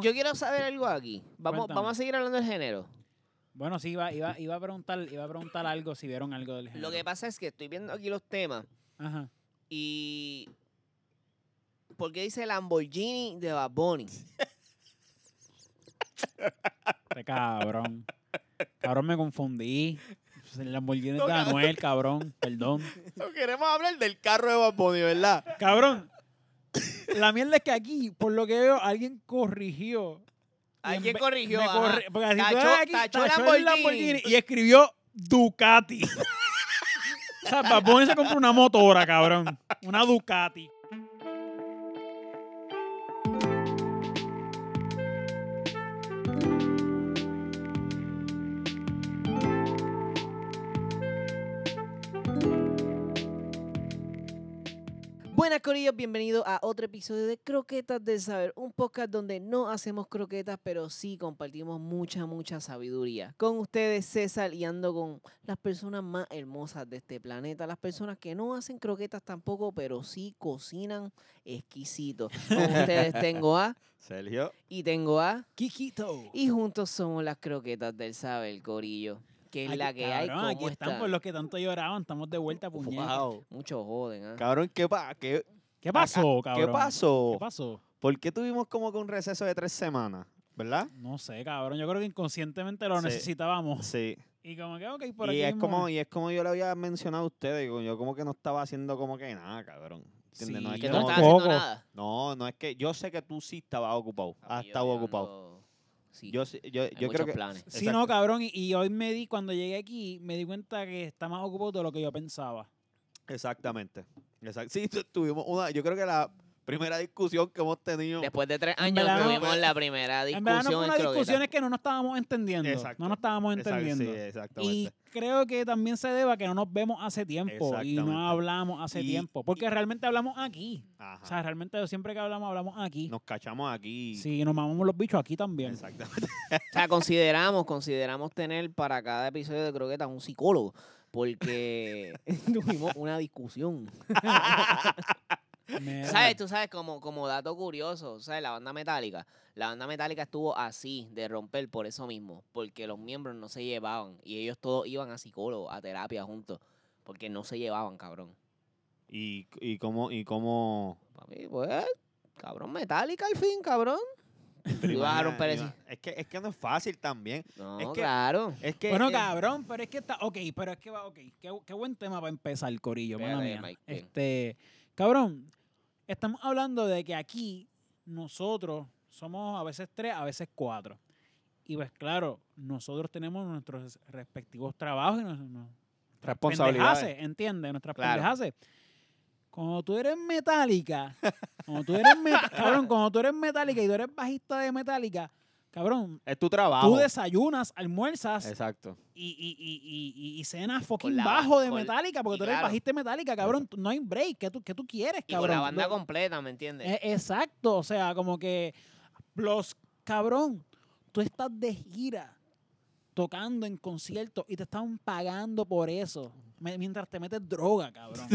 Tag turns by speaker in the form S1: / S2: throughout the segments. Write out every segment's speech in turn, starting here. S1: Yo quiero saber algo aquí. Vamos,
S2: Cuéntame.
S1: vamos a seguir hablando del género.
S2: Bueno, sí, iba, iba, iba, a preguntar, iba a preguntar algo si vieron algo del género.
S1: Lo que pasa es que estoy viendo aquí los temas
S2: Ajá.
S1: y. ¿Por qué dice Lamborghini de Bad Bunny?
S2: Este cabrón. Cabrón, me confundí. El Lamborghini de Anuel, cabrón. Perdón.
S1: Queremos hablar del carro de Bad Bunny, ¿verdad?
S2: Cabrón. La mierda es que aquí, por lo que veo, alguien corrigió.
S1: Alguien
S2: Me-
S1: corrigió,
S2: me
S1: ajá.
S2: corri- porque así tú
S1: Tachó-
S2: ves aquí,
S1: tachó
S2: tachó el
S1: Lamborghini.
S2: y escribió Ducati. o sea, Bad Bunny se compró una motora, cabrón. Una Ducati.
S1: Buenas, Corillos. Bienvenidos a otro episodio de Croquetas del Saber. Un podcast donde no hacemos croquetas, pero sí compartimos mucha, mucha sabiduría. Con ustedes, César, y ando con las personas más hermosas de este planeta. Las personas que no hacen croquetas tampoco, pero sí cocinan exquisito. Con ustedes tengo a,
S3: Sergio.
S1: y tengo a,
S2: Kikito.
S1: y juntos somos las Croquetas del Saber, Corillo. Que es
S2: Aquí-
S1: la que hay.
S2: cabrón, aquí
S1: ¿Cómo
S2: están
S1: están?
S2: por los que tanto lloraban. Estamos de vuelta, puñeta.
S3: Wow.
S1: Mucho joden, ¿ah?
S3: Cabrón, ¿qué, pa qué,
S2: ¿Qué pasó, cabrón?
S3: ¿qué pasó?
S2: ¿Qué pasó?
S3: ¿Por qué tuvimos como que un receso de tres semanas? ¿Verdad?
S2: No sé, cabrón. Yo creo que inconscientemente lo
S3: Sí.
S2: necesitábamos.
S3: Sí.
S2: Y como que, ok, por
S3: y,
S2: aquí.
S3: es
S2: mismo.
S3: como, y es como yo le había mencionado a ustedes, que yo como que no estaba haciendo como que nada, cabrón. ¿Entiendes? no,
S2: Sí,
S3: es
S1: Que
S3: que
S1: no
S3: no-
S1: estás haciendo
S2: Tampoco.
S1: nada.
S3: no, no es que yo sé que tú sí estabas ocupado, has
S1: Papi, yo
S3: estado
S1: estoy
S3: Ah, ocupado.
S1: dando- Sí,
S3: Yo, sí- yo,
S1: hay
S3: yo creo
S1: muchos
S3: que...
S1: planes.
S2: Sí, no,
S3: Exacto.
S2: cabrón. Y, y hoy me di, cuando llegué aquí, me di cuenta que está más ocupado de lo que yo pensaba.
S3: Exactamente. Exact- Sí, tu- tuvimos una... Yo creo que la primera discusión que hemos tenido...
S1: Después de tres
S2: En
S1: años
S2: verdad no- pues,
S1: tuvimos la primera
S2: en verdad no
S1: discusión
S2: fue
S1: en
S2: una discusión,
S1: croquetas.
S2: es que no nos estábamos entendiendo.
S3: Exacto.
S2: No nos estábamos
S3: Exact-
S2: entendiendo.
S3: sí,
S2: y
S3: exactamente.
S2: creo que también se deba que no nos vemos hace tiempo y
S3: Exactamente.
S2: no hablamos hace
S3: Y-
S2: tiempo. Porque realmente hablamos aquí.
S3: Ajá.
S2: O sea, realmente siempre que hablamos, hablamos aquí.
S3: Nos cachamos aquí.
S2: Sí, nos mamamos los bichos aquí también.
S3: Exactamente.
S1: O sea, consideramos, consideramos tener para cada episodio de croquetas un psicólogo. Porque tuvimos una discusión.
S2: Mira.
S1: ¿Sabes? Tú sabes, como, como dato curioso, ¿sabes? La banda metálica. La banda metálica estuvo así de romper por eso mismo. Porque los miembros no se llevaban. Y ellos todos iban a psicólogo, a terapia juntos. Porque no se llevaban, cabrón.
S3: Y, y cómo, y cómo.
S1: Papi, pues, cabrón, metálica al fin, cabrón. Tú ibas a romper eso.
S3: Es que, es que no es fácil también.
S1: No,
S3: Es que-
S1: claro.
S3: Es que.
S2: Bueno,
S3: es-
S2: cabrón, pero es que está. Ok, pero es que va, ok. Qué, bu- qué buen tema para empezar, Corillo, mala
S1: Espérate,
S2: mía.
S1: Mike, bien.
S2: Este, cabrón, estamos hablando de que aquí nosotros somos a veces tres, a veces cuatro. Y pues claro, nosotros tenemos nuestros respectivos trabajos y nos, nos-
S3: Responsabilidades.
S2: pendejaces, ¿entiendes? Nuestras
S3: Claro.
S2: pendejaces. Cuando tú eres metálica, cuando tú eres meta- cabrón, cuando tú eres metálica y tú eres bajista de metálica, cabrón,
S3: Es tu trabajo.
S2: tú desayunas, almuerzas,
S3: Exacto.
S2: y, y, y, y, y cenas fucking
S1: la ba-
S2: bajo de
S1: con-
S2: Metallica, porque
S1: y
S2: tú eres
S1: claro.
S2: bajista de Metallica, cabrón. tú- No hay break. ¿Qué tú, qué tú quieres,
S1: Y
S2: cabrón?
S1: con la banda
S2: Lo-
S1: completa, ¿me entiendes?
S2: Eh, exacto. O sea, como que los cabrón, tú estás de gira tocando en conciertos y te están pagando por eso. me- Mientras te metes droga, cabrón.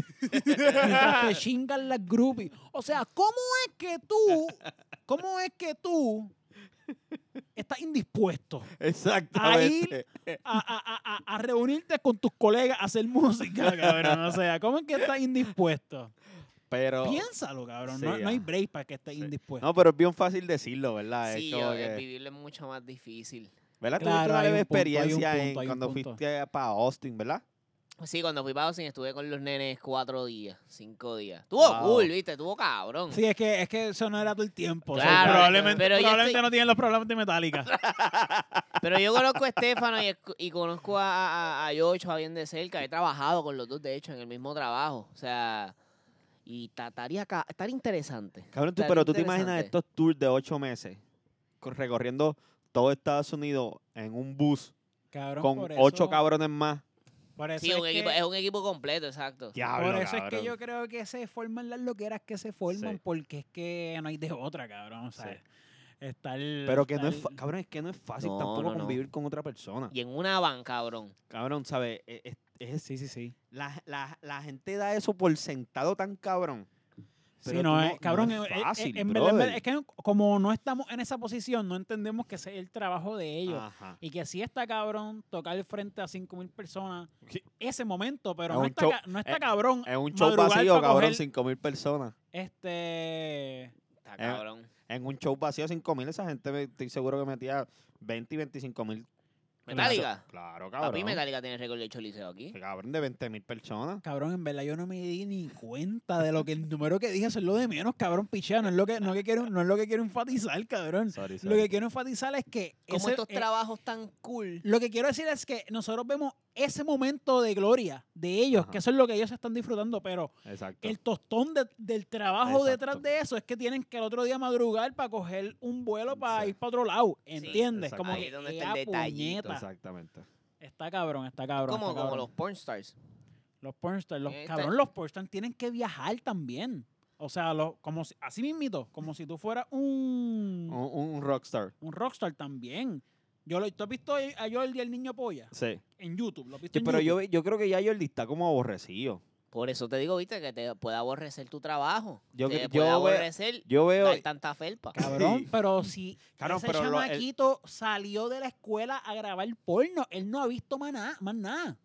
S2: mientras te chingan las groupies. O sea, ¿cómo es que tú, cómo es que tú estás indispuesto?
S3: Exactamente.
S2: a, a- a- a- a reunirte con tus colegas a hacer música, cabrón. O sea, ¿cómo es que estás indispuesto?
S3: Pero.
S2: Piénsalo, cabrón. no,
S3: Sí,
S2: no hay
S3: ajá.
S2: break para que estés
S3: Sí.
S2: indispuesto.
S3: No, pues, pero es bien fácil decirlo, ¿verdad?
S1: sí,
S3: Ah, es como
S1: yo,
S3: que-
S1: el vivirlo es mucho más difícil.
S3: ¿Verdad?
S2: Claro,
S3: Tuviste una
S2: hay
S3: leve
S2: un punto, hay un
S3: experiencia
S2: punto,
S3: en
S2: hay un
S3: cuando
S2: punto.
S3: fuiste para Austin, ¿verdad?
S1: Sí, cuando fui para Austin estuve con los nenes cuatro días, cinco días. Tuvo
S3: Wow.
S1: cool, ¿viste? Tuvo cabrón.
S2: Sí, es que, es que eso no era todo el tiempo. o sea,
S1: Claro,
S2: probablemente
S1: pero yo
S2: probablemente
S1: estoy-
S2: no tienen los problemas de Metallica.
S1: Pero yo conozco a Estefano y, escu- y conozco a, a, a Yocho bien de cerca. He trabajado con los dos, de hecho, en el mismo trabajo. O sea, y ta- estaría ca- estaría interesante.
S3: Cabrón, tú,
S1: Estaría
S3: pero tú te imaginas
S1: interesante.
S3: estos tours de ocho meses con- recorriendo todo Estados Unidos en un bus
S2: Cabrón,
S3: con
S2: por eso-
S3: ocho cabrones más.
S2: Por eso,
S1: Sí, un
S2: es,
S1: equipo,
S2: que,
S1: es un equipo completo, exacto.
S3: eh, Diablo,
S2: por eso es que
S3: cabrón.
S2: yo creo que se forman las loqueras que se forman,
S3: Sí.
S2: porque es que no hay de otra, cabrón. O sea,
S3: Sí.
S2: estar.
S3: Pero que no es, fa-
S2: estar-
S3: cabrón, es que no es fácil
S1: No,
S3: tampoco
S1: no, no.
S3: convivir con otra persona.
S1: Y en una van, cabrón.
S3: Cabrón, ¿sabes? E, Es, es- es-
S2: Sí, sí, sí.
S3: la, la- la gente da eso por sentado tan cabrón.
S2: Sí,
S3: Pero
S2: no,
S3: tú
S2: es-
S3: no-
S2: cabrón,
S3: no es
S2: eh, eh,
S3: fácil,
S2: en verdad, en verdad,
S3: brother.
S2: es que como no estamos en esa posición, no entendemos que ese es el trabajo de ellos.
S3: Ajá.
S2: Y que sí está cabrón tocar frente a 5.000 personas
S3: Sí.
S2: ese momento, pero no
S3: Es un
S2: está,
S3: show-
S2: ca- no está
S3: eh,
S2: cabrón
S3: Es un show
S2: madrugar
S3: vacío,
S2: pa'
S3: cabrón,
S2: coger,
S3: 5.000 personas.
S2: Este...
S3: Eh,
S1: Está cabrón.
S3: En un show vacío, 5.000, esa gente me- estoy seguro que metía 20 y 25.000.
S1: Metallica.
S3: Claro,
S1: Papi,
S3: cabrón.
S1: Metallica tiene récord de choliseo aquí.
S3: Que Cabrón, de 20.000 personas.
S2: Cabrón, en verdad yo no me di ni cuenta de lo que el número que dije eso es lo de menos, cabrón, pichea. No es lo que, no es que quiero, no es lo que quiero enfatizar, cabrón.
S3: Sorry,
S2: Lo
S3: sorry.
S2: que quiero enfatizar es que
S1: Como
S2: ese-
S1: estos
S2: eh,
S1: trabajos tan cool.
S2: Lo que quiero decir es que nosotros vemos ese momento de gloria de ellos,
S3: Ajá.
S2: que eso es lo que ellos están disfrutando, pero
S3: Exacto.
S2: el tostón de- del trabajo detrás
S3: Exacto.
S2: de eso es que tienen que el otro día madrugar para coger un vuelo para
S3: Sí.
S2: ir para otro lado, ¿entiendes?
S3: exacto.
S2: como
S3: Ahí
S2: que
S1: es donde está
S2: ¡ea,
S1: el detallito.
S2: puñeta!
S3: Exactamente.
S2: Está cabrón, está cabrón.
S1: Como,
S2: está
S1: como Eh,
S2: cabrón.
S1: los pornstars.
S2: Los pornstars, los,
S1: Esta-
S2: cabrón, los pornstars tienen que viajar también. O sea, los- como si- así mismito, como si tú fueras
S3: Un,
S2: un,
S3: un rockstar.
S2: un rockstar también. Yo lo, ¿Tú has visto a Jordi el niño polla?
S3: Sí.
S2: En YouTube, lo has visto
S3: Yo-
S2: en
S3: pero
S2: YouTube?
S3: yo, yo creo que ya Jordi está como aborrecido.
S1: Por eso te digo, viste, que te puede aborrecer tu trabajo.
S3: Yo
S1: te
S3: que-
S1: puede
S3: yo ve-
S1: aborrecer
S3: Yo veo.
S1: dar tanta felpa.
S2: Cabrón,
S3: Sí.
S2: pero si
S3: Cabrón,
S2: ese
S3: pero lo- el-
S2: chamaquito salió de la escuela a grabar porno, él no ha visto más nada, más nada.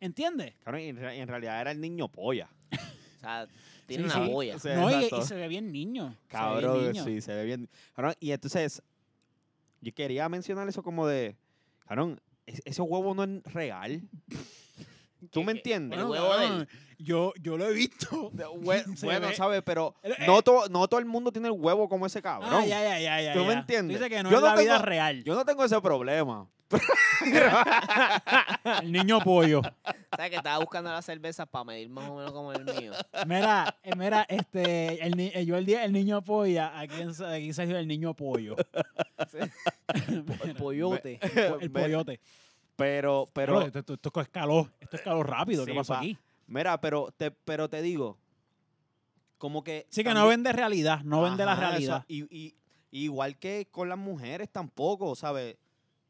S2: ¿Entiendes?
S3: cabrón, en, re- en realidad era el niño polla.
S1: O sea, tiene
S2: Sí,
S1: una
S2: sí.
S1: boya.
S3: O sea,
S2: no, y- y,
S3: exacto.
S2: se ve bien niño. se ve bien
S3: Cabrón,
S2: niño.
S3: sí, se ve bien. Cabrón, y entonces, yo quería mencionar eso como de, cabrón, es- ese huevo no es real. ¿Tú
S1: Que-
S3: me
S1: que-
S3: entiendes?
S1: el
S2: Bueno,
S1: huevo de él.
S2: cabrón, Yo, yo lo he visto.
S3: De- hue-
S2: se
S3: Bueno,
S2: ve-
S3: ¿sabes? Pero
S2: Eh,
S3: no, to- no todo el mundo tiene el huevo como ese cabrón.
S2: Ah, ya, ya, ya, ya,
S3: ¿Tú me
S2: ya.
S3: entiendes?
S2: Dice que no
S3: Yo
S2: es
S3: no
S2: la vida
S3: tengo-
S2: real.
S3: Yo no tengo ese problema.
S2: El niño pollo.
S1: ¿Sabes que estaba buscando las cervezas para medir más o menos como el mío?
S2: Mira, eh, mira, este, el, ni- eh, yo el día el niño polla, aquí, en, Sa- aquí salió el niño pollo.
S1: El pollote.
S2: El pollote.
S3: Pero,
S2: Pero,
S3: pero,
S2: esto, esto, esto escaló, esto escaló rápido. ¿Qué
S3: Sí,
S2: pasó
S3: pa.
S2: aquí?
S3: mira, pero te, pero te digo, como que...
S2: Sí, que no
S3: también-
S2: vende realidad, no vende la
S3: Ajá, eso-
S2: realidad.
S3: y, y- igual que con las mujeres tampoco, ¿sabes?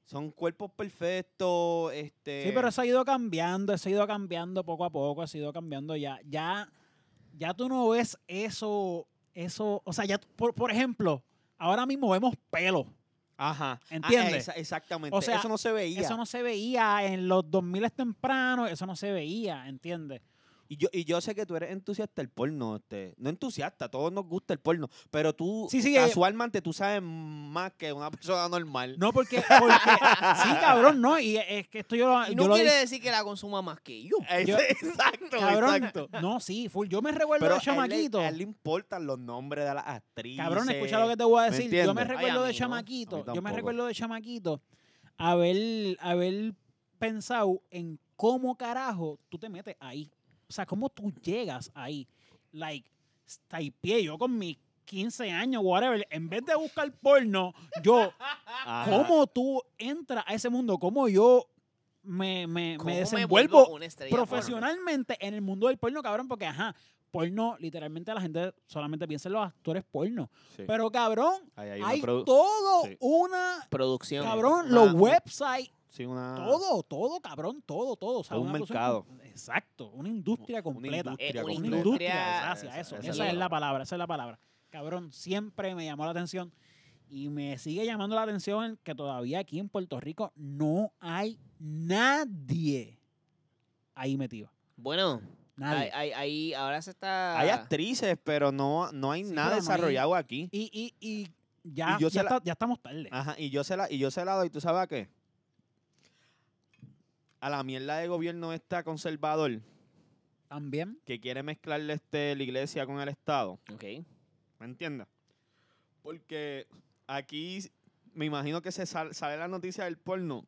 S3: Son cuerpos perfectos, este...
S2: Sí, pero eso ha ido cambiando, eso ha ido cambiando poco a poco, eso ha ido cambiando ya. Ya, ya tú no ves eso, eso, o sea, ya, tú- por, por ejemplo, ahora mismo vemos pelo.
S3: Ajá. Ah,
S2: ¿Entiendes?
S3: esa- exactamente.
S2: O sea,
S3: eso no se veía.
S2: Eso no se veía en los 2000 tempranos, eso no se veía, ¿entiendes?
S3: Y, yo, y yo sé que tú eres entusiasta del porno, este. No entusiasta, a todos nos gusta el porno, pero tú,
S2: Sí, sí, eh.
S3: casualmente, tú sabes más que una persona normal.
S2: No, porque, porque sí, cabrón, no, y es que esto yo lo...
S1: Y
S2: yo
S1: no
S2: lo
S1: quiere
S2: di- Eh,
S1: decir que la consuma más que yo.
S3: Es-
S2: yo-
S3: exacto,
S2: cabrón,
S3: exacto.
S2: no, sí, full, yo me recuerdo de
S3: Pero a él le-
S2: chamaquito.
S3: a él le importan los nombres de las actrices.
S2: Cabrón, escucha lo que te voy a
S3: ¿me
S2: decir. Yo me
S3: entiendes?
S1: Ay, a
S2: recuerdo de
S1: mí no.
S3: A mí
S2: chamaquito. Yo me
S3: tampoco.
S2: recuerdo de chamaquito haber, haber pensado en cómo carajo tú te metes ahí. O sea, cómo tú llegas ahí. Like, pie yo con mis 15 años, whatever. En vez de buscar porno, yo,
S3: Ajá.
S2: ¿cómo tú entras a ese mundo? ¿Cómo yo me, me,
S1: ¿Cómo
S2: me
S1: me
S2: desenvuelvo
S1: vuelvo una estrella porno?
S2: profesionalmente en el mundo del porno, cabrón? Porque, ajá, porno, literalmente la gente solamente piensa en los actores porno.
S3: Sí.
S2: Pero cabrón,
S3: Ahí
S2: hay,
S3: una produ-
S2: todo
S3: sí.
S2: una
S1: Producción.
S2: cabrón,
S3: Una-
S2: los
S3: una-
S2: websites,
S3: sí, una-
S2: todo, todo, cabrón, todo, todo. O sea,
S3: Todo un
S2: una cosa-
S3: mercado.
S2: exacto, una industria completa. Eh,
S1: industria
S2: una
S1: completa.
S2: industria,
S1: Esa-
S2: gracias, eso. Esa,
S1: la
S2: es la palabra, esa es la palabra. Cabrón, siempre me llamó la atención y me sigue llamando la atención que todavía aquí en Puerto Rico no hay nadie ahí metido.
S1: Bueno,
S2: Nadie.
S1: ahí, ahí- ahí ahora se está.
S3: Hay actrices, pero no, no hay
S2: Ah. Sí,
S3: nada
S2: pero no hay-
S3: desarrollado aquí.
S2: Y, y, y ya,
S3: Y yo
S2: ya,
S3: se la- Ah.
S2: está- ya estamos tarde.
S3: Ajá, y yo se la, y yo se la doy, ¿tú sabes a qué? A la mierda de gobierno está conservador
S2: También.
S3: que quiere mezclarle este, la iglesia con el Estado.
S1: Ok.
S3: ¿Me entiendes? Porque aquí me imagino que se sal- sale la noticia del porno.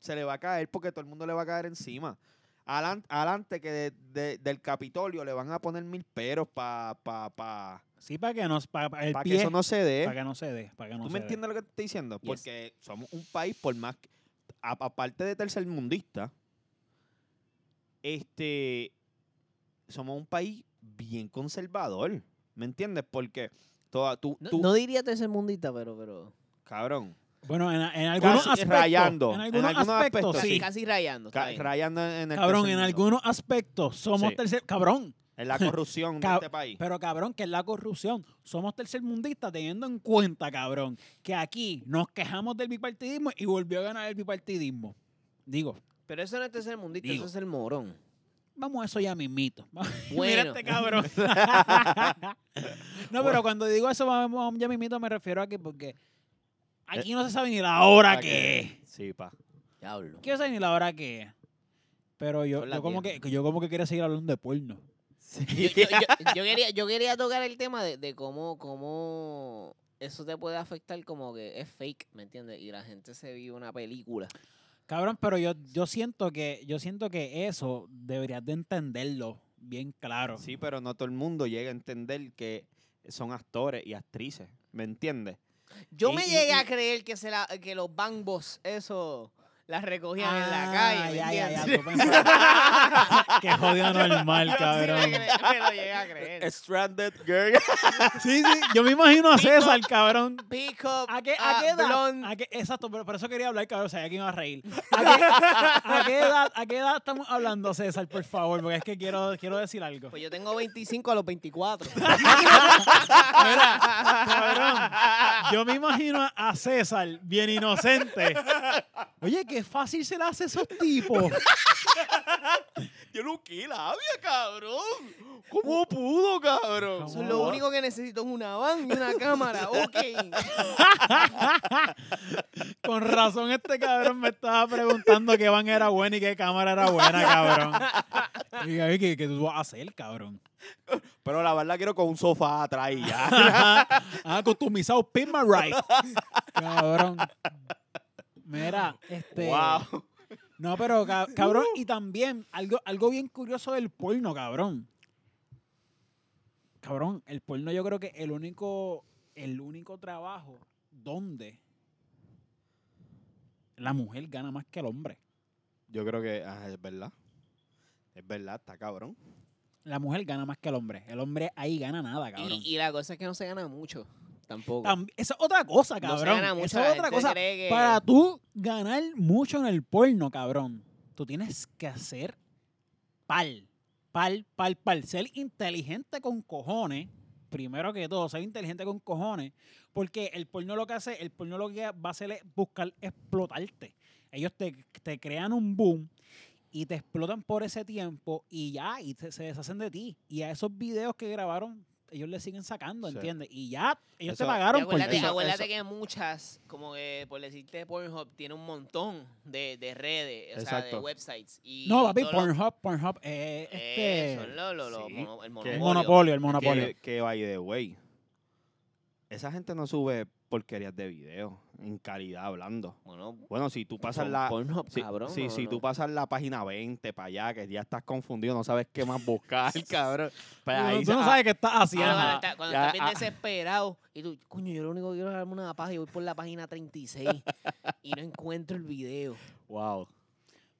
S3: Se le va a caer porque todo el mundo le va a caer encima. Alan- Adelante, que de- de- del Capitolio le van a poner mil peros para pa, pa-
S2: Sí, para que, nos, para, el
S3: pa que
S2: pie,
S3: eso no se dé.
S2: para que no se dé. Para que no
S3: ¿Eh? ¿Tú
S2: se
S3: me
S2: dé.
S3: entiendes lo que te estoy diciendo?
S1: Yes.
S3: Porque somos un país, por más que- a- aparte de tercermundista, este somos un país bien conservador. ¿Me entiendes? Porque toda tú,
S1: No,
S3: tú-
S1: no diría tercermundista, pero. pero
S3: cabrón,
S2: Bueno, en, en algunos
S3: Casi
S2: aspectos.
S3: rayando,
S2: En
S3: en
S2: algunos,
S3: algunos
S2: aspectos,
S3: aspectos,
S1: casi,
S2: sí.
S1: casi rayando. está
S3: ca-
S1: bien.
S3: rayando en el
S2: Cabrón, en
S3: tercermundo.
S2: algunos aspectos somos
S3: Sí.
S2: tercer. Cabrón,
S3: Es la corrupción de
S2: Cab-
S3: este país.
S2: Pero cabrón, que es la corrupción. Somos tercermundistas teniendo en cuenta, cabrón, que aquí nos quejamos del bipartidismo y volvió a ganar el bipartidismo. Digo,
S1: Pero eso no es tercer mundito,
S2: Digo.
S1: eso es el morón.
S2: vamos a eso ya mismito. Mira
S1: Bueno.
S2: este cabrón. no, pero cuando digo eso vamos ya mismito me refiero a que
S3: Eh.
S2: porque aquí no se sabe ni la hora
S3: ¿Para
S2: que
S3: qué?
S2: es.
S3: Sí, pa.
S1: Diablo.
S2: Quiero saber ni la hora que es. Pero yo,
S1: Son las
S2: yo como
S1: 10.
S2: que yo como que quiero seguir hablando de porno.
S1: Yo, yo- yo- yo quería, yo quería tocar el tema de, de cómo, cómo eso te puede afectar como que es fake, ¿me entiendes? Y la gente se vive una película.
S2: Cabrón, pero yo, yo siento que yo siento que eso deberías de entenderlo bien claro.
S3: Sí, pero no todo el mundo llega a entender que son actores y actrices. ¿Me entiendes?
S1: Yo
S3: Y-
S1: me
S3: y-
S1: llegué
S3: y-
S1: a creer que, se la, que los bambos, eso, las recogían en la
S2: Ah,
S1: calle. ¿me
S2: ya, ya, ya,
S1: entiendes?
S2: tú pensabas- Qué jodido normal,
S1: Yo sí
S2: cabrón.
S1: me, cre- me lo llegué a creer.
S3: Stranded Girl.
S2: Sí, sí, yo me imagino a César, cabrón.
S1: Pick up,
S2: ¿A qué, a
S1: ah,
S2: qué edad?
S1: blonde.
S2: a qué- exacto, pero por eso quería hablar, cabrón. O sea, aquí me va a reír. ¿A qué, a- a qué edad, a qué edad estamos hablando, César, por favor? Porque es que quiero, quiero decir algo.
S1: Pues yo tengo 25 a los 24.
S2: Yo me imagino a César, bien inocente. Oye, qué fácil se le hace a esos tipos.
S3: Yo no qué labia, cabrón. ¿Cómo pudo, cabrón?
S1: Eso es lo único que necesito es una van y una cámara. Ok.
S2: Con razón este cabrón me estaba preguntando qué van era buena y qué cámara era buena, cabrón. Y yo, "Ay, ¿qué, qué tú vas a hacer, cabrón?
S3: Pero la verdad quiero con un sofá atrás y ya.
S2: ah, customizado, pin my right. Cabrón. Mira, este...
S3: Wow.
S2: No, pero ca- cabrón,
S1: Uh.
S2: y también algo, algo bien curioso del porno, cabrón. Cabrón, el porno yo creo que el único, el único trabajo donde la mujer gana más que el hombre.
S3: Yo creo que ah, es verdad. Es verdad, está cabrón.
S2: La mujer gana más que el hombre. El hombre ahí gana nada, cabrón.
S1: Y, y la cosa es que no se gana mucho. Tampoco.
S2: Tam- esa es otra cosa,
S1: No se
S2: cabrón.
S1: gana mucho,
S2: Esa
S1: la
S2: es otra
S1: gente
S2: cosa.
S1: cree que-
S2: Para tú ganar mucho en el porno, cabrón, tú tienes que hacer pal, pal, pal, pal. Ser inteligente con cojones, primero que todo, ser inteligente con cojones, porque el porno lo que hace, el porno lo que va a hacer es buscar explotarte. Ellos te, te crean un boom y te explotan por ese tiempo y ya, y se, se deshacen de ti. Y a esos videos que grabaron, ellos le siguen sacando,
S3: Sí.
S2: ¿entiendes? Y ya, ellos te
S3: Eso-
S1: Y
S2: pagaron por
S1: acuérdate,
S2: ti.
S3: eso-
S1: acuérdate
S3: eso-
S1: que muchas, como que por decirte Pornhub, tiene un montón de, de redes, o sea, de
S3: Exacto.
S1: websites. Y
S2: No, papi,
S1: todos los-
S2: Pornhub, Pornhub, eh,
S1: Eh,
S2: este...
S1: son los- los- los
S3: Sí,
S1: mono- el
S3: que-
S2: El
S1: monopolio.
S2: monopolio, el monopolio.
S3: Que, pues, que by the way, esa gente no sube porquerías de video en calidad hablando.
S1: Bueno,
S3: Bueno, si tú pasas
S1: son
S3: la.
S1: Pornhub,
S3: Si,
S1: cabrón.
S3: si,
S1: no,
S3: si
S1: no.
S3: tú pasas la página 20 para allá, que ya estás confundido, no sabes qué más buscar, cabrón. Pero
S2: Tú-
S3: Pues ahí
S2: tú no
S3: se-
S2: sabes qué estás
S1: Ah,
S2: haciendo.
S1: cuando
S3: Ajá.
S1: está- cuando
S3: Ya,
S1: estás bien
S3: ah.
S1: desesperado y tú, coño, yo lo único que quiero es darme una paja y voy por la página 36 y no encuentro el video.
S3: Wow.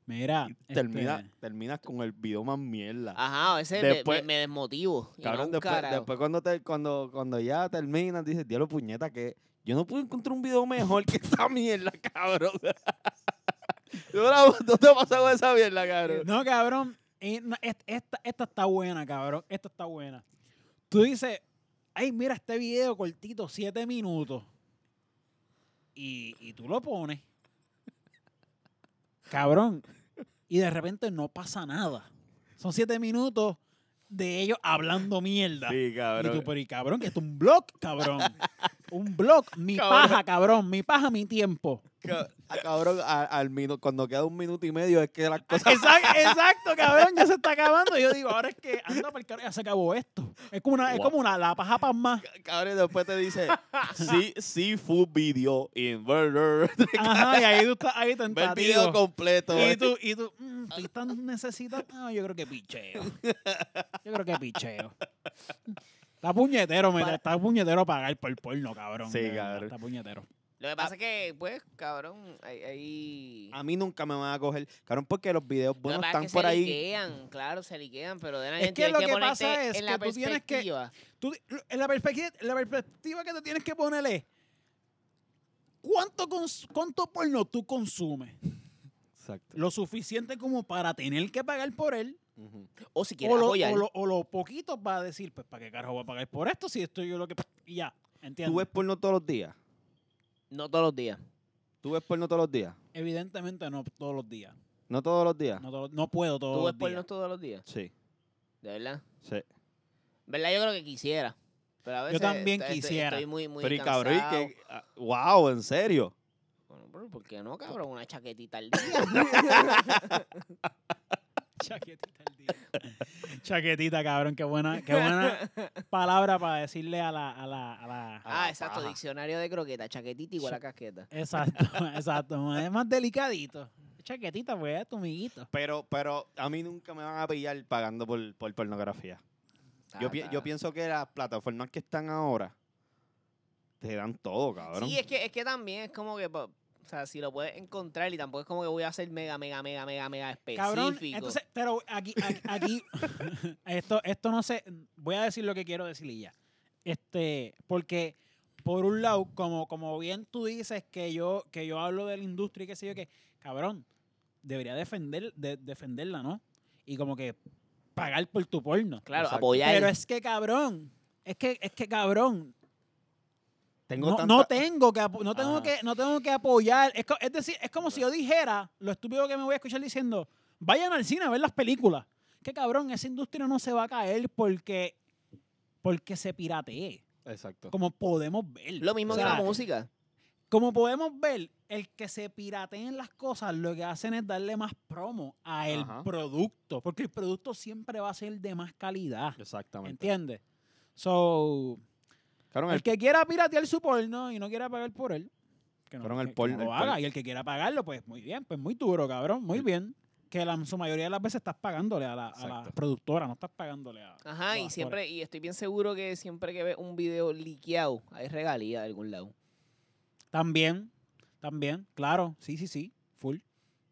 S2: Mira, este,
S3: Termina, Terminas con el video más mierda.
S1: Ajá, a veces me-
S3: Después-
S1: me, me desmotivo. y
S3: Cabrón,
S1: no un
S3: después,
S1: carajo.
S3: después cuando, te, cuando, cuando ya terminas, dices, diablo puñeta, que yo no pude encontrar un video mejor que esta mierda, cabrón. ¿No la- no te ha pasado esa mierda, cabrón?
S2: No, cabrón. eh, no, es- esta, esta está buena, cabrón. Esta está buena. Tú dices, ay, mira este video cortito, siete minutos. Y, y tú lo pones. Cabrón. Y de repente no pasa nada. Son siete minutos de ellos hablando mierda.
S3: Sí,
S2: Y
S3: cabrón.
S2: tú, pero y cabrón, que esto es un blog, cabrón. Un blog, mi
S3: Cabrón.
S2: paja, cabrón, mi paja, mi tiempo.
S3: Ca- ah, cabrón, a- al minu- cuando queda un minuto y medio es que las cosas...
S2: Exacto, exacto, cabrón, ya se está acabando. Yo digo, ahora es que anda para el carajo, ya se acabó esto. Es como una, es
S3: Wow.
S2: como una la paja para más.
S3: Cabrón, y después te dice, sí, sí, full video, inverter,
S2: Ajá, y ahí tú estás ahí
S3: ve el video eh.
S2: tentativo.
S3: completo.
S2: Y tú, y tú, mm, estoy tan necesitado. Ah, yo creo que picheo. Yo creo que picheo. Está puñetero, me
S1: Para-
S2: está puñetero pagar por el porno, cabrón.
S3: Sí,
S2: de verdad,
S3: cabrón.
S2: Está puñetero.
S1: Lo que
S2: Ah.
S1: pasa es que, pues, cabrón, ahí... ahí-
S3: A mí nunca me van a coger, cabrón, porque los videos
S1: Lo que
S3: buenos
S1: pasa
S3: están
S1: es que
S3: por
S1: se
S3: ahí.
S1: liquean, claro, se liquean, pero de la
S2: Es
S1: gente
S2: que
S1: hay
S2: lo que
S1: ponerte
S2: pasa es
S1: en la
S2: que tú tienes que-
S1: perspectiva.
S2: Tú, en la, perspectiva, la perspectiva que te tienes que poner es ¿cuánto, cons- cuánto porno tú consumes?
S3: Exacto.
S2: Lo suficiente como para tener que pagar por él
S4: Ujú. O si
S2: O
S4: quieres
S2: lo,
S4: apoyar.
S2: o lo- o lo poquito va a decir, pues, ¿para qué carajo voy a pagar por esto? Si esto yo lo que... Y ya,
S3: ¿Tú ves
S2: ¿entiendes?
S3: porno todos los días?
S1: No todos los días.
S3: ¿Tú ves porno todos los días?
S2: Evidentemente no todos los días.
S3: ¿No todos los días?
S2: No, todos- no puedo todos
S1: ¿Tú ves
S2: los
S1: porno
S2: días.
S1: todos los días?
S3: Sí,
S1: ¿De verdad?
S3: sí.
S1: ¿Verdad? Yo creo que quisiera. Pero a veces
S2: también
S1: estoy- estoy-
S2: quisiera.
S1: Estoy muy, muy
S3: Pero y
S1: cansado.
S3: cabrón, y que, ah, wow, en serio.
S1: Bueno, pero ¿por qué no, cabrón? Una chaquetita al día.
S2: Chaquetita al día. Chaquetita, cabrón, qué buena, qué buena palabra para decirle a la... A la, a la-
S1: ah,
S4: Ah,
S1: exacto.
S4: paja.
S1: Diccionario de croqueta. Chaquetita igual a casqueta.
S2: Exacto, exacto. Es más delicadito. Chaquetita, pues, es tu amiguito.
S3: Pero, pero a mí nunca me van a pillar pagando por, por pornografía. Yo, pi- yo pienso que las plataformas que están ahora te dan todo, cabrón.
S1: Sí, es que, es que también es como que... po- O sea, si lo puedes encontrar y tampoco es como que voy a ser mega, mega, mega, mega, mega específico.
S2: Cabrón, entonces, pero aquí, aquí, aquí- esto, esto no sé, voy a decir lo que quiero decir y ya. Este, porque por un lado, como, como bien tú dices que yo, que yo hablo de la industria y qué sé yo, que, cabrón, debería defender, de- defenderla, ¿no? Y como que pagar por tu porno.
S1: claro,
S3: Exacto.
S1: apoyar.
S2: Pero es que cabrón, es que, es que cabrón,
S3: Tengo
S2: no,
S3: tanta-
S2: no tengo que apo- no tengo
S3: Ajá.
S2: que no tengo que apoyar es, co- es decir es como si yo dijera lo estúpido que me voy a escuchar diciendo vayan al cine a ver las películas que cabrón esa industria no se va a caer porque porque se piratee
S3: Exacto.
S2: como podemos ver
S1: Lo mismo
S2: O
S1: que
S2: sea,
S1: la música.
S2: como podemos ver el que se pirateen las cosas lo que hacen es darle más promo a el
S3: Ajá.
S2: producto porque el producto siempre va a ser de más calidad
S3: Exactamente.
S2: ¿entiendes? so
S3: Cabrón, el-
S2: el que quiera piratear su porno y no quiera pagar por él, que no,
S3: Cabrón, el
S2: que- que
S3: porno-
S2: no
S3: el
S2: lo haga.
S3: porno.
S2: Y el que quiera pagarlo, pues muy bien, pues muy duro, cabrón, muy bien. Que la, su mayoría de las veces estás pagándole a la, a la
S3: Exacto.
S2: productora, no estás pagándole a.
S1: Ajá, y
S2: los
S1: siempre, y estoy bien seguro que siempre que ves un video liqueado, hay regalía de algún lado. O
S2: actores. También, también, claro, sí, sí, sí, full.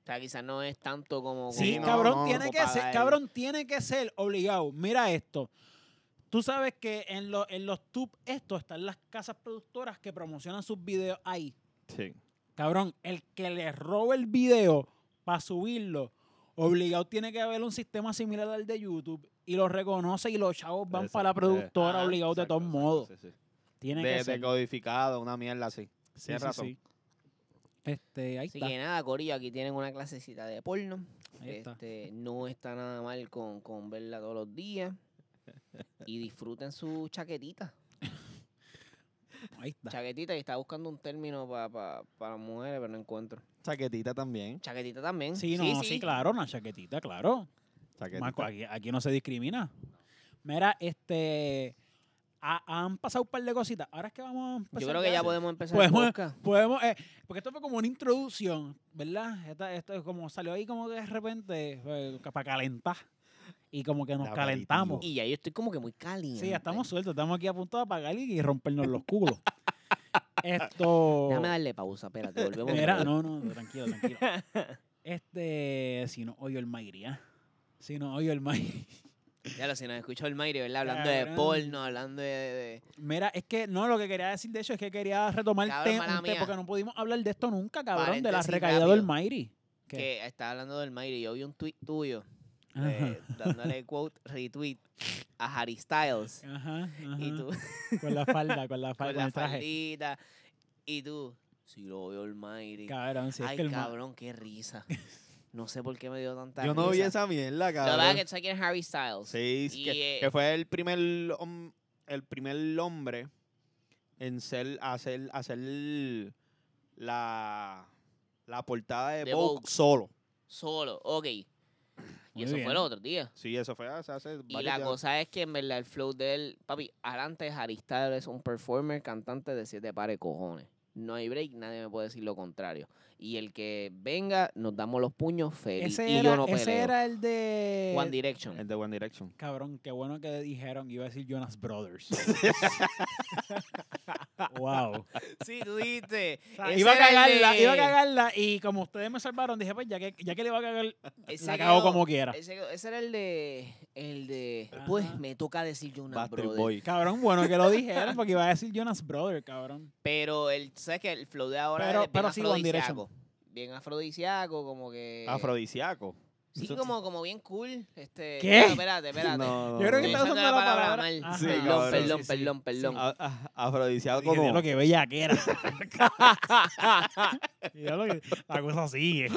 S1: sea, quizás no es tanto como.
S2: Sí,
S1: como-
S2: cabrón,
S3: no,
S2: tiene
S1: como
S2: que ser,
S1: pagar.
S2: cabrón, tiene que ser obligado. Mira esto. Tú sabes que en, lo- en los tubes esto están las casas productoras que promocionan sus videos ahí.
S3: sí.
S2: Cabrón, el que le roba el video para subirlo, obligado tiene que haber un sistema similar al de YouTube y lo reconoce y los chavos van
S3: Exacto,
S2: para la productora
S1: ah,
S2: obligados de
S3: Exacto,
S2: todos
S3: exacto,
S2: modos.
S3: sí, sí.
S2: Tiene que
S3: De,
S2: ser.
S3: decodificado, una mierda así.
S2: Sí,
S3: tienes
S2: sí,
S3: razón.
S2: sí. Este, ahí
S1: Así
S2: está.
S1: que nada, Corillo, aquí tienen una clasecita de porno.
S2: Ahí está.
S1: Este, no está nada mal con, con verla todos los días. Y disfruten su chaquetita.
S2: Ahí está.
S1: Chaquetita, y estaba buscando un término para pa, para mujeres, pero no encuentro.
S3: Chaquetita también.
S1: Chaquetita también.
S2: Sí, no, sí, claro, una chaquetita, claro.
S3: Chaquetita.
S2: Marco, aquí, aquí no se discrimina. Mira, este. ha- han pasado un par de cositas. Ahora es que vamos a empezar.
S1: Yo creo que ya
S2: a-
S1: podemos empezar
S2: Podemos-
S1: el podcast.
S2: Podemos, eh, porque esto fue como una introducción, ¿verdad? Esta- esto es como salió ahí como que de repente eh, para calentar. Y como que nos
S3: De
S2: calentamos.
S1: Y ya yo estoy como que muy caliente.
S2: Sí, ya estamos sueltos, estamos aquí a punto de apagar y, y rompernos los culos. esto.
S1: Déjame darle pausa, espérate, volvemos.
S2: Mira, no, no, tranquilo, tranquilo. Este, si no oyo el Mayría. Si no oyo el Mayría.
S1: Ya lo si nos escuchó el Mayri, ¿verdad? Hablando de
S2: Cabrón.
S1: porno, hablando de. de-
S2: Mira, es que no, lo que quería decir de hecho es que quería retomar el
S1: Cabrón,
S2: tema
S1: mala mía.
S2: porque no pudimos hablar de esto nunca, cabrón, de la
S1: Paréntesis
S2: recaída
S1: rápido.
S2: del Mayri. ¿Qué?
S1: que estaba hablando del Mayri. Yo vi un tweet tuyo
S2: Ajá.
S1: eh, dándole quote, retweet a Harry Styles.
S2: Ajá,
S1: Y
S2: ajá.
S1: tú,
S2: Con la falda, con la falda,
S1: con
S2: con
S1: la
S2: el traje.
S1: faldita. Y tú, si lo veo el Mayri.
S2: Cabrón, si es
S1: Ay,
S2: que el ma-
S1: cabrón, qué risa. No sé por qué me dio tanta
S3: Yo
S1: risa.
S3: no vi esa mierda,
S1: La verdad
S3: cabrón.
S1: que tú sabes quién es Harry Styles.
S3: Sí, es
S1: Y,
S3: que,
S1: eh,
S3: que fue el primer hom- el primer hombre en ser hacer hacer la la portada de,
S1: De
S3: Vogue,
S1: Vogue.
S3: solo.
S1: Solo, ok. Y
S2: Muy
S1: eso
S2: bien.
S1: fue el otro día.
S3: Sí, eso fue hace, hace
S1: Y
S3: varios
S1: la
S3: días.
S1: cosa es que en verdad el flow de él, papi, adelante Harry Styles es un performer, cantante de siete pares de cojones. No hay break, nadie me puede decir lo contrario. Y el que venga, nos damos los puños feliz.
S2: Ese,
S1: y
S2: era,
S1: yo no
S2: ese
S1: peleo.
S2: era el de.
S1: One Direction.
S3: el de One Direction.
S2: Cabrón, qué bueno que dijeron que iba a decir Jonas Brothers. wow.
S1: Sí, tú dijiste.
S2: iba a cagarla, iba a cagarla. Y como ustedes me salvaron, dije, pues ya que, ya que le iba a cagar, la cago como quiera.
S1: Ese, ese era el de. El de. Pues
S2: Ajá.
S1: me toca decir yo una
S3: Bastard
S1: brother.
S3: Boy.
S2: Cabrón, bueno que lo dijeron porque iba a decir Jonas Brothers, cabrón.
S1: Pero el, ¿sabes qué? El flow de ahora
S2: Pero-
S1: es bien
S2: pero sí, One
S1: Eh,
S2: Direction.
S1: afrodisíaco. Bien afrodisíaco, como que.
S3: Afrodisiaco.
S1: Sí,
S3: Eso-
S1: como, como bien cool. Este,
S2: ¿Qué?
S1: no, espérate, espérate.
S3: No, no,
S2: Yo creo que
S1: Estoy
S3: no.
S2: está-
S1: usando
S2: usando la palabra.
S1: mal.
S2: Ajá.
S3: Sí,
S1: perdón,
S3: cabrón,
S1: perdón,
S3: sí, sí.
S1: perdón, perdón,
S2: Ah.
S3: A- a- Afrodisíaco
S2: Dije,
S3: como...
S2: "Diablo, que bella que era. Diablo, que la cosa eh. sigue.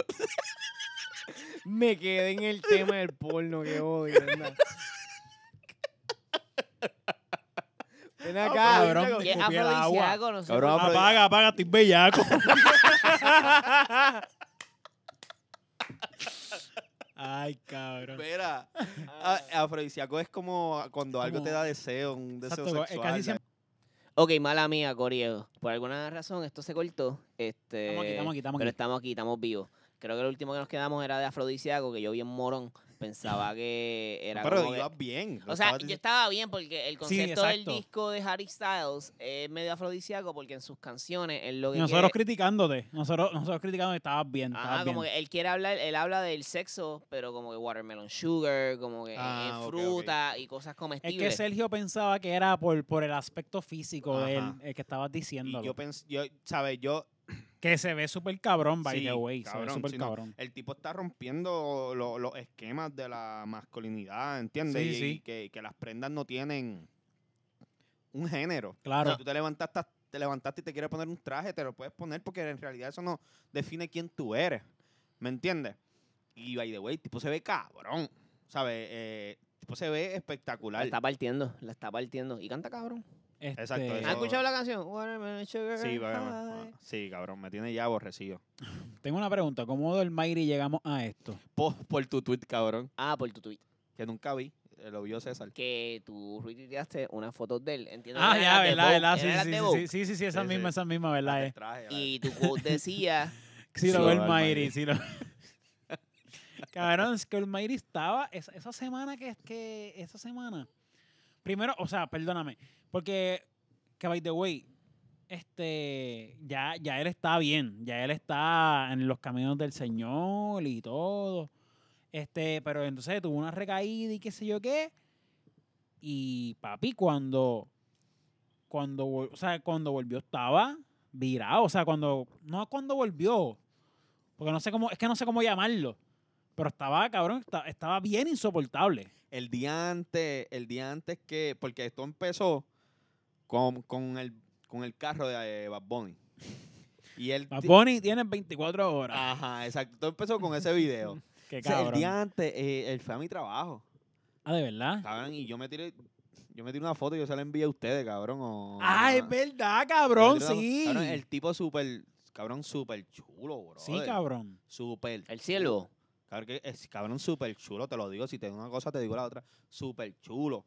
S1: Me quedé en el tema del porno que odio, ¿verdad? Ven
S3: acá.
S2: Cabrón,
S1: Que es
S2: escupí el agua. ah.
S1: afrodisíaco, no sé.
S3: Cabrón,
S1: por qué.
S3: afro-
S2: Apaga, apaga, estoy bellaco. Ay, cabrón.
S3: Espera.
S1: Ah.
S3: A- Afrodisíaco es como cuando algo
S2: Como-
S3: te da deseo, un deseo
S2: Exacto, es
S3: sexual.
S2: casi siempre-
S1: Ok, mala mía, Coriego. Por alguna razón esto se cortó.
S3: eh,
S1: Este,
S2: Estamos aquí, estamos aquí, estamos
S1: Pero
S2: aquí.
S1: estamos aquí, estamos vivos. Creo que el último que nos quedamos era de afrodisíaco, que yo bien morón pensaba que era como
S3: Pero
S1: que-
S3: ibas bien. lo
S1: O sea,
S3: estabas
S1: yo
S3: diciendo.
S1: estaba bien porque el
S2: Sí,
S1: concepto del
S2: exacto.
S1: disco de Harry Styles es medio afrodisíaco porque en sus canciones él lo que
S2: Nosotros
S1: quiere-
S2: criticándote. Nosotros, nosotros criticándote. Estabas bien, estabas
S1: Ajá,
S2: bien.
S1: como que él quiere hablar, él habla del sexo, pero como que watermelon sugar, como que eh,
S3: Ah, ok, ok.
S1: fruta y cosas
S2: Es
S1: comestibles.
S2: que Sergio pensaba que era por, por el aspecto físico de él,
S3: Ajá.
S2: el que estabas diciendo.
S3: Y yo pensé, yo, ¿sabes? Yo,
S2: Que se ve súper cabrón, by
S3: Sí,
S2: the way. se ve
S3: cabrón,
S2: súper
S3: sí, no.
S2: cabrón.
S3: el tipo está rompiendo lo- los esquemas de la masculinidad, ¿entiendes?
S2: Sí,
S3: y y
S2: sí.
S3: que, que las prendas no tienen un género.
S2: Claro.
S3: Si tú te levantaste, te levantaste y te quieres poner un traje, te lo puedes poner porque en realidad eso no define quién tú eres. ¿Me entiendes? Y by the way, el tipo se ve cabrón. ¿Sabes? Eh, el tipo se ve
S1: La
S3: espectacular.
S1: está partiendo, la está partiendo. Y canta cabrón.
S3: Exacto,
S2: Este,
S1: ¿Has
S3: eso-
S1: escuchado la canción? Watermelon sugar.
S3: Sí,
S1: high.
S3: cabrón. Sí, cabrón. Me tiene ya aborrecido.
S2: Tengo una pregunta. ¿Cómo del Mayri llegamos a esto?
S3: Por, por tu tweet, cabrón.
S1: Ah, por tu tweet.
S3: Que nunca vi. eh, Lo vio César.
S1: Que tú retuiteaste una foto de él. Entiendo
S2: Ah,
S1: que
S2: ya,
S1: eran las de
S2: ¿verdad? ¿verdad?
S1: Vogue, eran las
S2: Sí,
S1: de
S2: sí,
S1: Vogue.
S2: sí, sí, sí, sí, sí, esa
S3: Sí,
S2: misma,
S3: sí.
S2: esa misma, ¿verdad?
S3: Las
S2: Eh?
S3: del traje, las
S1: Y tu quote decía,
S2: Sí,
S3: Sí,
S2: lo ve el
S3: lo del
S2: Mayri,
S3: Mayri.
S2: sí lo Cabrón, es que el Mayri estaba esa, esa semana que, que esa semana. Primero, o sea, perdóname, porque que by the way, este ya ya él está bien, ya él está en los caminos del Señor y todo. Este, pero entonces tuvo una recaída y qué sé yo qué. Y papi cuando cuando, vol- o sea, cuando volvió estaba virado, o sea, cuando no cuando volvió, porque no sé cómo, es que no sé cómo llamarlo, pero estaba cabrón, esta- estaba, bien insoportable.
S3: el día antes, el día antes que, porque esto empezó con, con el, con el carro de eh, Bad Bunny. Y él,
S2: Bad
S3: ti-
S2: Bunny tiene 24 horas.
S3: ajá, exacto, todo empezó con ese video.
S2: Qué
S3: Ah, O sea,
S2: cabrón.
S3: el día antes, eh, él fue a mi trabajo,
S2: Ah, de verdad.
S3: cabrón, y yo me tiré, yo me tiré una foto y yo se la envié a ustedes, cabrón. o-
S2: Ah, es
S3: una-
S2: verdad,
S3: yo
S2: cabrón,
S3: me tiré una-
S2: sí.
S3: cabrón, el tipo súper, cabrón, súper chulo, bro.
S2: Sí, cabrón.
S3: Súper.
S1: el cielo.
S3: Cabrón, que es, cabrón súper chulo, te lo digo. Si te digo una cosa, te digo la otra. Súper chulo.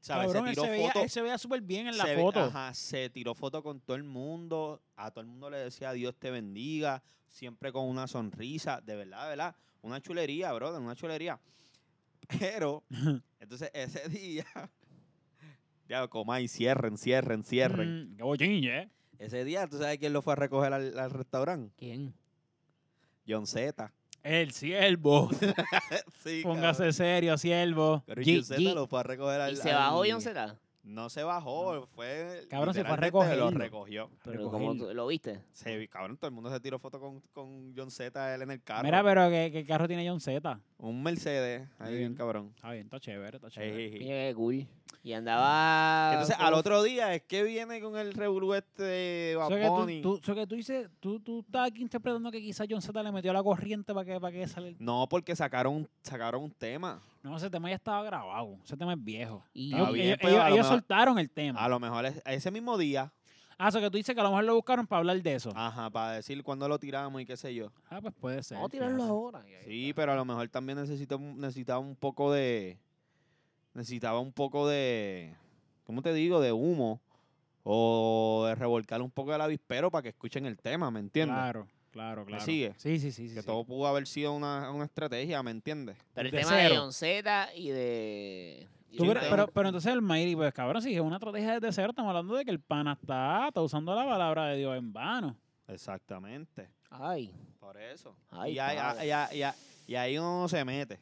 S3: ¿Sabes?
S2: Cabrón,
S3: se
S2: él
S3: tiró
S2: se veía,
S3: foto-
S2: él se veía súper bien en la
S3: se ve-
S2: foto.
S3: ajá, se tiró foto con todo el mundo. A todo el mundo le decía Dios te bendiga. Siempre con una sonrisa. De verdad, de verdad. Una chulería, brother, una chulería. Pero, entonces ese día. Ya, comáis, cierren, cierren, cierren.
S2: Mm, qué bochinche, eh.
S3: Ese día, ¿tú sabes quién lo fue a recoger al, al restaurante?
S1: ¿Quién?
S3: John Z.
S2: El siervo.
S3: Sí,
S2: Póngase serio, siervo.
S3: cabrón. Pero
S2: G-
S3: John Z
S2: G-
S3: lo fue a recoger al.
S1: ¿Y se bajó
S3: al-
S1: John Zeta?
S3: No se bajó, fue.
S2: Cabrón, se fue a
S3: literalmente Lo
S2: recogerlo.
S3: recogió.
S1: Pero como
S2: recogerlo.
S1: tú- lo viste.
S3: Se, vi- cabrón, todo el mundo se tiró foto con, con John Z, él en el carro.
S2: Mira, pero ¿qué, qué carro tiene John Z?
S3: Un Mercedes, ahí
S2: Sí.
S3: bien cabrón.
S2: Está bien, está chévere, está
S3: Ey,
S2: chévere.
S3: ey, ey.
S1: Mira qué cool. Y andaba...
S3: Entonces, al
S1: como-
S3: otro día es que viene con el revolú este de
S2: O
S3: Bad
S2: sea que tú-
S3: Bunny.
S2: tú, o sea que tú dices, tú, tú estás aquí interpretando que quizás John Z le metió la corriente para que, para que saliera.
S3: No, porque sacaron, sacaron un tema.
S2: No, ese tema ya estaba grabado. Ese tema es viejo.
S1: Y
S2: Ellos,
S3: Ah, bien,
S2: ellos-
S3: pero
S2: ellos-
S3: a lo
S2: ellos
S3: mejor- Ah.
S2: soltaron el
S3: A
S2: tema.
S3: lo mejor es- ese mismo día,
S2: Ah, o sea que tú dices que a lo mejor lo buscaron para hablar de eso. Ah,
S3: ajá, para decir cuándo lo tiramos y qué sé yo.
S2: pues puede ser.
S1: Vamos a tirarlo
S2: fíjate.
S1: ahora. y ahí
S3: Sí,
S1: está.
S3: pero a lo mejor también necesito, necesitaba un poco de. Necesitaba un poco de. ¿Cómo te digo? De humo. O de revolcar un poco del avispero para que escuchen el tema, ¿me entiendes?
S2: Claro, claro, claro.
S3: sigue?
S2: Sí, sí, sí. sí,
S3: que
S2: sí.
S3: todo pudo haber sido una, una estrategia, ¿me entiendes?
S1: Pero el
S2: de
S1: tema de
S2: cero.
S1: John Zeta y de... y
S2: ¿Tú
S1: de-
S2: crees- pero, pero entonces el Mayri, pues cabrón, si es una estrategia desde cero, estamos hablando de que el pana está, está usando la palabra de Dios en vano.
S3: Exactamente.
S1: Ay,
S3: Por eso.
S1: Ay,
S3: y, ahí,
S1: padre.
S3: ah, y ah- y ah- y ahí uno no se mete.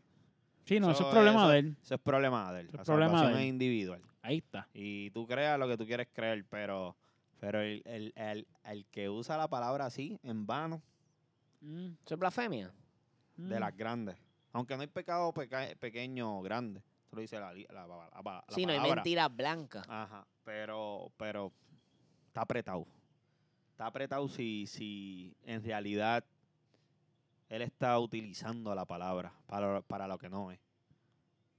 S2: Sí, no, eso
S3: Eso-
S2: es problema
S3: eso-
S2: de él.
S3: Eso es problema de él.
S2: Eso es
S3: La
S2: problema de
S3: salvación
S2: él.
S3: es individual.
S2: Ahí está.
S3: Y tú creas lo que tú quieres creer, pero, pero el, el- el- el que usa la palabra así, en vano,
S2: Mm,
S1: eso es blasfemia.
S2: mm.
S3: de las grandes. Aunque no hay pecado peca- pequeño o grande. Eso lo dice la, li- la, la- la- la
S1: sí, no hay
S3: palabra. Ah,
S1: mentiras blancas.
S3: Ajá, pero, pero está apretado. Está apretado si, si en realidad él está utilizando la palabra para, para lo que no es.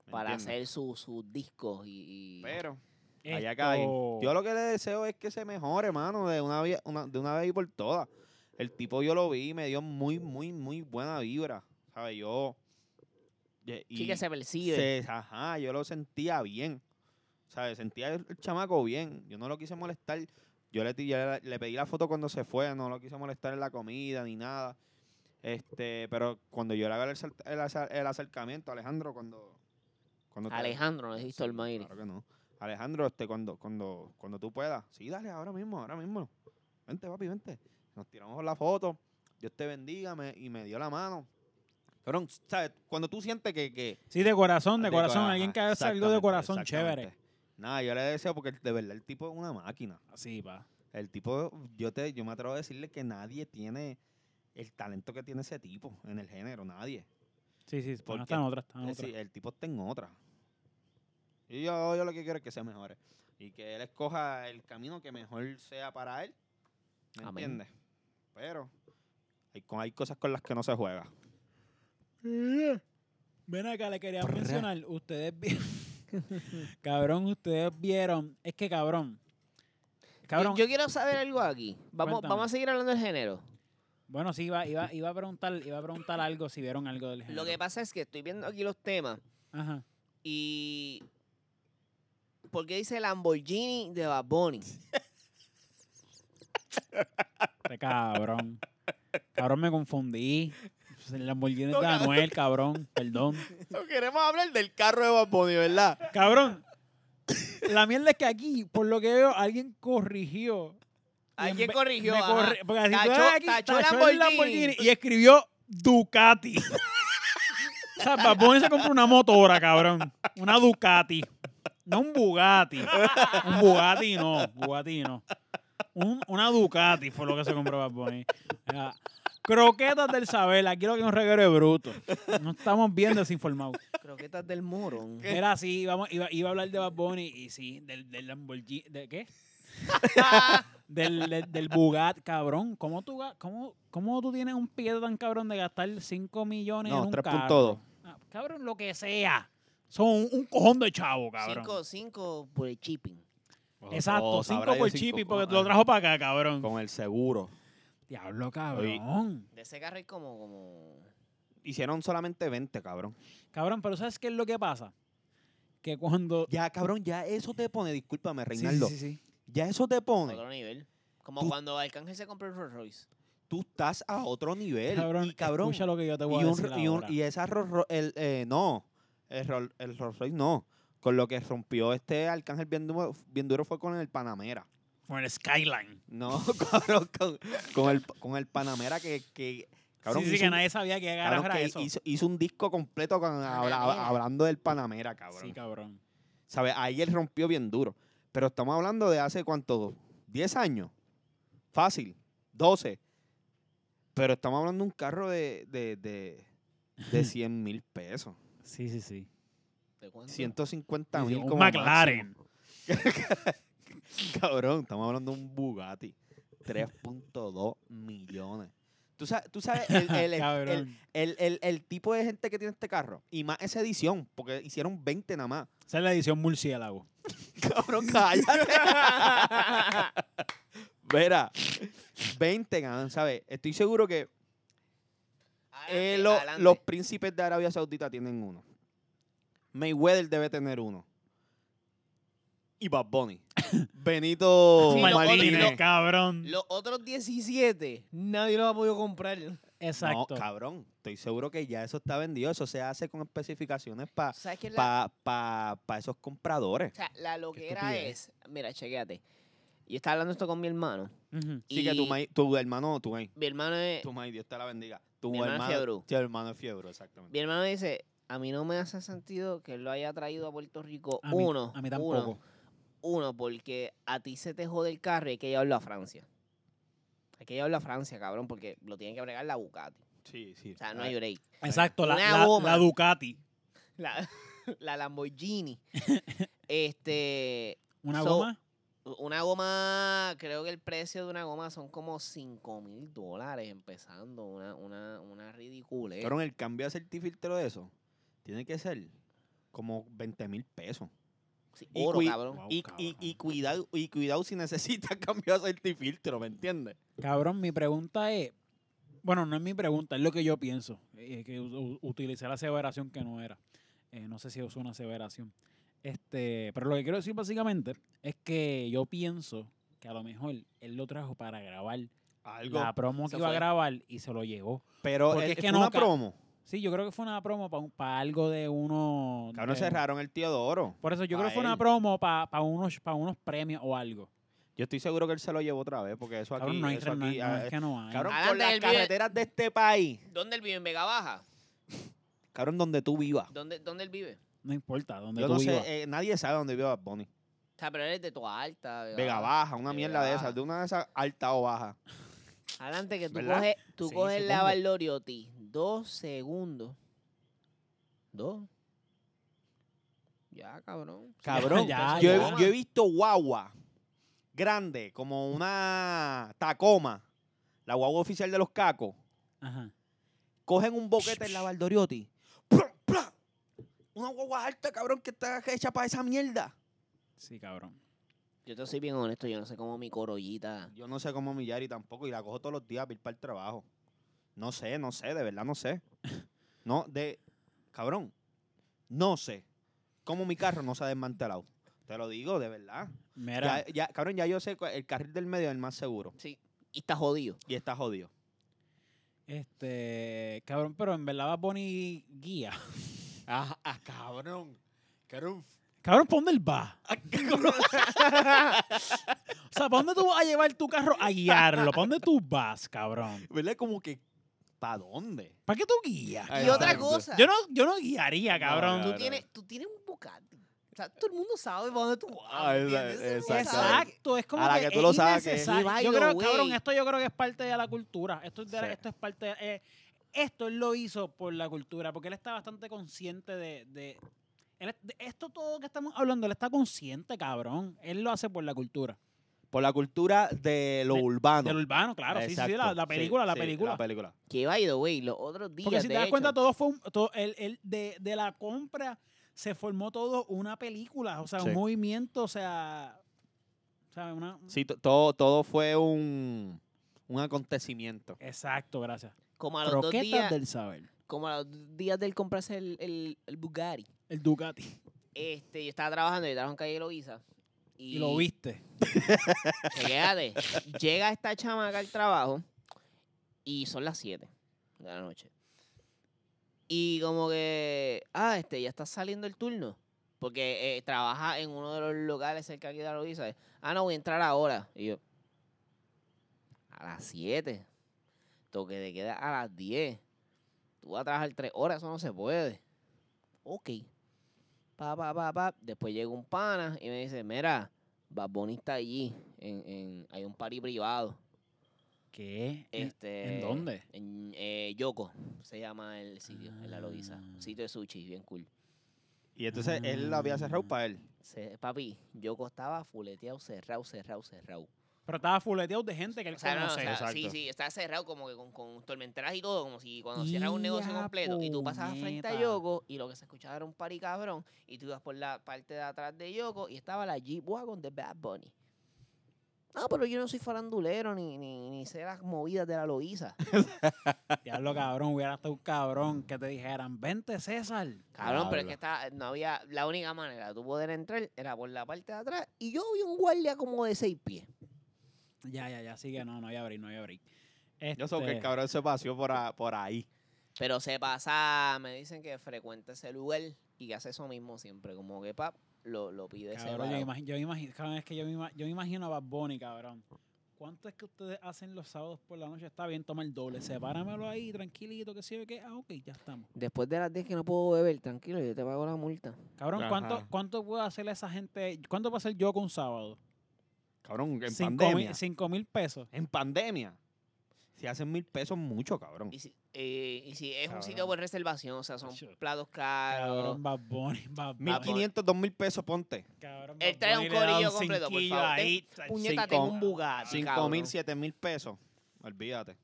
S3: ¿Me
S1: para
S3: entiendes?
S1: hacer su- sus discos y, y-
S3: Pero, allá
S2: Allá
S3: cae. Yo lo que le deseo es que se mejore, mano, de una, vi- una- de una vez y por todas. El tipo yo lo vi, me dio muy, muy, muy buena vibra. ¿Sabes? Yo. y-
S1: sí que
S3: y-
S1: se percibe.
S3: se- ajá, yo lo sentía bien. ¿Sabes? Sentía el, el chamaco bien. Yo no lo quise molestar. Yo le, ti- yo le- le pedí la foto cuando se fue, no lo quise molestar en la comida ni nada. Este, pero cuando yo le haga el, acer- el acer- el acercamiento, Alejandro, cuando. cuando te-
S1: Alejandro, no es
S3: Sí,
S1: Víctor Mayri.
S3: Claro que no. Alejandro, este, cuando, cuando, cuando tú puedas. Sí, dale, ahora mismo, ahora mismo. Vente, papi, vente. Nos tiramos la foto. Dios te bendiga me- y me dio la mano. Cabrón, ¿sabes? Cuando tú sientes que- que
S2: Sí, de corazón, de, corazón.
S3: cora-
S2: Alguien que
S3: ajá,
S2: haga algo de
S3: exactamente,
S2: corazón
S3: exactamente.
S2: chévere.
S3: Nada, yo le deseo porque de verdad el tipo es una máquina.
S2: Sí, pa.
S3: El tipo, yo te, yo me atrevo a decirle que nadie tiene el talento que tiene ese tipo en el género, nadie.
S2: Sí, sí, porque
S3: ¿Por qué?
S2: no están otras, están
S3: Es
S2: otras.
S3: decir, el tipo está en otra. Y yo, yo lo que quiero es que se mejore. Y que él escoja el camino que mejor sea para él. ¿Me
S1: Amén.
S3: entiendes? Pero hay, co- hay cosas con las que no se juega.
S2: Ven acá, le quería
S3: Prrra.
S2: mencionar, ustedes vieron, cabrón, ustedes vieron, es que cabrón, cabrón,
S1: Yo, yo quiero saber algo aquí. Vamos,
S2: Cuéntame.
S1: vamos a seguir hablando del género.
S2: bueno, sí, iba, iba, iba, a preguntar, iba a preguntar algo, si vieron algo del género.
S1: Lo que pasa es que estoy viendo aquí los temas
S2: Ajá.
S1: y. ¿Por qué dice Lamborghini de Bad Bunny?
S2: Este cabrón. Cabrón, me confundí. El Lamborghini de Anuel, cabrón. Perdón.
S3: Queremos hablar del carro de Baboni, ¿verdad?
S2: Cabrón. La mierda es que aquí, por lo que veo, alguien corrigió.
S1: Alguien
S2: Me-
S1: corrigió.
S2: me
S1: ajá.
S2: corri- porque así tú
S1: Tachó-
S2: ves aquí,
S1: tachó
S2: tachó
S1: Lamborghini.
S2: el Lamborghini y escribió Ducati. o sea, Bad Bunny se compró una motora, cabrón. Una Ducati. No un Bugatti. Un Bugatti no. Bugatti no. Un- una Ducati fue lo que se compró Bad Bunny. Ah, Croquetas del saber. Aquí lo que es un reguero de bruto. No estamos bien desinformados.
S1: Croquetas del morón.
S2: Era así, íbamos- iba, iba a hablar de Bad Bunny y sí, del, del Lamborghini. ¿De qué? del, del, del Bugatti, cabrón. ¿Cómo tú, ga- cómo, ¿Cómo tú tienes un pie tan cabrón de gastar 5 millones en
S3: No,
S2: un
S3: 3.2.
S2: carro? Ah, cabrón, lo que sea. Son un, un cojón de chavo, cabrón.
S1: Cinco, cinco por el shipping.
S2: Exacto,
S3: Oh,
S2: 5
S3: sabrá
S2: por
S3: Dios,
S2: chipi
S3: cinco,
S2: porque
S3: co-
S2: te lo trajo para acá, cabrón.
S3: Con el seguro.
S2: Diablo, cabrón.
S1: De ese carro hay como. como...
S3: Hicieron solamente 20, cabrón.
S2: Cabrón, pero ¿sabes qué es lo que pasa? Que cuando...
S3: Ya, cabrón, ya eso te pone, discúlpame,
S2: Sí, sí,
S3: Reinaldo.
S2: sí, sí.
S3: Ya eso te pone.
S1: Otro nivel. Como
S3: Tú-
S1: cuando Arcángel se compró el Rolls Royce.
S3: Tú estás a otro nivel.
S2: Cabrón,
S3: y, cabrón.
S2: escucha lo que yo te
S3: Y,
S2: voy a
S3: un-
S2: decir
S3: y un-
S2: ahora.
S3: y esa Rolls Roy- el, eh, no. El, Roll- el Rolls Royce no. Con lo que rompió este Arcángel bien duro, bien duro fue con el Panamera.
S2: Con el Skyline.
S3: No, cabrón, con, con el, con el Panamera que. que cabrón,
S2: sí, sí,
S3: hizo
S2: que
S3: un-
S2: nadie sabía que
S3: cabrón,
S2: agarrara
S3: que
S2: eso.
S3: hizo, hizo un disco completo con, habla-
S1: Panamera.
S3: hablando del Panamera, cabrón.
S2: Sí, cabrón.
S3: ¿Sabes? Ahí él rompió bien duro. Pero estamos hablando de hace cuánto? 10 años. Fácil. 12. Pero estamos hablando de un carro de, de, de, de 100 mil pesos.
S2: Sí, sí, sí.
S1: ¿De cuánto?
S3: 150
S2: Sí, sí,
S3: mil
S2: un
S3: como
S2: McLaren.
S3: máximo. Cabrón, estamos hablando de un Bugatti. 3.2 millones. ¿Tú sabes, tú sabes el, el- el- el-
S2: Ah, Cabrón.
S3: el- el- el tipo de gente que tiene este carro? Y más esa edición, porque hicieron 20 nada más.
S2: Esa es la edición murciélago.
S3: Cabrón, cállate. Verá, 20, cabrón, ¿sabes? Estoy seguro que
S1: Adelante,
S3: eh, lo-
S1: Ah, adelante.
S3: los príncipes de Arabia Saudita tienen uno. Mayweather debe tener uno. Y Bad Bunny. Benito
S1: Sí, lo-
S3: Martínez.
S1: lo-
S2: cabrón.
S1: Los otros 17, nadie los ha podido comprar.
S2: Exacto.
S3: No, cabrón, estoy seguro que ya eso está vendido. Eso se hace con especificaciones para
S1: ¿Sabes qué es la,
S3: Ah, pa, pa- pa esos compradores.
S1: o sea, la loquera
S2: estupidez.
S1: es? Mira, chequéate. Yo estaba hablando esto con mi hermano.
S2: Ujú.
S3: Así que tu,
S1: y
S3: mai- tu hermano, tu mai,
S1: mi hermano es-
S3: tu mai, Dios te la bendiga. Tu
S1: Mi hermano es
S3: hermano,
S1: Fiebru.
S3: Tu hermano es fiebre, exactamente.
S1: mi hermano dice, a mí no me hace sentido que él lo haya traído a Puerto Rico
S2: A mí-
S1: uno.
S2: a mí tampoco.
S1: Uno, uno, porque a ti se te jode el carro y hay que llevarlo a Francia. Hay que llevarlo a Francia, cabrón, porque lo tienen que bregar la Bugatti.
S3: Sí, sí. Ah,
S1: O sea, no
S2: Ah.
S1: hay break.
S2: Exacto, la,
S1: Una
S2: la- la
S1: goma.
S2: Ducati.
S1: La, la Lamborghini. este,
S2: Una
S1: So-
S2: goma.
S1: una goma, creo que el precio de una goma son como 5 mil dólares empezando. Una, una, una ridiculez.
S3: Cabrón, el cambio de certifiltro de eso tiene que ser como 20 mil pesos.
S1: Sí,
S3: y
S1: oro,
S3: cui-
S1: cabrón.
S2: Wow,
S3: y, y, y
S2: Oh, cabrón.
S3: cuidado, y cuidado si necesitas cambiar de certifiltro, ¿me entiendes?
S2: Cabrón, mi pregunta es. Bueno, no es mi pregunta, es lo que yo pienso. eh, que u- u- utilicé la aseveración que no era. Eh, no sé si es una aseveración. Este, pero lo que quiero decir básicamente es que yo pienso que a lo mejor él lo trajo para grabar
S3: Algo.
S2: la promo
S1: Se
S2: que iba
S1: fue.
S2: a grabar y se lo llevó.
S3: pero
S2: porque
S3: el-
S2: es que
S3: fue
S2: no
S3: una
S2: ca-
S3: promo.
S2: Sí, yo creo que fue una promo para algo de uno.
S3: Cabrón,
S2: de-
S3: cerraron el Teodoro.
S2: Por eso yo
S3: pa'
S2: creo que fue una
S3: él.
S2: promo para unos, pa unos premios o algo.
S3: Yo estoy seguro que él se lo llevó otra vez, porque eso aquí.
S2: Cabrón, no hay
S3: eso
S2: re- no
S3: aquí
S2: hay- no,
S3: ah,
S2: es que no hay.
S3: Cabrón, por
S1: Adelante
S3: las
S1: del video.
S3: carreteras de este país.
S1: ¿Dónde él vive? ¿En Vega Baja?
S3: Cabrón, donde tú vivas.
S1: ¿Dónde, dónde él vive?
S2: No importa donde
S3: Yo
S2: tú
S3: no sé,
S2: vivas.
S3: eh, nadie sabe dónde vive Bad Bunny.
S1: O sea, pero él es de Toa Alta.
S3: Vega Baja, una
S1: de
S3: mierda de
S1: Vega Baja.
S3: esas, de una de esas alta o baja.
S1: Adelante, que tú
S3: ¿Verdad?
S1: coges, tú
S2: Sí,
S1: coges la
S2: supongo.
S1: Valorioti. Dos segundos. Dos. Ya, cabrón.
S3: Cabrón,
S2: Ya,
S3: yo,
S2: ya.
S3: He, yo he visto guagua grande, como una Tacoma, la guagua oficial de los cacos.
S2: Ajá.
S3: Cogen un boquete en la Valdoriotti. Una guagua alta, cabrón, que está hecha para esa mierda.
S2: Sí, cabrón.
S1: Yo te soy bien honesto, yo no sé cómo mi corollita.
S3: Yo no sé cómo millar y tampoco, y la cojo todos los días para ir para el trabajo. No sé, no sé, de verdad no sé. No, de. Cabrón, no sé cómo mi carro no se ha desmantelado. Te lo digo, de verdad.
S2: Mira,
S3: Ya, ya, cabrón, ya yo sé cuál- el carril del medio es el más seguro.
S1: Sí. Y está jodido.
S3: Y está jodido.
S2: este, cabrón, pero en verdad va Bonnie guía.
S3: Ah, cabrón. Cabrón.
S2: Cabrón, ¿para dónde él va? O sea, ¿para dónde tú vas a llevar tu carro a guiarlo? ¿Para dónde tú vas, cabrón?
S3: ¿Verdad? Como que. ¿Para dónde?
S2: ¿Para qué tú guías?
S3: Ay,
S1: y otra
S3: exacto.
S1: cosa.
S2: Yo no, yo no guiaría, cabrón.
S1: Tú
S3: Claro.
S1: tienes, tú tienes un Bugatti. O sea, todo el mundo sabe para dónde tú vas.
S3: Ah,
S1: ¿me
S3: esa-
S1: entiendes? Eso
S2: Tú-
S1: no
S3: exacto.
S1: sabe.
S2: Exacto, es como
S3: A la
S2: que,
S3: que tú
S2: es
S3: lo saques.
S2: innecesario.
S1: Y by
S2: Yo
S1: the
S2: creo,
S1: way.
S2: cabrón, esto yo creo que es parte de la cultura. Esto es, de la-
S3: Sí.
S2: esto es parte de- eh, esto él lo hizo por la cultura, porque él está bastante consciente de, de- él es- de esto todo que estamos hablando, él está consciente, cabrón. Él lo hace por la cultura.
S3: Por la cultura de lo
S2: De-
S3: urbano.
S2: Del urbano, claro. Sí, sí, sí, la,
S3: Exacto.
S2: la película, la
S3: sí,
S2: película.
S3: La película.
S1: Que by the way, los otros días.
S2: Porque si
S1: de
S2: te das
S1: hecho,
S2: cuenta, todo fue un- todo, el, el- de, de la compra se formó todo una película, o sea,
S3: Sí.
S2: un movimiento, o sea, o sea, una-
S3: Sí, to- todo, todo fue un, un acontecimiento.
S2: Exacto, gracias.
S1: como a los dos
S2: Croquetas
S1: días,
S2: del saber.
S1: como a los dos días del comprarse el, el, el Bugatti.
S2: El Ducati.
S1: Este, yo estaba trabajando, yo trabajo en calle Loiza. Y,
S2: Y lo viste.
S1: Quédate. Llega esta chamaca al trabajo y son las 7 de la noche. Y como que, ah, este, ya está saliendo el turno. Porque eh, trabaja en uno de los locales cerca aquí de la Luisa. Ah, no, voy a entrar ahora. Y yo, a las 7. Toque de queda a las 10. Tú vas a trabajar 3 horas, eso no se puede. Ok. Pa, pa, pa, pa. Después llega un pana y me dice, mira, Bad Bunny está allí. En, en- hay un party privado.
S2: ¿Qué? Eh,
S1: Este,
S2: dónde?
S1: En eh, Yoko, se llama el sitio, en la Loiza.
S2: Ah.
S1: Un sitio de sushi, bien cool.
S3: Y entonces él la había cerrado para él.
S1: Se- papi, Yoko estaba fuleteado, cerrado, cerrado, cerrado.
S2: Pero estaba fuleteado de gente que él
S1: O sea, no, no, o
S2: conoce.
S1: sea, sí,
S3: exacto.
S1: sí, está cerrado como que con, con tormenteras y todo, como si cuando cierras un negocio
S2: ¡Ya,
S1: completo y tú pasabas frente a
S2: puñeta!
S1: Yoko y lo que se escuchaba era un pari cabrón y tú ibas por la parte de atrás de Yoko y estaba la Jeep Wagon de Bad Bunny. No, pero yo no soy farandulero ni, ni, ni sé las movidas de la Loiza.
S2: Diablo, cabrón, hubiera hasta un cabrón que te dijeran, vente, César.
S1: Cabrón, pero es
S3: Diablo.
S1: que estaba, no había, la única manera de tú poder entrar era por la parte de atrás y yo vi un guardia como de seis pies.
S2: Ya, ya, ya, sí que no, no voy a abrir, no voy a abrir.
S3: Yo sé que el
S2: Este,
S3: cabrón se paseó por, a- por ahí.
S1: Pero se pasa, me dicen que frecuenta ese lugar y que hace eso mismo siempre, como que pap, lo, lo pide ese
S2: Cabrón, yo imagino, yo imagino, cabrón, es que yo me, ima- yo me imagino a Bad Bunny, cabrón. ¿Cuánto es que ustedes hacen los sábados por la noche? Está bien, toma el doble. Sepáramelo ahí, tranquilito, que sí, que. Ah, ok, ya estamos.
S1: Después de las 10 que no puedo beber, tranquilo, yo te pago la multa.
S2: Cabrón, ¿cuánto,
S3: Ajá.
S2: ¿cuánto puedo hacerle a esa gente? ¿Cuánto puedo hacer yo con un sábado?
S3: Cabrón, en
S2: Cinco mil-
S3: pandemia.
S2: Cinco mil pesos.
S3: En pandemia. Si hacen mil pesos, mucho, cabrón.
S1: Y si, eh, y si es un sitio
S3: Cabrón.
S1: por reservación, o sea, son
S2: Chacho.
S1: platos caros.
S2: Cabrón, Bad Bunny, Bad Bunny.
S3: 1500, 2000 pesos, ponte.
S2: Cabrón,
S1: Él
S2: Bad
S1: trae un
S2: Bunny le da
S1: corillo completo, por
S2: cinquillo
S1: favor.
S2: ahí.
S1: Puñeta,
S3: Cinco-
S1: tengo un Bugatti,
S3: 5000, 7000 pesos. Olvídate.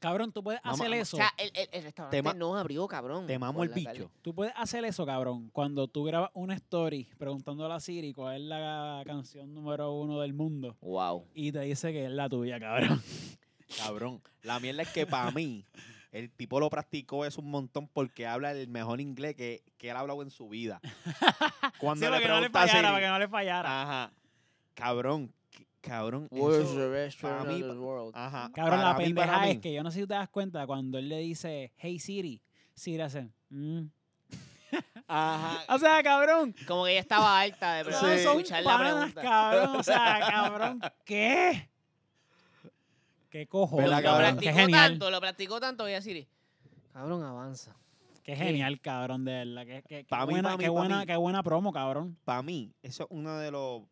S2: Cabrón, tú puedes
S3: Vamos,
S2: hacer
S3: vamos.
S1: O
S2: eso.
S1: sea, el, el- el restaurante
S3: Te ma-
S1: no abrió, cabrón.
S3: Te mamo
S1: por
S3: el
S1: la tarde.
S3: bicho.
S2: Tú puedes hacer eso, cabrón, cuando tú grabas una story preguntando a la Siri cuál es la canción número uno del mundo
S1: Wow.
S2: y te dice que es la tuya, cabrón.
S3: Cabrón. La mierda es que para mí, el tipo lo practicó es un montón porque habla el mejor inglés que, que él ha hablado en su vida. Cuando
S2: Sí,
S3: le
S2: para que no le
S3: pregunta a
S2: fallara,
S3: Siri, Ah,
S2: para que no le fallara.
S3: Ajá. Cabrón. c- Cabrón.
S1: Where's
S3: eso-
S1: the restaurant
S3: para mí-
S1: in the world?
S3: Ajá.
S2: Cabrón,
S3: para
S2: la
S3: mí, para
S2: pendeja
S3: mí.
S2: es que yo no sé si te das cuenta cuando él le dice, hey Siri, Siri hace, "Mm".
S3: Ajá.
S2: O sea, cabrón,
S1: Como que ella estaba alta de
S2: no
S1: pronto de
S3: Sí.
S2: son
S1: escuchar la
S2: panas,
S1: pregunta.
S2: cabrón. O sea, cabrón, ¿qué? ¿Qué cojo?
S3: Vela,
S1: Lo
S3: cabrón.
S1: practicó
S2: Qué genial,
S1: tanto, lo practicó tanto, voy a decir, cabrón, avanza.
S2: qué genial, cabrón, de verdad. Qué, qué- qué
S3: Pa' mí,
S2: buena,
S3: pa' mí,
S2: qué
S3: pa'
S2: buena,
S3: mí.
S2: qué buena promo, cabrón.
S3: para mí, eso es uno de los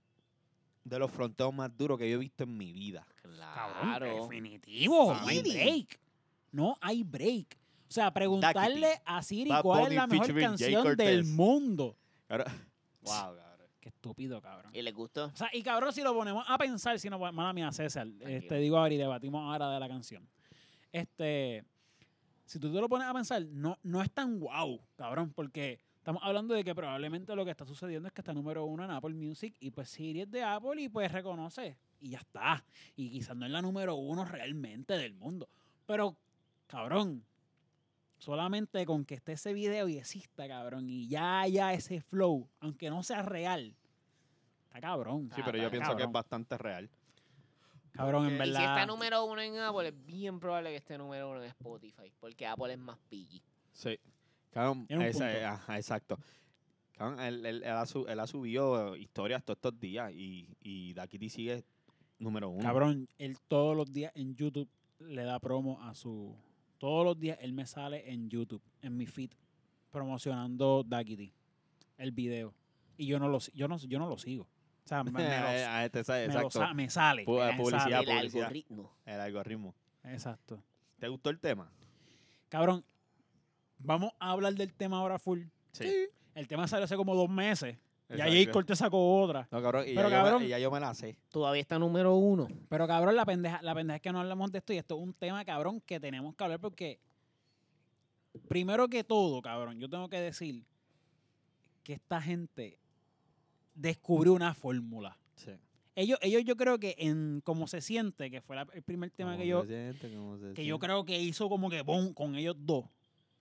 S3: de los fronteos más duros que yo he visto en mi vida.
S1: Claro.
S2: definitivo. No hay
S3: Siri.
S2: break. No hay break. O sea, preguntarle a Siri
S3: Bad
S2: cuál es
S3: Bunny
S2: la mejor
S3: featuring Jay
S2: canción del
S3: Cortez.
S2: mundo.
S3: Ahora- wow, cabrón.
S2: Qué estúpido, cabrón.
S1: Y le gustó.
S2: O sea, y cabrón, si lo ponemos a pensar, si no, mala mía, César, este,
S1: Tranquilo.
S2: digo ahora y debatimos ahora de la canción. Este, si tú te lo pones a pensar, no, no es tan wow, cabrón, porque estamos hablando de que probablemente lo que está sucediendo es que está número uno en Apple Music y pues Siri es de Apple y pues reconoce y ya está. Y quizás no es la número uno realmente del mundo. Pero, cabrón, solamente con que esté ese video y exista, cabrón, y ya haya ese flow, aunque no sea real, está cabrón.
S3: Sí, pero yo
S1: Ah,
S3: pienso que es
S2: cabrón.
S3: bastante real.
S2: Cabrón, en
S3: Porque-
S1: Y si
S2: verdad.
S1: está número uno en Apple, es bien probable que esté número uno en Spotify, porque Apple es más pilli.
S3: Sí. Cabrón,
S2: Tiene un
S3: esa-
S2: punto.
S3: eh, ajá, exacto. Cabrón, él, él- él ha su- él ha subido eh, historias todos estos días y, y Dakiti sigue número uno.
S2: Cabrón, él todos los días en YouTube le da promo a su. Todos los días él me sale en YouTube, en mi feed, promocionando Daquiti, el video. Y yo no lo, si- yo no, yo no lo sigo. O sea, me, me lo- me
S3: Ah, este, esa-
S2: lo
S3: exacto.
S2: sa- me sale.
S3: Pu-
S2: me
S3: publicidad,
S2: sale.
S1: el
S3: publicidad.
S1: algoritmo.
S3: El algoritmo.
S2: Exacto.
S3: ¿Te gustó el tema?
S2: Cabrón, vamos a hablar del tema ahora full.
S3: Sí.
S2: El tema salió hace como dos meses. Ya
S3: Exacto.
S2: Jay Cortez sacó otra.
S3: No, cabrón, y
S2: Pero,
S3: ya, yo me-
S2: cabrón.
S3: y ya yo me la sé.
S1: Todavía está número uno.
S2: Pero cabrón, la pendeja, la pendeja es que no hablamos de esto y esto es un tema, cabrón, que tenemos que hablar porque, primero que todo, cabrón, yo tengo que decir que esta gente descubrió una fórmula.
S3: Sí.
S2: Ellos, ellos yo creo que en cómo se siente, que fue la- el primer tema que yo, que yo creo que hizo como que boom con ellos dos.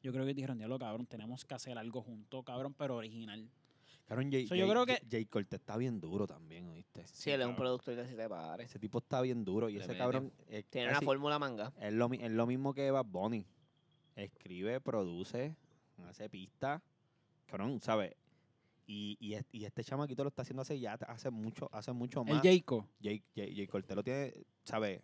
S2: Yo creo que dijeron, diablo, cabrón, tenemos que hacer algo juntos, cabrón, pero original.
S3: Cabrón, Jay,
S2: So, yo
S3: Jay-
S2: creo
S3: Jay-
S2: que-
S3: Jay Cortez está bien duro también, ¿oíste?
S1: Sí, él es un
S2: cabrón.
S1: productor que se te parece.
S3: Ese tipo está bien duro y
S1: Le
S3: ese
S1: mete.
S3: cabrón eh,
S1: Tiene una
S3: casi-
S1: fórmula manga.
S3: es, lo, mi- es lo mismo que Bad Bunny. Escribe, produce, hace pista. Cabrón, ¿sabes? Y, y, es- y este chamaquito lo está haciendo hace ya hace mucho, hace mucho
S2: El
S3: más. Jay,
S2: Jayco.
S3: Jay, Jay Cortez lo tiene, ¿sabes?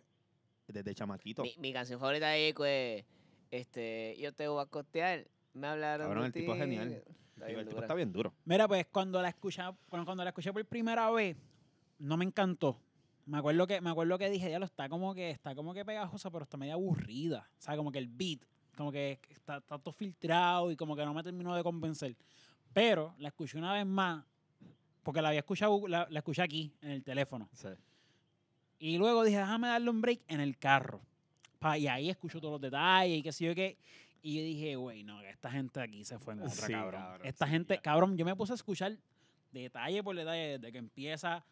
S3: Desde chamaquito.
S1: Mi, mi canción favorita de Eco es este, Yo te voy a costear. Me hablaron
S3: Cabrón,
S1: de
S3: el tipo es
S1: ti.
S3: genial.
S1: Está
S3: Digo,
S1: bien
S3: el tipo
S1: dura.
S3: está bien duro.
S2: Mira, pues cuando la escuché, bueno, cuando la escuché por primera vez, no me encantó. Me acuerdo que, me acuerdo que dije, ya lo está como que, está como que pegajosa, pero está medio aburrida. O sea, como que el beat, como que está, está todo filtrado y como que no me terminó de convencer. Pero la escuché una vez más, porque la había escuchado, la, la escuché aquí, en el teléfono. Y luego dije, déjame darle un break en el carro. Pa- y ahí escucho todos los detalles y qué sé yo qué. Y yo dije, güey, no, que esta gente aquí se fue en otra,
S3: Sí,
S2: cabrón.
S3: cabrón,
S2: Esta
S3: sí,
S2: gente,
S3: ya.
S2: cabrón, yo me puse a escuchar detalle por detalle desde que empieza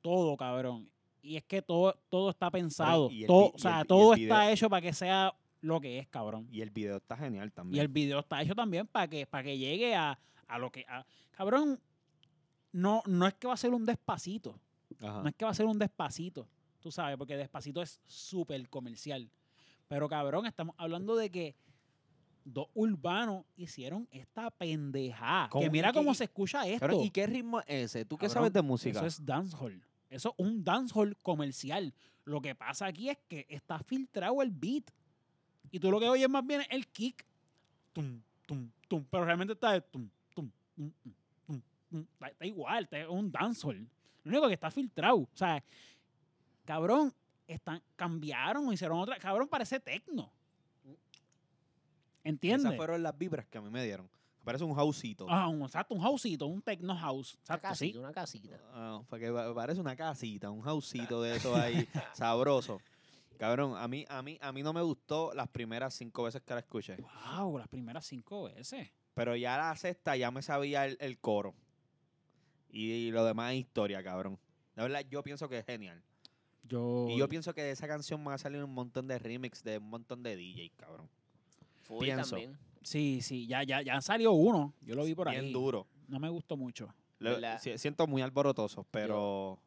S2: todo, cabrón. Y es que todo, todo está pensado.
S3: y el
S2: todo,
S3: vi-
S2: o
S3: y
S2: sea,
S3: el- y
S2: todo
S3: el
S2: está
S3: video.
S2: hecho para que sea lo que es, cabrón.
S3: Y el video está genial también.
S2: Y el video está hecho también para que, para que llegue a, a lo que... a- cabrón, no, no es que va a ser un despacito.
S3: Ajá.
S2: No es que va a ser un despacito, tú sabes, porque despacito es súper comercial. Pero cabrón, estamos hablando de que dos urbanos hicieron esta pendejada.
S3: ¿Cómo?
S2: Que mira
S3: ¿Y qué-
S2: cómo
S3: y-
S2: se escucha esto.
S3: Cabrón, ¿y qué ritmo es ese? ¿Tú qué
S2: Cabrón,
S3: sabes de música?
S2: Eso es dancehall. Eso es un dancehall comercial. Lo que pasa aquí es que está filtrado el beat. Y tú lo que oyes más bien es el kick. Tum, tum, tum. Pero realmente está de tum, tum, tum, tum, tum, tum. Está, está igual, está- es un dancehall. Lo único que está filtrado. O sea, cabrón, están, cambiaron o hicieron otra. Cabrón, parece tecno.
S3: Esas
S2: ¿Entiendes?
S3: fueron las vibras que a mí me dieron. Parece un jausito.
S2: Ah, un, exacto, un houseito, un techno house.
S1: Una
S2: Exacto,
S1: casita,
S2: sí.
S1: una casita.
S3: Ah, porque pa- parece una casita, un jausito de eso ahí, sabroso. Cabrón, a mí, a, mí, a mí no me gustó las primeras cinco veces que la escuché.
S2: Wow, las primeras cinco veces.
S3: Pero ya la sexta ya me sabía el, el coro. Y, lo demás es historia, cabrón. La verdad, yo pienso que es genial.
S2: Yo.
S3: Y yo pienso que de esa canción van a salir un montón de remix de un montón de DJ, cabrón.
S1: Full
S3: Pienso.
S1: también.
S2: sí, sí, ya, ya, ya salió uno. Yo lo vi por
S3: Bien
S2: ahí.
S3: duro.
S2: No me gustó mucho.
S3: Lo-
S1: ¿Verdad?
S3: si- siento muy alborotoso, pero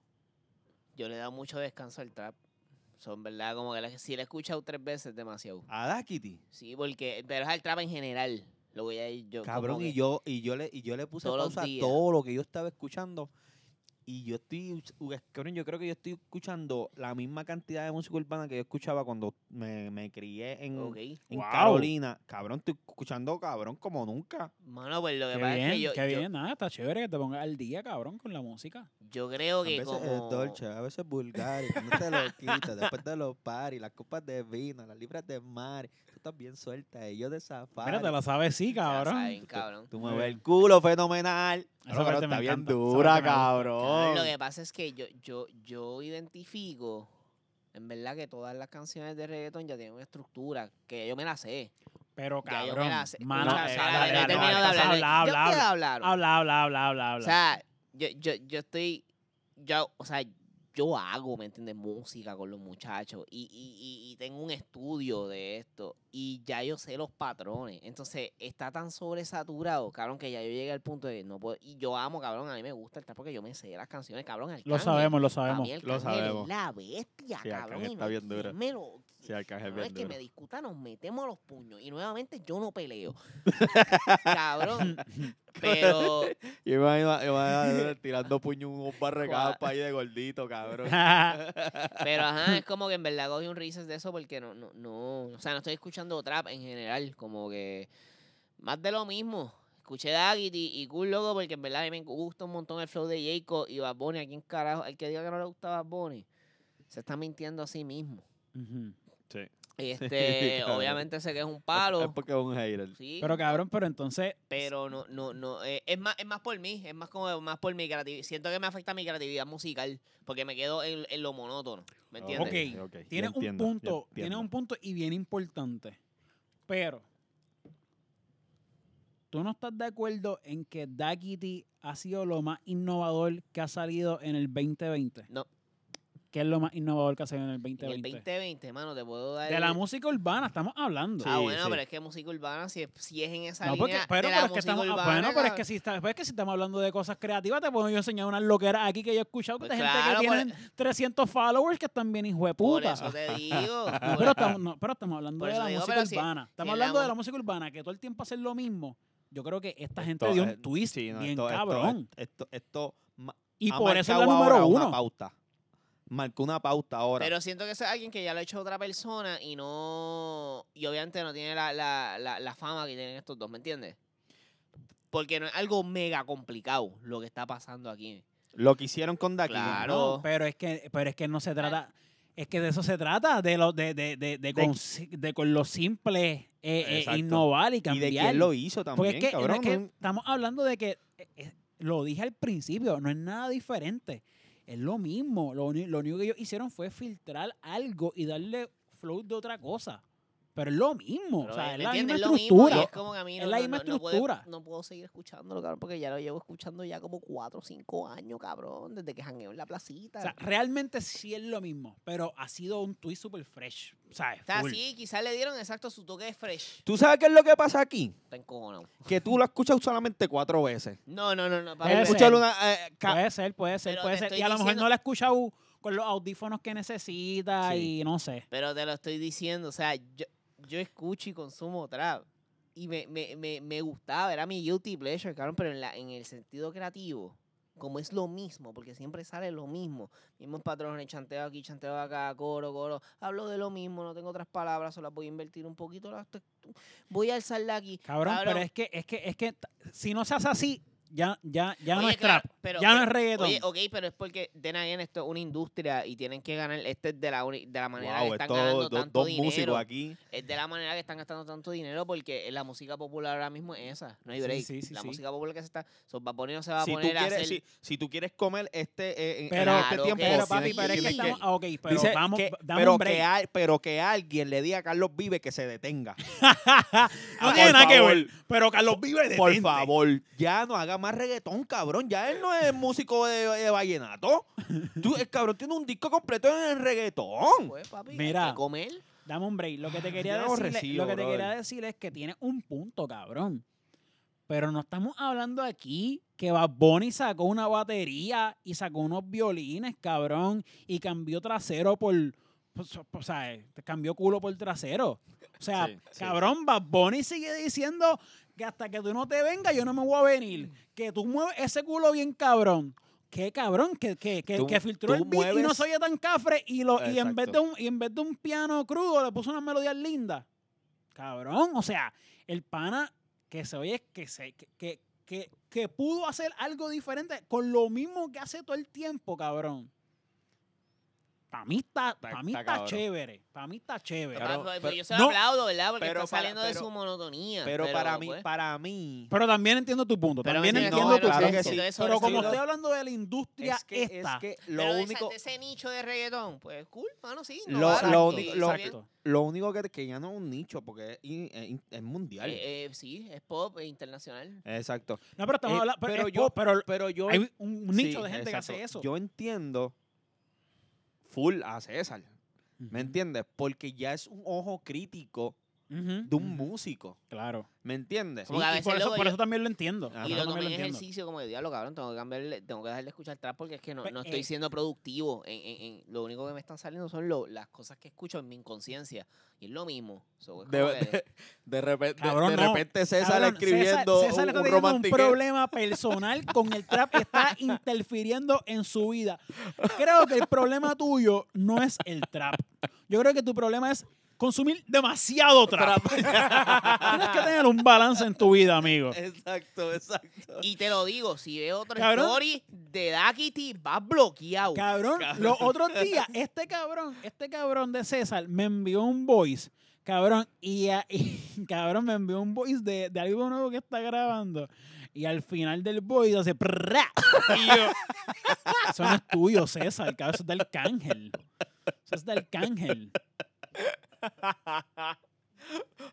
S1: Yo le he dado mucho descanso al trap. Son verdad, como que la- si la he escuchado tres veces, demasiado.
S3: a Dakiti,
S1: Sí, porque. Pero es al trap en general. Lo voy a ir yo. como
S3: cabrón, y
S1: que-
S3: yo y yo le y yo le puse
S1: Todos los
S3: pausa a
S1: días.
S3: todo lo que yo estaba escuchando y yo estoy us- u- es- cabrón, yo creo que yo estoy escuchando la misma cantidad de música urbana que yo escuchaba cuando me, me crié en,
S1: Ok.
S3: en
S2: Wow.
S3: Carolina, cabrón, estoy escuchando cabrón como nunca.
S1: Mano, pues lo que
S2: Qué
S1: pasa
S2: bien,
S1: es que yo.
S2: qué
S1: yo-
S2: bien. Nada, está chévere que te pongas al día, cabrón, con la música.
S1: yo creo que
S3: a veces
S1: como.
S3: es dolce, a veces vulgar, y no te lo quitas, después de los paris, las copas de vino, las libras de mar, tú estás bien suelta, ellos de safari.
S2: Mira, te la sabes, sí,
S1: ya
S2: cabrón.
S1: saben, cabrón.
S3: Tú
S2: Muy
S3: mueves
S2: bien.
S3: el culo fenomenal.
S2: Esa
S3: Claro,
S2: parte
S3: está
S2: me
S3: bien
S2: encanta, esa
S3: dura,
S2: parte me gusta.
S3: cabrón.
S1: Cabrón, Lo que pasa es que yo, yo, yo identifico, en verdad, que todas las canciones de reggaeton ya tienen una estructura, que yo me la sé.
S2: Pero,
S1: Ya yo
S2: cabrón.
S1: me la sé.
S2: mano,
S1: O sea,
S3: eh,
S1: o sea,
S3: dale,
S1: no he
S3: dale,
S1: terminado
S3: dale,
S1: de hablar.
S2: habla,
S1: Yo
S2: habla,
S1: quiero
S2: habla.
S1: hablar.
S2: Habla, habla, habla, habla,
S1: O
S2: habla.
S1: sea, yo, yo, yo estoy. Yo, o sea, yo hago, ¿me entiendes? Música con los muchachos. Y, y- y- y tengo un estudio de esto. Y ya yo sé los patrones. Entonces, está tan sobresaturado, cabrón, que ya yo llegué al punto de que no puedo. Y yo amo, cabrón. A mí me gusta el trap porque yo me sé las canciones, cabrón.
S2: lo
S1: Arcángel.
S2: sabemos, lo
S1: Para
S2: sabemos.
S1: mí el
S3: Lo sabemos.
S1: es la bestia,
S3: Sí, Arcángel
S1: cabrón. y
S3: está
S1: no hay
S3: bien duro.
S1: quien me lo-
S3: Sí, Arcángel
S1: no
S3: bien
S1: es que
S3: duro.
S1: me discuta, nos metemos los puños. Y nuevamente yo no peleo. cabrón. Pero
S3: Yo me imagino- yo me imagino tirando puño un barregado
S1: Cuá-
S3: para ahí de gordito, cabrón.
S1: Pero ajá, es como que en verdad cogí un risas de eso porque no, no, no. O sea, no estoy escuchando trap en general. Como que más de lo mismo. Escuché Daggity y Cool Loco porque en verdad a mí me gusta un montón el flow de Jacob y Bad Bunny. ¿A quién carajo? El que diga que no le gusta Bad Bunny se está mintiendo a sí mismo.
S2: Ujú.
S3: Sí.
S1: Este,
S3: cabrón.
S1: obviamente sé que es un
S3: Es
S1: palo.
S3: porque es un hater.
S1: Sí,
S2: Pero, cabrón, pero entonces.
S1: pero no, no, no. eh, es, más, es más por mí, es más como más por mi creatividad. Siento que me afecta mi creatividad musical porque me quedo en, en lo monótono. ¿Me entiendes?
S2: Ok. Tiene un punto, tiene un punto y bien importante. Pero tú no estás de acuerdo en que Daquiti ha sido lo más innovador que ha salido en el 2020.
S1: No.
S2: ¿Qué es lo más innovador que ha salido en el
S1: En
S2: 2020?
S1: el 2020, mano, te puedo dar.
S2: De la
S1: el-
S2: música urbana estamos hablando.
S1: Ah,
S3: Sí,
S1: bueno,
S3: sí.
S1: pero es que música urbana, si es, si es en esa
S2: No, porque,
S1: línea
S2: pero,
S1: de la
S2: pero es que
S1: música
S2: estamos, ah,
S1: urbana,
S2: bueno, pero es
S1: cabrón.
S2: que si está- pues es que si estamos hablando de cosas creativas, te puedo yo enseñar unas loqueras aquí que yo he escuchado
S1: Pues
S2: de gente
S1: claro,
S2: que
S1: por-
S2: tienen 300 followers que están bien hijo de
S1: Por
S2: puta.
S1: eso te digo. por-
S2: Pero estamos, no, pero estamos hablando
S1: por
S2: de
S1: eso
S2: la
S1: digo,
S2: música
S1: pero si-
S2: urbana.
S1: si en
S2: estamos
S1: la
S2: hablando de
S1: mu-
S2: la música urbana, que todo el tiempo hacen lo mismo. Yo creo que esta gente
S3: Esto
S2: dio un
S3: es-
S2: twist
S3: sí, no,
S2: bien
S3: esto- esto-
S2: cabrón.
S3: Esto, esto, ma-
S2: y
S3: ha
S2: por eso es la
S3: marcado ahora
S2: número
S3: Una
S2: uno.
S3: pauta. Marcó una pauta ahora.
S1: Pero siento que eso es alguien que ya lo ha hecho otra persona y no. Y obviamente no tiene la, la, la, la fama que tienen estos dos, ¿me entiendes? Porque no es algo mega complicado lo que está pasando aquí.
S3: lo que hicieron con Daki.
S1: Claro.
S2: No, pero es que, pero es que no se trata, es que de eso se trata, de lo, de, de, de, de,
S3: Eh. De-
S2: con, si- de con lo simple eh, eh,
S3: Exacto.
S2: innovar y
S3: Y
S2: cambiar.
S3: de quién lo hizo también,
S2: Porque es que,
S3: cabrón.
S2: es que
S3: no-
S2: estamos hablando de que, eh, eh, lo dije al principio, no es nada diferente. Es lo mismo. Lo, uni- lo único que ellos hicieron fue filtrar algo y darle flow de otra cosa. Pero es lo
S1: Pero,
S2: mismo.
S1: eh,
S2: o sea,
S1: ¿me
S2: Ah, es la misma
S1: entiendes? Lo mismo, y
S2: estructura.
S1: es como que a mí no,
S2: es la
S1: no-
S2: misma
S1: no- no puedo-
S2: estructura.
S1: No puedo, seguir escuchándolo, cabrón, porque ya lo llevo escuchando ya como 4 o 5 años, cabrón, desde que jangueo en la placita.
S2: O sea, realmente sí es lo mismo, pero ha sido un tweet super fresh. ¿sabes?
S1: O sea,
S2: Full.
S1: sí, quizás le dieron exacto su toque de fresh.
S3: ¿Tú sabes qué es lo que pasa aquí?
S1: Está encojonado.
S3: Que tú lo has escuchado solamente cuatro veces.
S1: No, no, no, no. papi,
S2: Puede
S1: pero-
S2: ser.
S3: Escúchalo una... eh, ca-
S2: Puede ser, puede ser,
S1: Pero
S2: puede
S1: te
S2: ser.
S1: estoy
S2: Y a lo mejor
S1: diciendo-
S2: no la he escuchado con los audífonos que necesita
S3: Sí.
S2: y no sé.
S1: Pero te lo estoy diciendo, o sea, yo, yo escucho y consumo trap. Y me, me, me, me gustaba, era mi guilty pleasure, cabrón, pero en, la, en el sentido creativo, como es lo mismo, porque siempre sale lo mismo. Mismos patrones, chanteo aquí, chanteo acá, coro, coro. Hablo de lo mismo, no tengo otras palabras, solo las voy a invertir un poquito. las te- Voy a alzarla aquí.
S2: Cabrón, pero es que, es que, es que t- si no se hace así, Ya, ya, ya no
S1: Oye,
S2: es
S1: claro,
S2: trap.
S1: pero-
S2: ya no es
S1: pero-
S2: reggaetón.
S1: Oye, ok, pero es porque then again, esto es una industria y tienen que ganar. Este es de la, uni- de la manera
S3: Wow,
S1: que están
S3: esto-
S1: ganando
S3: do-
S1: tanto
S3: dos
S1: dinero.
S3: músicos aquí.
S1: Es de la manera que están gastando tanto dinero porque la música popular ahora mismo es esa. No hay
S2: Sí,
S1: break.
S2: sí, sí,
S1: la
S2: sí.
S1: música popular que se está. So, Bad Bunny no se va a
S3: Si tú,
S1: poner a
S3: quieres,
S1: hacer.
S3: si, si tú quieres comer este, eh, en-
S2: Pero-
S3: en
S1: Claro
S3: este tiempo,
S1: que
S2: pero
S1: sí,
S2: papi,
S3: tienes
S2: pero es que
S3: tienes
S2: estamos. ah, Ok, pero
S3: Dice
S2: vamos,
S3: que-
S2: dame
S3: pero
S2: un
S3: Que
S2: break.
S3: al- pero que alguien le diga a Carlos Vive que se detenga.
S2: no
S3: por
S2: tiene nada que
S3: favor.
S2: ver. Pero Carlos Vive de
S3: Por favor, ya no haga más reggaetón, cabrón. Ya él no es músico de, de vallenato. Tú, el cabrón tiene un disco completo en el reggaetón.
S1: Pues, papi, hay
S2: Mira.
S1: que comer.
S2: Dame un break. Lo que te quería
S3: Ah, Ya
S2: decir,
S3: aborrecido,
S2: lo que te
S3: brother.
S2: quería decir es que tienes un punto, cabrón. Pero no estamos hablando aquí que Bad Bunny sacó una batería y sacó unos violines, cabrón, y cambió trasero por, por- por- o sea, te cambió culo por trasero. O sea,
S3: Sí, sí.
S2: cabrón, Bad Bunny sigue diciendo que hasta que tú no te vengas yo no me voy a venir. Que tú mueves ese culo bien, cabrón. Qué cabrón, que, que, que,
S3: Tú-
S2: que filtró el
S3: tú
S2: beat y no
S3: mueves-
S2: soy oye tan cafre y, lo, y, en vez de
S3: Exacto.
S2: un, y en vez de un piano crudo le puso unas melodías lindas. Cabrón, o sea, el pana que se oye que se que, que, que, que pudo hacer algo diferente con lo mismo que hace todo el tiempo, cabrón. Para mí está, pa' mí
S3: está
S2: está
S3: cabrón.
S2: chévere, para mí está chévere.
S3: Claro,
S1: Papi,
S3: pero-
S1: pues, yo se lo
S2: no.
S1: aplaudo, ¿verdad? Porque
S3: Pero
S1: está
S3: para-
S1: saliendo de
S3: pero-
S1: su monotonía.
S3: Pero, para mí,
S1: pues,
S3: para mí.
S2: Pero también entiendo tu punto,
S1: pero
S2: también
S1: sí,
S2: entiendo
S1: no,
S2: tu
S1: claro
S2: punto.
S1: que sí. Eso
S2: Pero
S1: es
S2: como
S1: cierto.
S2: estoy hablando de la industria
S3: es que, es
S2: esta,
S3: que
S1: Pero
S3: lo
S1: de esa-
S3: único.
S1: de ese nicho de reggaetón, pues cool, mano, sí.
S3: Lo-
S1: va,
S3: lo
S1: sí,
S3: único-
S1: está
S3: lo-
S1: bien.
S2: exacto.
S3: Lo único que, que ya no es un nicho, porque es, in- es in- es mundial.
S1: Eh, eh, sí, es pop e internacional.
S3: Exacto.
S2: No, pero estamos
S3: Eh,
S2: hablando, pero,
S3: pero
S2: es
S3: yo-
S2: pop, pero
S3: Pero yo.
S2: hay un nicho
S3: sí,
S2: de gente
S3: exacto.
S2: que hace eso.
S3: Yo entiendo full a César. ¿Me entiendes? Porque ya es un ojo crítico
S2: Ujú.
S3: de un
S2: Ujú.
S3: músico.
S2: Claro.
S3: ¿Me entiendes?
S1: Como
S2: Y-
S1: que a
S2: y
S1: veces
S2: por, eso,
S1: luego
S2: por
S1: yo-
S2: eso también lo entiendo.
S3: Ajá.
S1: Y
S2: Yo
S1: lo
S2: también
S1: tomé en
S2: entiendo.
S1: ejercicio como de diablo, cabrón, tengo que cambiarle, tengo que dejar de escuchar trap porque es que no,
S2: Pe-
S1: no estoy
S2: eh.
S1: siendo productivo. En, en- en- lo único que me están saliendo son lo- las cosas que escucho en mi inconsciencia. Y es lo mismo. So, es
S3: De,
S1: como que-
S3: de- de repen- de-
S2: Cabrón,
S3: de
S2: no.
S3: repente César
S2: Cabrón,
S3: escribiendo
S2: César- César
S3: un,
S2: está
S3: un
S2: teniendo un
S3: romantiqueo.
S2: problema personal con el trap. Está interfiriendo en su vida. Creo que el problema tuyo no es el trap. Yo creo que tu problema es consumir demasiado trap. Tienes que tener un balance en tu vida, amigo.
S3: Exacto, exacto.
S1: y te lo digo, si veo otra
S2: Cabrón.
S1: story de Dakity, vas bloqueado.
S2: Cabrón, los otros días, este cabrón, este cabrón de César me envió un voice. Cabrón, y, a- y- cabrón, me envió un voice de, de algo nuevo que está grabando. Y al final del voice hace prrra. Y yo, eso no es tuyo, César, cabrón, eso es del cángel. Eso es del cángel.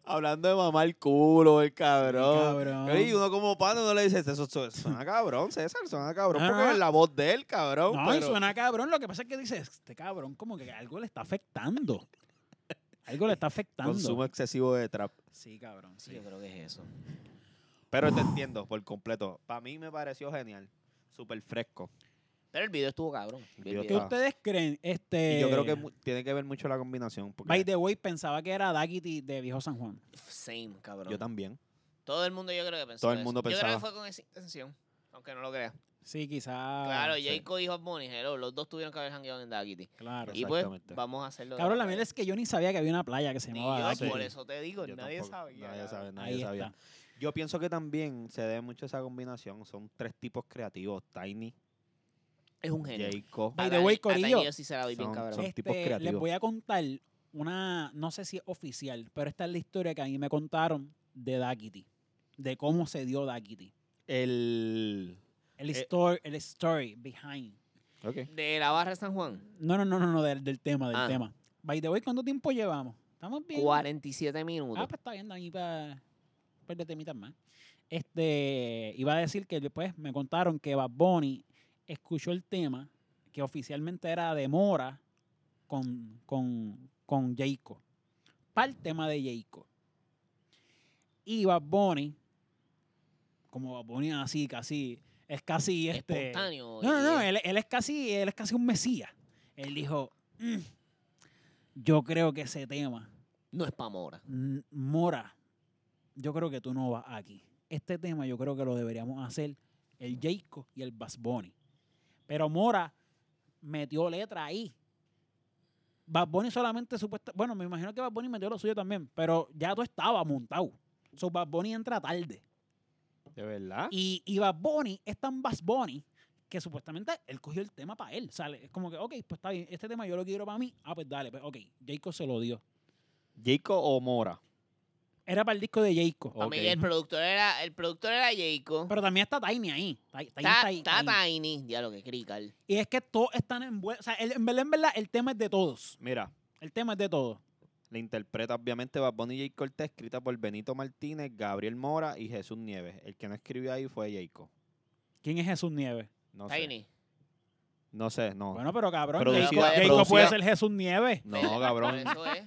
S3: Hablando de mamar el culo, el cabrón.
S2: Cabrón.
S3: Oye, Y uno como pano no le dice, eso, eso- suena cabrón, César, suena cabrón.
S2: No, no,
S3: porque
S2: no.
S3: es la voz de él, cabrón.
S2: No, y
S3: pero-
S2: suena cabrón. Lo que pasa es que dices, este cabrón como que algo le está afectando. Algo le está afectando.
S3: Consumo excesivo de trap.
S2: Sí, cabrón.
S1: Sí, yo creo que es eso.
S3: Pero te entiendo por completo. Para mí me pareció genial. Súper fresco.
S1: Pero el video estuvo cabrón. Vi el
S3: Yo
S2: ¿Qué
S1: video.
S3: estaba-
S2: ustedes creen? Este,
S3: Y yo creo que mu- tiene que ver mucho la combinación. Porque
S2: By the way, pensaba que era Daggity de Viejo San Juan.
S1: Same, cabrón.
S3: yo también.
S1: Todo el mundo yo creo que pensó
S3: Todo el
S1: eso.
S3: mundo
S1: Yo creo que
S3: pensaba.
S1: fue con esa intención, aunque no lo creas.
S2: Sí, quizás.
S1: claro,
S2: Ah, sí,
S1: Jacob y Bad Bunny, hello, los dos tuvieron que haber jangueado en Dakity.
S2: Claro.
S1: Y pues,
S3: Exactamente.
S1: vamos a hacerlo. de
S2: Cabrón, la
S1: manera-
S2: mierda es que yo ni sabía que había una playa que se
S1: Ni
S2: llamaba
S1: yo,
S2: Daggity.
S1: por eso te digo,
S3: Yo
S1: nadie
S3: tampoco-
S1: sabía.
S3: Nadie
S1: cabrón.
S3: sabe, nadie
S2: Ahí
S3: sabía.
S2: está.
S3: Yo pienso que también se debe mucho a esa combinación. Son tres tipos creativos: Tiny,
S1: Es un genio.
S3: Jacob.
S2: By
S1: A
S2: the
S1: Dani-
S2: way,
S1: a
S2: corillo,
S1: Dani yo sí se la doy bien
S3: son-
S1: cabrón.
S3: son- tipos
S2: Este, Les
S3: creativos.
S2: voy a contar una, no sé si es oficial, pero esta es la historia que a mí me contaron de Daggity. De cómo se dio Daggity.
S3: El.
S2: El,
S3: Eh.
S2: story, el story behind.
S3: Ok.
S1: De la barra de San Juan,
S2: No, no, no, no, no del, del tema, del
S1: Ah.
S2: tema. By the way, ¿cuánto tiempo llevamos? ¿Estamos bien?
S1: 47
S2: Ah,
S1: minutos.
S2: pues está bien, ahí para de temitas más. Este, iba a decir que después me contaron que Bad Bunny escuchó el tema que oficialmente era de Mora con, con, con Jayco. Para el tema de Jayco. Y Bad Bunny, como Bad Bunny es así, casi, es casi este.
S1: Espontáneo.
S2: No, no, no,
S1: y-
S3: eh.
S2: él, él es casi, él es casi un mesías. Él dijo, "Mm, yo creo que ese tema
S1: No es pa' mora.
S2: N- Mora, yo creo que tú no vas aquí. Este tema yo creo que lo deberíamos hacer el Jayco y el Bass Bunny. Pero Mora metió letra ahí. Bass Bunny solamente supuesta. Bueno, me imagino que Bass Bunny metió lo suyo también, pero ya tú estabas montado. So Bass Bunny entra tarde.
S3: De verdad.
S2: Y, y Bad Bunny es tan Bad Bunny que supuestamente él cogió el tema para él. sale es como que, ok, pues está bien, este tema yo lo quiero para mí. Ah, pues dale, pues ok, Jayco se lo dio.
S3: Jacob o Mora.
S2: Era para el disco de Jayco.
S3: Ok.
S1: Amiga, el productor era, el productor era Jacob.
S2: Pero también está Tiny ahí. Ti- Tiny
S1: Está,
S2: está ahí,
S1: está
S2: ahí.
S1: Tiny, diablo que crical.
S2: Y es que todos están envueltos. O sea, el- en verdad, en verdad, el tema es de todos.
S3: Mira,
S2: El tema es de todos.
S3: la interpreta obviamente Bad Bunny y J. Cortés, escrita por Benito Martínez, Gabriel Mora y Jesús Nieves. El que no escribió ahí fue Jacob.
S2: ¿Quién es Jesús Nieves?
S3: No sé.
S1: Tiny.
S3: No sé, no.
S2: Bueno, pero cabrón,
S3: Producida-
S2: Jayco- Jayco
S3: producida-
S2: puede ser Jesús Nieves.
S1: Por
S3: no, cabrón.
S1: eso es.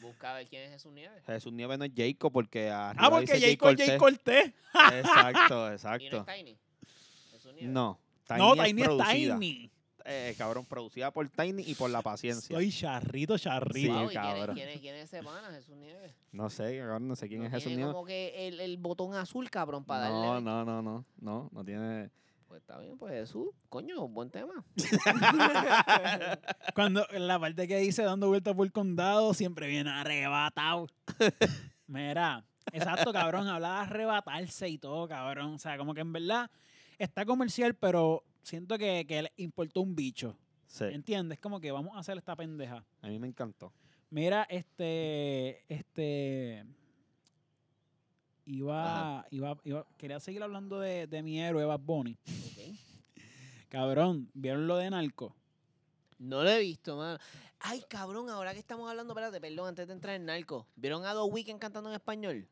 S1: Busca a ver quién es Jesús Nieves.
S3: Jesús Nieves no es Jacob porque arriba
S2: Ah, porque
S3: dice J.
S2: Jayco es Jay
S3: Cortés.
S2: Cortés.
S3: Exacto,
S1: ¿Quién es
S3: exacto.
S1: Tiny? Jesús Nieves.
S3: No. Tiny
S2: No,
S3: es
S2: Tiny es
S3: producida.
S2: Tiny.
S3: Eh, cabrón, producida por Tiny y por la paciencia.
S2: Estoy charrito, charrito.
S1: Wow,
S3: Sí,
S1: ¿y quién, es,
S3: cabrón.
S1: quién, es, quién es ese pana, Jesús Nieves?
S3: No sé, cabrón, no sé quién
S1: No
S3: es Jesús
S1: tiene
S3: Nieves.
S1: como que el, el botón azul, cabrón, para
S3: No,
S1: darle.
S3: no, no, no, no, no tiene.
S1: Pues está bien, pues Jesús. Coño, buen tema.
S2: Cuando en la parte que dice dando vueltas por el condado siempre viene arrebatado. Mira, exacto, cabrón. Hablaba de arrebatarse y todo, cabrón. O sea, como que en verdad está comercial, pero siento que, que le importó un bicho.
S3: Sí,
S2: ¿Entiendes? Como que vamos a hacer esta pendeja.
S3: a mí me encantó.
S2: Mira, este. Este. Iba, iba, iba- quería seguir hablando de, de mi héroe, Bad Bunny.
S1: Ok.
S2: Cabrón, ¿vieron lo de Narco?
S1: No lo he visto, mano. Ay, cabrón, ahora que estamos hablando, espérate, perdón, antes de entrar en narco. ¿Vieron a The Weeknd cantando en español?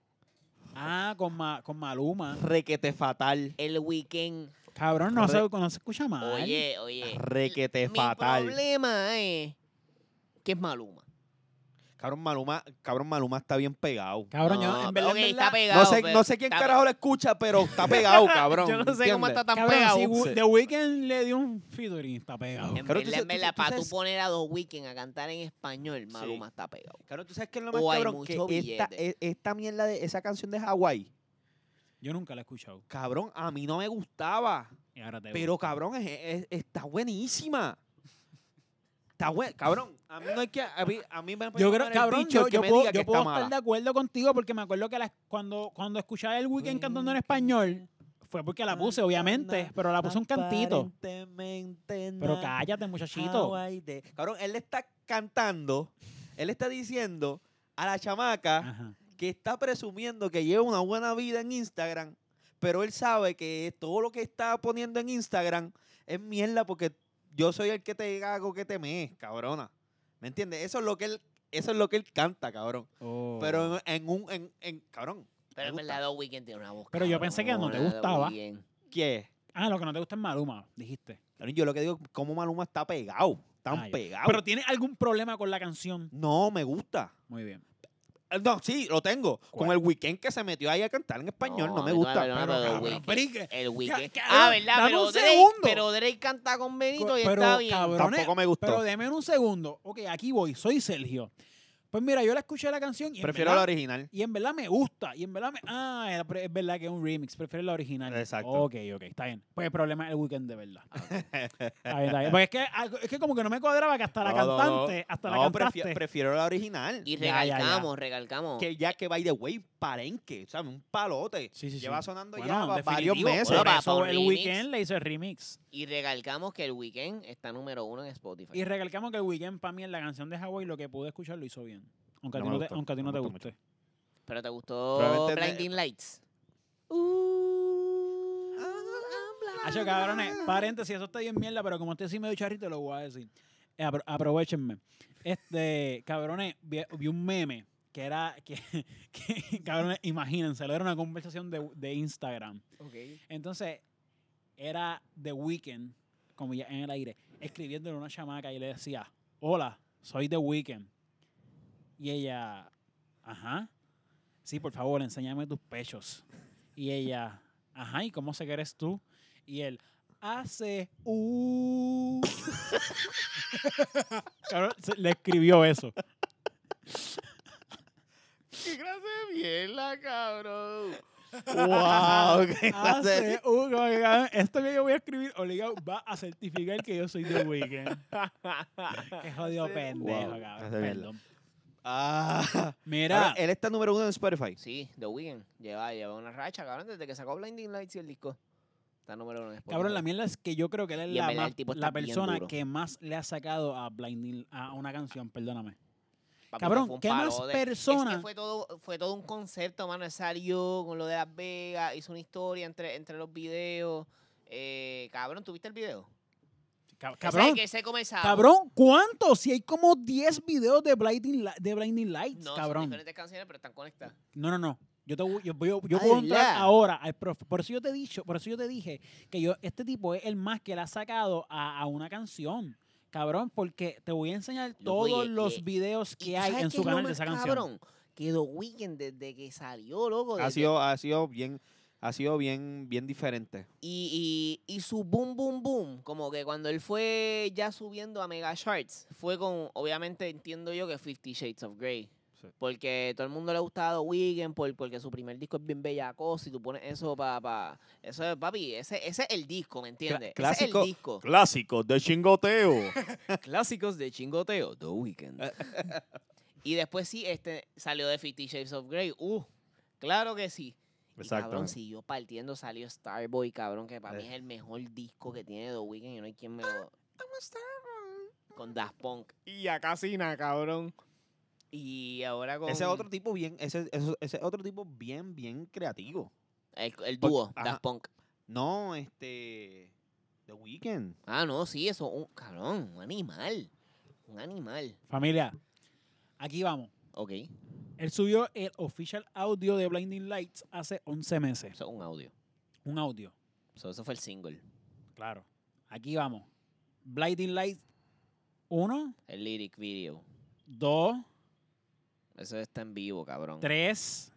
S2: Ah, con, Ma- con Maluma.
S3: Requete fatal.
S1: El Weeknd.
S2: Cabrón, no, se,
S3: Re-
S2: no se escucha mal.
S1: Oye, oye.
S3: Requete
S1: eh, Mi
S3: fatal.
S1: problema es que es Maluma.
S3: Cabrón Maluma, cabrón Maluma está bien pegado.
S2: Cabrón, yo,
S1: No,
S2: en verdad,
S1: ok,
S2: en
S1: está
S2: verdad,
S1: pegado.
S3: No sé,
S1: pero
S3: no sé quién
S1: está-
S3: carajo lo escucha, pero está pegado, cabrón.
S1: Yo no sé cómo está
S3: ¿entiendes?
S1: tan
S2: cabrón,
S1: pegado.
S2: si Wu-
S3: Sí.
S2: The Weeknd le dio un featuring, está pegado.
S1: En
S3: Claro,
S1: verdad,
S3: tú
S1: en
S3: sa- tú sa-
S1: verdad,
S3: tú
S1: para tú
S3: sabes-
S1: poner a dos Weeknd a cantar en español, Maluma está pegado.
S3: Cabrón, tú sabes que es lo más
S1: O hay
S3: cabrón que
S1: mucho
S3: esta,
S1: billete.
S3: e- esta mierda de esa canción de Hawái.
S2: Yo nunca la he escuchado.
S3: Cabrón, a mí no me gustaba.
S2: Y ahora te
S3: Pero
S2: gusta.
S3: cabrón, es- es- está buenísima. Está buen, cabrón. A mí no hay que a mí, a mí me
S2: Yo
S3: puede
S2: creo,
S3: mamar el
S2: cabrón,
S3: bicho
S2: yo,
S3: el que
S2: yo
S3: me
S2: puedo,
S3: diga que
S2: yo
S3: está
S2: puedo
S3: mala.
S2: estar de acuerdo contigo porque me acuerdo que la- cuando, cuando escuchaba el Weeknd cantando en español fue porque la puse, obviamente, pero la puse un cantito. Pero
S3: Pero
S2: cállate,
S3: Ah,
S2: muchachito.
S3: Cabrón, él le está cantando, él le está diciendo a la chamaca
S2: Ajá.
S3: que está presumiendo que lleva una buena vida en Instagram, pero él sabe que todo lo que está poniendo en Instagram es mierda porque yo soy el que te hago que te mees, cabrona. ¿Me entiendes? Eso es lo que él, eso es lo que él canta, cabrón.
S2: Oh.
S3: Pero en, en un, en, en- cabrón,
S1: Pero en
S3: gusta.
S1: verdad, dos Weeknd tiene una voz.
S2: Pero yo pensé que no te
S1: cabrona, The
S2: gustaba.
S1: Weeknd.
S3: ¿qué?
S2: Ah, lo que no te gusta es Maluma, dijiste.
S3: Cabrón, yo lo que digo, cómo Maluma está pegado, tan
S2: Ah, ya.
S3: pegado.
S2: Pero ¿tienes algún problema con la canción?
S3: no me gusta.
S2: Muy bien.
S3: Eh, No, sí, lo tengo. Con
S2: ¿Cuál?
S3: el weekend que se metió ahí a cantar en español, Ah, no,
S1: a
S3: me
S1: mí
S3: gusta.
S1: me
S3: pero,
S1: perdona, pero
S3: cabrón,
S1: Weeknd-
S2: pero ¿y qué?
S1: El Weeknd.
S2: ca-
S1: Ah, ¿verdad?
S2: dame
S1: Pero
S2: un
S1: Drake,
S2: segundo.
S1: pero Drake canta con Benito y
S2: Pero,
S1: está bien.
S2: cabrón,
S3: tampoco me gustó.
S2: Pero déme un segundo. Ok, aquí voy. Soy Sergio. Pues mira, yo la escuché la canción y,
S3: Prefiero
S2: en,
S3: la
S2: verdad,
S3: original.
S2: y en verdad me gusta. Y en verdad me... Ah, era pre- es verdad que es un remix. Prefiero la original.
S3: Exacto.
S2: Ok, ok. Está bien. Pues el problema es el weekend de verdad. Está bien, está bien. Porque es que, algo- es que como que no me cuadraba que hasta la
S3: No, no, no.
S2: cantante... Hasta la
S3: No, prefi-
S2: cantaste.
S3: prefiero, la original.
S1: Y
S2: Ya, ya, ya.
S1: recalcamos, recalcamos.
S3: que ya que by the way, parenque, ¿sabes? Un palote.
S2: Sí, sí, sí.
S3: Lleva sonando
S2: Bueno,
S3: ya va- varios
S2: definitivo.
S3: meses.
S1: Bueno,
S2: Por
S1: para-
S2: eso
S1: para un
S2: el
S1: remix.
S2: weekend le hizo el remix.
S1: Y recalcamos que el weekend está número uno en Spotify.
S2: Y recalcamos que el weekend para mí en la canción de Hawaii lo que pude escuchar lo hizo bien. Aunque a
S3: No
S2: ti
S3: me
S2: no, te,
S3: gustó,
S2: aunque a ti
S3: no
S2: no
S3: me
S2: te
S3: gustó
S2: guste.
S1: Pero te gustó
S3: Probablemente-
S1: Blinding Lights. Uh,
S2: Hacho, Ah, cabrones,
S1: ah,
S2: paréntesis, eso está bien mierda, pero como estoy así medio charrito, lo voy a decir. Eh, apro- aprovechenme. Este, cabrones, vi, vi un meme que era, que, que, cabrones, imagínense, era una conversación de, de Instagram. Entonces, era The Weeknd, como ya en el aire, escribiéndole a una chamaca y le decía, hola, soy The Weeknd. Y ella, ajá, sí, por favor, enséñame tus pechos. Y ella, ajá, ¿y cómo sé que eres tú? Y él, hace u. Cabrón, se- le escribió eso.
S1: ¡Qué clase de mierda, cabrón!
S2: Ah,
S3: ¡Wow! ¿qué
S2: Hace
S3: clase-
S2: u. Uh, como que, cabrón, Esto que yo voy a escribir, obligado, va a certificar que yo soy The Weeknd. Qué jodido pendejo,
S3: Wow,
S2: cabrón.
S3: hace mierda.
S2: Perdón.
S3: Ah.
S2: Mira,
S3: Ahora,
S1: eh,
S3: él está número uno en Spotify.
S1: Sí, The Weeknd. Lleva, lleva una racha, cabrón, desde que sacó Blinding Lights y el disco. Está número uno en Spotify.
S2: cabrón, la mierda es que yo creo que él es
S1: Y en
S2: la,
S1: verdad
S2: más-
S1: el tipo
S2: la
S1: está bien
S2: persona
S1: duro.
S2: que más le ha sacado a Blinding a una canción, perdóname.
S1: Papi,
S2: Cabrón,
S1: fue un
S2: ¿qué más
S1: palote.
S2: persona?
S1: Es que fue todo, fue todo un concepto, mano. Él salió con lo de Las Vegas, hizo una historia entre, entre los videos. Eh, cabrón, ¿tuviste el video?
S2: Cab-
S1: Ese
S2: Cabrón,
S1: Que se comenzaba.
S2: cabrón, ¿cuántos? Si hay como 10 videos de Blinding, Li- de Blinding Lights,
S1: No, son
S2: cabrón.
S1: diferentes canciones, pero están conectadas.
S2: No, no, no. Yo, te, voy- yo, voy- yo
S1: Ah,
S2: puedo
S1: ¿de
S2: entrar
S1: verdad?
S2: ahora al prof- Por eso yo te he dicho, por eso yo te dije que yo, este tipo es el más que le ha sacado a, a una canción. Cabrón, porque te voy a enseñar todos
S1: y-
S2: los
S1: y-
S2: videos
S1: ¿Y
S2: que
S1: tú
S2: hay
S1: sabes
S2: en
S1: qué
S2: su
S1: es lo
S2: canal de
S1: más
S2: esa canción.
S1: Cabrón, que The Weeknd desde que salió, loco.
S3: Ha
S1: desde-
S3: sido, ha sido bien, ha sido bien, bien diferente.
S1: Y, y, y su boom, boom, boom, como que cuando él fue ya subiendo a Mega Charts, fue con, obviamente entiendo yo que Fifty Shades of Grey.
S3: Sí.
S1: Porque todo el mundo le ha gustado Weekend, por, porque su primer disco es bien bellacoso y tú pones eso para... Pa, eso es, papi, ese, ese es el disco, ¿me entiendes? Ese es
S3: clásico.
S1: el disco.
S3: Clásico de chingoteo.
S1: Clásicos de chingoteo, The Weeknd. y después sí, este salió de Fifty Shades of Grey. Uh, claro que sí. Y, cabrón, siguió partiendo, salió Starboy, cabrón, que para mí
S3: Eh. Ah,
S1: es el mejor disco que tiene The Weeknd y no hay quien me lo... Con Daft Punk.
S3: Y a Casina, cabrón.
S1: Y ahora con...
S3: Ese es otro tipo bien, ese, eso- ese es otro tipo bien, bien creativo.
S1: El, el
S3: Por-
S1: dúo,
S3: ajá.
S1: Daft Punk.
S3: No, este. The Weeknd.
S1: Ah, no, sí, eso. Un, cabrón, un animal. Un animal.
S2: Familia, aquí vamos.
S1: Ok,
S2: Él subió el official audio de Blinding Lights hace 11 meses.
S1: eso es un audio.
S2: Un audio.
S1: So, eso fue el single,
S2: Claro. Aquí vamos. Blinding Lights 1,
S1: el lyric video.
S2: 2,
S1: Eso está en vivo, cabrón.
S2: 3,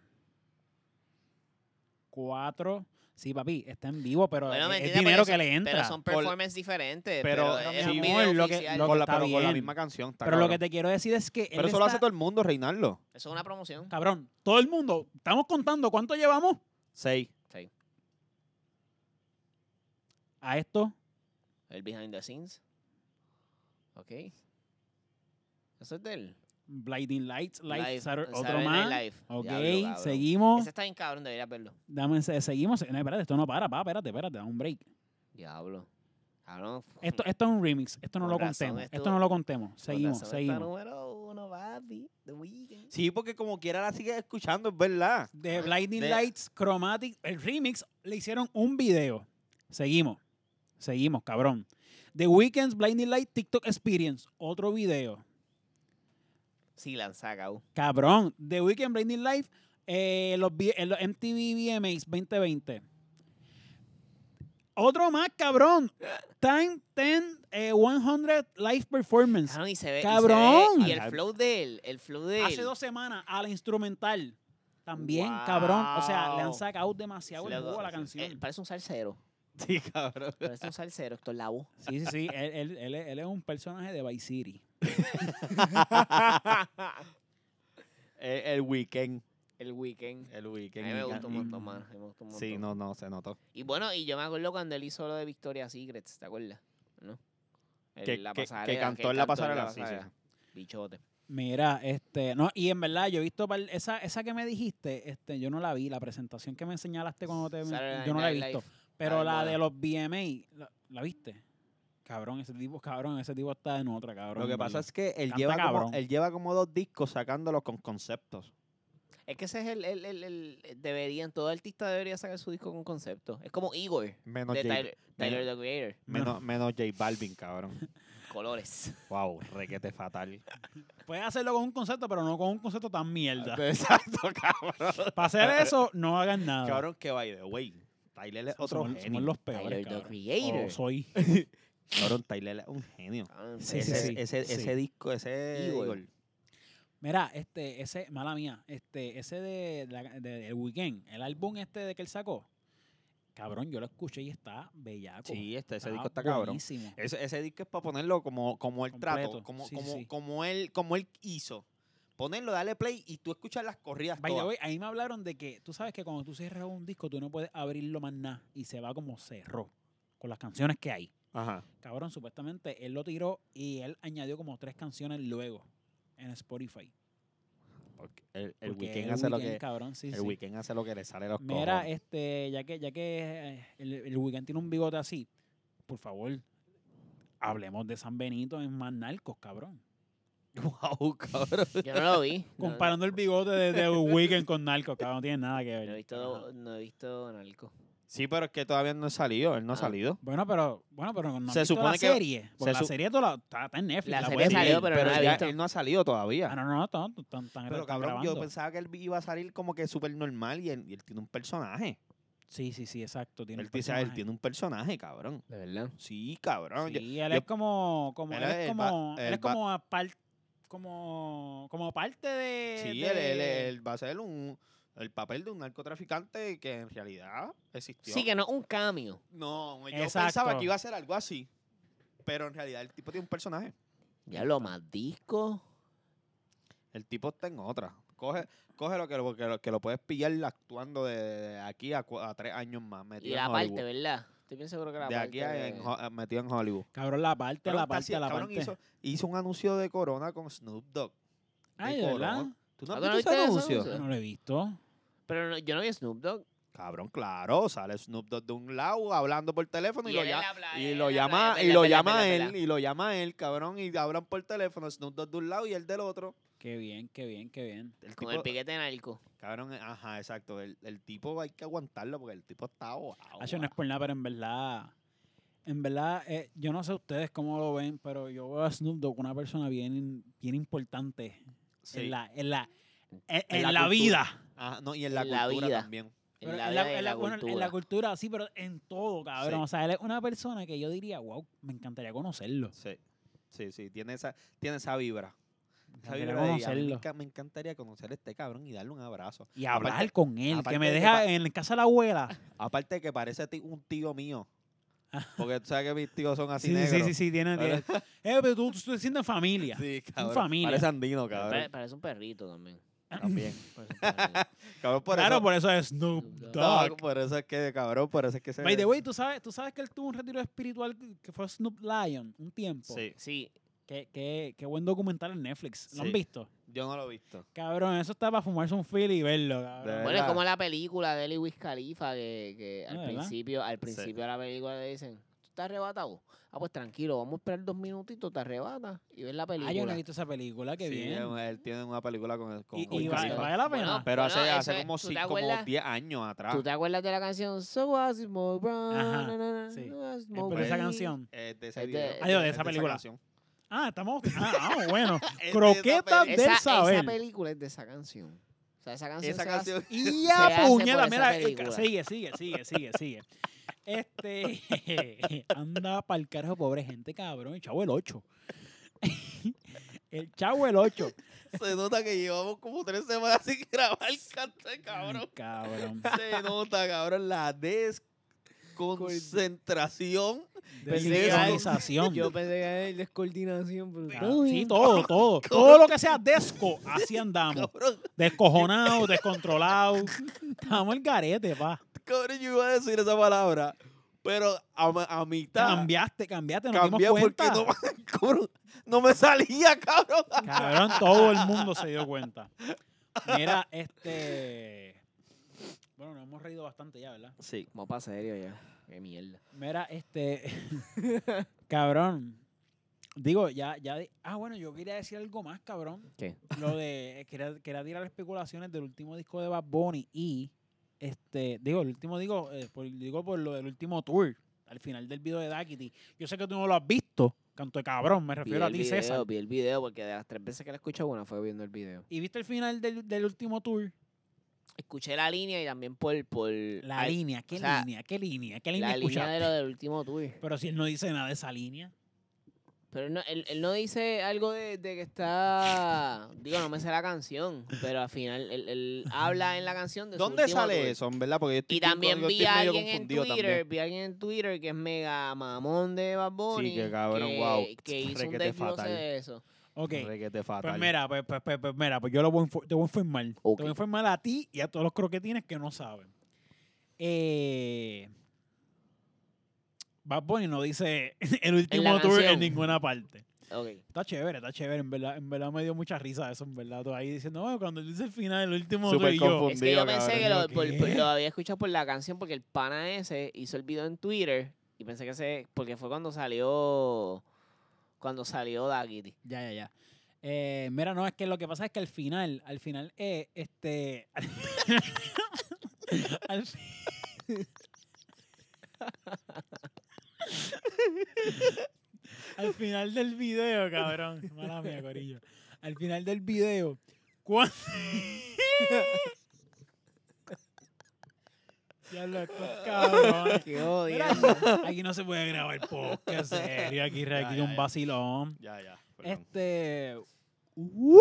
S2: 4. Sí, papi, está en vivo, pero
S1: Bueno, me
S2: es- es,
S1: entiendes,
S2: dinero
S1: pero
S2: que
S1: son-
S2: le entra.
S1: Pero son
S3: Por-
S1: performances diferentes. Eh,
S3: pero,
S1: Pero,
S3: pero,
S1: es
S3: mi
S1: un
S2: amor,
S1: video
S2: lo que-
S1: oficial.
S2: lo
S3: Con la,
S2: está
S3: pero con la
S2: bien.
S3: misma canción. está
S2: pero lo que
S3: cabrón.
S2: te quiero decir es que.
S3: Pero
S2: él
S3: eso lo hace
S2: está-
S3: todo el mundo, Reinaldo.
S1: Eso es una promoción.
S2: Cabrón, todo el mundo. Estamos contando cuánto llevamos
S3: Seis.
S1: Sí,
S2: a esto.
S1: el behind the scenes. Ok. Eso es de él.
S2: Blinding Lights, Lights,
S1: Live,
S2: Satur-
S1: Saturday
S2: otro
S1: Night
S2: más.
S1: Live.
S2: Ok,
S1: Diablo, cabrón.
S2: seguimos.
S1: Ese está bien cabrón, deberías verlo.
S2: Dame, se- seguimos. No, espérate, esto no para, pa, espérate, espérate, da un break.
S1: Diablo. Cabrón. fu-
S2: Esto, esto es un remix, esto no
S1: Con
S2: lo
S1: razón,
S2: contemos, esto,
S1: esto-
S2: no lo contemos.
S1: con
S2: Seguimos,
S1: razón está
S2: seguimos.
S1: número uno, papi. The Weeknd.
S3: Sí, porque como quiera la sigue escuchando, es verdad.
S2: De Blinding
S3: De-
S2: Lights, Chromatic, el remix, le hicieron un video. Seguimos, seguimos, cabrón. The Weeknd's Blinding Light TikTok Experience, otro video.
S1: Sí, la han sacado.
S2: Cabrón, The Weeknd Blinding Light, eh, los, vi- eh, los MTV VMAs 2020. Otro más, cabrón. Time 10 eh, 100 Live Performance.
S1: Cabrón, y se ve. y se ve-
S2: Cabrón.
S1: Y, el flow de él. El flow de él.
S2: Hace dos semanas a la instrumental. También,
S3: Wow.
S2: cabrón. O sea, le han sacado demasiado
S1: Sí,
S2: el
S1: le-
S2: jugo a la
S1: sí, Eh,
S2: canción.
S1: Él parece un salsero.
S3: Sí, cabrón.
S1: Parece un salsero, Héctor Lavoe.
S2: Sí, sí, sí. Él, él- él es- él es un personaje de Vice City.
S3: el, Eh, el weekend.
S1: El weekend.
S3: El
S1: A
S3: weekend.
S1: mí me gustó un
S2: y-
S1: montón más. a mí me gustó un
S3: Sí,
S1: montón.
S3: no, no, se notó.
S1: Y bueno, y yo me acuerdo cuando él hizo lo de Victoria's Secret, ¿te acuerdas? ¿No? El-
S3: Que,
S1: la
S3: que- que
S1: pasarela,
S3: cantó en la pasarela. sí, sí,
S1: pasarela.
S3: sí.
S1: Bichote.
S2: Mira, este, no, y en verdad yo he visto par- esa, esa que me dijiste, este, yo no la vi, la presentación que me señalaste cuando te
S1: Saturday
S2: yo no la he
S1: Night
S2: visto,
S1: Live.
S2: pero
S1: Ay,
S2: la
S1: mala.
S2: de los BMA, ¿la, la viste? Cabrón, ese tipo, cabrón, ese tipo está en otra, cabrón.
S3: Lo que pasa es que él
S2: Canta
S3: lleva, como,
S2: cabrón.
S3: él lleva como dos discos sacándolos con conceptos.
S1: Es que ese es el, el, el, el- deberían, todo artista debería sacar su disco con concepto. Es como Igor de
S3: Menos J,
S1: Tyler, Tyler the Creator.
S3: menos, menos J Balvin, cabrón.
S1: Colores.
S3: Wow, requete fatal.
S2: Puedes hacerlo con un concepto, pero no con un concepto tan mierda.
S3: Exacto, cabrón.
S2: Para hacer eso, no hagan nada.
S3: Cabrón, que by the way. Tyler es otro
S2: somos,
S3: genio.
S2: somos los
S1: Tyler,
S2: peores.
S1: the
S2: cabrón. Oh,
S1: creator.
S2: O soy.
S3: Cabrón, Tyler es un genio.
S1: Cabrón,
S2: Sí, sí,
S3: ese,
S2: sí.
S3: Ese,
S2: sí.
S3: ese disco, ese
S1: Igor.
S3: Igor.
S2: Mira, este, ese, mala mía, este, ese de, la- de El Weekend, el álbum este de que él sacó. Cabrón, yo lo escuché y está bellaco.
S3: Sí, este, ese
S2: Está
S3: disco está cabrón.
S2: Ah, buenísimo.
S3: Ese, ese disco es para ponerlo como, como él trató,
S2: Completo,
S3: como,
S2: sí,
S3: como,
S2: sí.
S3: como él, como él hizo. Ponerlo, darle play y tú escuchas las corridas
S2: By the
S3: todas.
S2: way, ahí me hablaron de que tú sabes que cuando tú cierras un disco, tú no puedes abrirlo más nada y se va como cerró con las canciones que hay.
S3: Ajá.
S2: Cabrón, supuestamente él lo tiró y él añadió como tres canciones luego en Spotify.
S3: Porque el, el
S2: Porque
S3: weekend
S2: el
S3: hace lo
S2: weekend,
S3: que.
S2: cabrón, sí,
S3: el
S2: sí.
S3: weekend hace lo que le sale a los
S2: Mira,
S3: cojones.
S2: este, ya que, ya que eh, el, el weekend tiene un bigote así, por favor, hablemos de San Benito en más narcos, cabrón. eh,
S3: Wow, cabrón.
S1: Yo no lo vi. No-
S2: Comparando el bigote de, de weekend con narcos, cabrón, no tiene nada que
S1: No, he
S2: ver. Ajá.
S1: visto, no he visto Narco.
S3: Sí, pero es que todavía no ha salido. Él no ha
S1: Ah.
S3: salido.
S2: Bueno, pero, bueno, pero no
S3: Se
S2: se supone
S3: supone
S2: la
S3: que-
S2: serie. Porque
S3: se
S2: la
S3: su-
S2: serie toda la- está, está en Netflix.
S1: La serie
S2: puedes ver.
S1: salió, pero no la he
S3: ya
S1: visto.
S3: él no ha salido todavía.
S2: Ah, no, no, no, están, están, están
S3: pero
S2: están
S3: cabrón, yo
S2: grabando.
S3: pensaba que él iba a salir como que súper normal y él, y él tiene un personaje.
S2: Sí, sí, sí, exacto. Tiene
S3: Él,
S2: un
S3: dice, "Ah, él
S2: personaje.
S3: tiene un personaje, cabrón.
S1: De verdad.
S3: Sí, cabrón. yo-
S2: Sí, él es como, como, él
S3: Mira,
S2: es
S3: el va-
S2: como, él
S3: el
S2: es
S3: va-
S2: como, apar- como, como parte de...
S3: sí,
S2: de-
S3: él, él- él va a ser un, el papel de un narcotraficante que en realidad existió.
S1: Sí, que no, un cambio.
S3: No, yo
S2: Exacto.
S3: pensaba que iba a ser algo así. Pero en realidad el tipo tiene un personaje.
S1: Ya lo más disco.
S3: El tipo está en otra. Coge, cógelo que lo, que lo, que lo puedes pillar actuando de, de aquí a, cua- a tres años más. Metido
S1: Y
S3: en
S1: la parte,
S3: Hollywood.
S1: ¿verdad? Estoy bien seguro que la
S3: de
S1: parte.
S3: aquí a, en
S1: de-
S3: Ho- a- metido en Hollywood.
S2: Cabrón, la parte,
S3: Cabrón,
S2: la
S3: está así,
S2: parte, la
S3: cabrón,
S2: parte.
S3: Hizo, hizo un anuncio de Corona con Snoop Dogg. de
S2: Ay, ¿de verdad?
S3: Corona. ¿Tú no
S1: Ah,
S3: has
S1: ¿tú no
S3: visto ese
S1: viste ese
S3: anuncio?
S2: Yo
S1: anuncio?
S2: No lo he visto.
S1: Pero no- yo no vi Snoop Dogg.
S3: Cabrón, claro. Sale Snoop Dogg de un lado hablando por teléfono y,
S1: Y
S3: lo,
S1: él en
S3: ya-
S1: la playa,
S3: y
S1: él
S3: lo
S1: en la
S3: llama,
S1: playa,
S3: y
S1: pela,
S3: lo
S1: pela,
S3: llama
S1: pela,
S3: él,
S1: pela.
S3: y lo llama él, cabrón, y hablan por teléfono, Snoop Dogg de un lado y él del otro.
S2: Qué bien, qué bien, qué bien.
S3: El
S1: Con
S3: tipo,
S1: el piquete en Narco.
S3: Cabrón, eh, ajá, exacto. El, el tipo hay que aguantarlo porque el tipo está ahogado.
S2: Hacho, no es
S3: ah.
S2: por nada, pero en verdad, en verdad, eh, yo no sé ustedes cómo lo ven, pero yo veo a Snoop Dogg una persona bien, bien importante
S3: ah, Sí.
S2: en la, en la, en,
S3: En
S2: en
S3: la
S2: la,
S3: cultura.
S2: vida.
S3: Ajá, no, y en la
S1: En la
S3: cultura
S1: vida.
S3: también.
S1: En
S2: Pero
S1: la,
S2: en
S1: vida
S2: la-
S1: y
S2: en la- bueno, en la
S1: cultura.
S2: cultura, sí, pero en todo, cabrón.
S3: Sí.
S2: O sea, él es una persona que yo diría, wow, me encantaría conocerlo.
S3: Sí, sí, sí. Tiene esa, tiene esa vibra.
S2: Me
S3: Esa
S2: encantaría
S3: vibra de, a mí me,
S2: conocerlo.
S3: enca- me encantaría conocer a este cabrón y darle un abrazo.
S2: Y
S3: Aparte-
S2: hablar con él,
S3: aparte
S2: que me
S3: de que
S2: deja
S3: pa-
S2: en casa de la abuela.
S3: Aparte de que parece ti- un tío mío. Porque tú sabes que mis tíos son así
S2: Ah. Sí, sí,
S3: negros.
S2: sí, sí, sí, tiene.
S3: Ahora-
S2: tiene- Eh, pero tú, tú te sientes en familia.
S3: Sí, cabrón.
S2: familia. eh,
S3: Parece andino,
S1: Pero
S3: cabrón.
S1: pare- Parece un perrito también.
S3: También.
S1: Parece un perrito.
S3: Cabrón, por
S2: claro,
S3: eso.
S2: por eso es Snoop
S1: Snoop
S2: Dogg.
S3: No, por eso es que, cabrón, por eso es que se.
S2: By the way, ¿tú sabes, tú sabes que él tuvo un retiro espiritual que fue Snoop Lion un tiempo.
S3: Sí,
S1: Sí,
S2: Qué, qué- qué buen documental en Netflix. ¿Lo
S3: Sí.
S2: han visto?
S3: yo no lo he visto.
S2: Cabrón, eso está para fumarse un fili y verlo, cabrón.
S1: Bueno, es
S3: ¿Verdad?
S1: como la película de Lewis Khalifa que, que
S2: Ah,
S1: al
S2: ¿verdad?
S1: principio, al
S3: Sí.
S1: principio de la película le dicen, ¿tú estás arrebatado? Ah, pues tranquilo, vamos a esperar dos minutitos, te arrebatas y ves la película.
S2: Ah, yo no he visto esa película, qué
S3: Sí,
S2: bien.
S3: Él tiene una película con. con
S2: Y-
S3: Wiz
S2: y va-
S3: Khalifa.
S2: vale la pena.
S3: Pero
S1: bueno,
S3: hace,
S1: eso
S3: hace
S1: es-
S3: como
S1: ¿tú
S3: si-
S1: te
S3: como
S1: acuerdas?
S3: 10 años atrás.
S1: ¿Tú te acuerdas de la canción So Was It More Brown?
S2: Ajá,
S1: na, na, na,
S2: sí.
S1: was it
S2: Es
S1: more
S2: por esa
S1: brown?
S2: canción.
S3: Eh, de ese
S1: Es de-
S3: video.
S1: Ah,
S2: yo de
S3: Es
S2: esa película.
S3: canción.
S2: Ah, estamos. Ah, ah, bueno.
S3: Es de esa
S2: Croquetas
S3: peli-
S2: del
S1: Esa, esa
S2: saber.
S1: película es de esa canción. O sea, esa canción.
S3: Esa
S1: se hace-
S3: canción.
S1: hace
S2: Y ya,
S1: por
S2: puñeta,
S1: esa
S2: mira, eh,
S1: película.
S2: sigue, sigue, sigue, sigue, sigue. Este, anda para el carajo, pobre gente, cabrón, el chavo el 8. El chavo el 8.
S3: Se nota que llevamos como tres semanas sin grabar el canto de cabrón.
S2: Cabrón.
S3: Se nota, cabrón, la desconcentración. Pensé que era-
S2: Desigualización.
S1: Yo pensé que era de descoordinación brutal.
S2: Sí, todo, todo. Todo lo que sea desco, así andamos.
S3: Cabrón,
S2: Descojonado, descontrolado. Estamos el garete, pa.
S3: cabrón, yo iba a decir esa palabra, pero a, ma- a mitad
S2: Cambiaste, cambiaste, nos
S3: cambié
S2: dimos
S3: porque
S2: cuenta.
S3: no, me- cabrón, no me salía, cabrón.
S2: Cabrón, todo el mundo se dio cuenta. Mira, este. Bueno, nos hemos reído bastante ya, ¿verdad?
S3: Sí,
S1: Vamos para serio ya. Qué mierda.
S2: Mira, este. cabrón. Digo, ya, ya. di- Ah, bueno, yo quería decir algo más, cabrón.
S1: ¿Qué?
S2: Lo de. Quería, quería tirar especulaciones del último disco de Bad Bunny y. Este. Digo, el último, digo, eh, por, digo por lo del último tour. Al final del video de Daquiti. Yo sé que tú no lo has visto, canto de cabrón, me
S1: Vi
S2: refiero a
S1: el
S2: ti, César.
S1: video, vi el video, porque de las tres veces que la escuché, una fue viendo el video.
S2: ¿Y viste el final del, del último tour?
S1: escuché la línea y también por, por
S2: La
S1: al-
S2: línea, ¿qué
S1: o sea,
S2: línea? ¿Qué línea? ¿Qué línea
S1: la línea
S2: escuchaste?
S1: de lo del último tour.
S2: Pero si él no dice nada de esa línea.
S1: Pero él no, él, él no dice algo de, de que está. Digo, no me sé la canción, pero al final él, él habla en la canción de su
S3: ¿Dónde
S1: último
S3: sale
S1: tour.
S3: eso, en verdad? Porque yo estoy,
S1: Y
S3: bien-
S1: también
S3: yo
S1: vi
S3: estoy
S1: a
S3: medio
S1: alguien en
S3: confundido
S1: Twitter,
S3: también.
S1: vi a alguien en Twitter que es mega mamón de Bad Bunny.
S3: que cabrón, guau,
S1: Que hizo un
S3: requete
S1: desglose
S3: fatal.
S1: de eso.
S2: Ok.
S3: Requete fatal.
S2: Pues mira, pues, pues, pues, pues mira, pues yo lo voy a infor- te voy a informar.
S1: Ok.
S2: Te voy a informar a ti y a todos los croquetines que no saben. Eh, Bad Bunny no dice el último tour en
S1: canción.
S2: ninguna parte.
S1: Ok.
S2: Está chévere, está chévere. En verdad, en verdad me dio mucha risa eso, en verdad. Tú ahí diciendo, bueno, cuando él dice el final, el último
S3: Súper
S2: soy
S1: Es
S2: yo.
S1: que yo
S3: Confundido,
S1: pensé que lo,
S3: cabrón.
S1: por-
S2: ¿Qué?
S1: por- lo había escuchado por la canción porque el pana ese hizo el video en Twitter y pensé que ese, porque fue cuando salió, cuando salió Daggity.
S2: Ya, ya, ya. Eh, mira, no, es que lo que pasa es que al final, al final, eh, este. al fi- Al final del video, cabrón. Mala mía, corillo. Al final del video, cuando. ya lo estos cabrones.
S1: Qué
S2: Mira, Aquí no se puede grabar podcast, en serio. Aquí,
S3: Ya,
S2: aquí
S3: ya,
S2: un
S3: ya.
S2: vacilón.
S3: Ya, ya. perdón.
S2: Este. ¡Uh!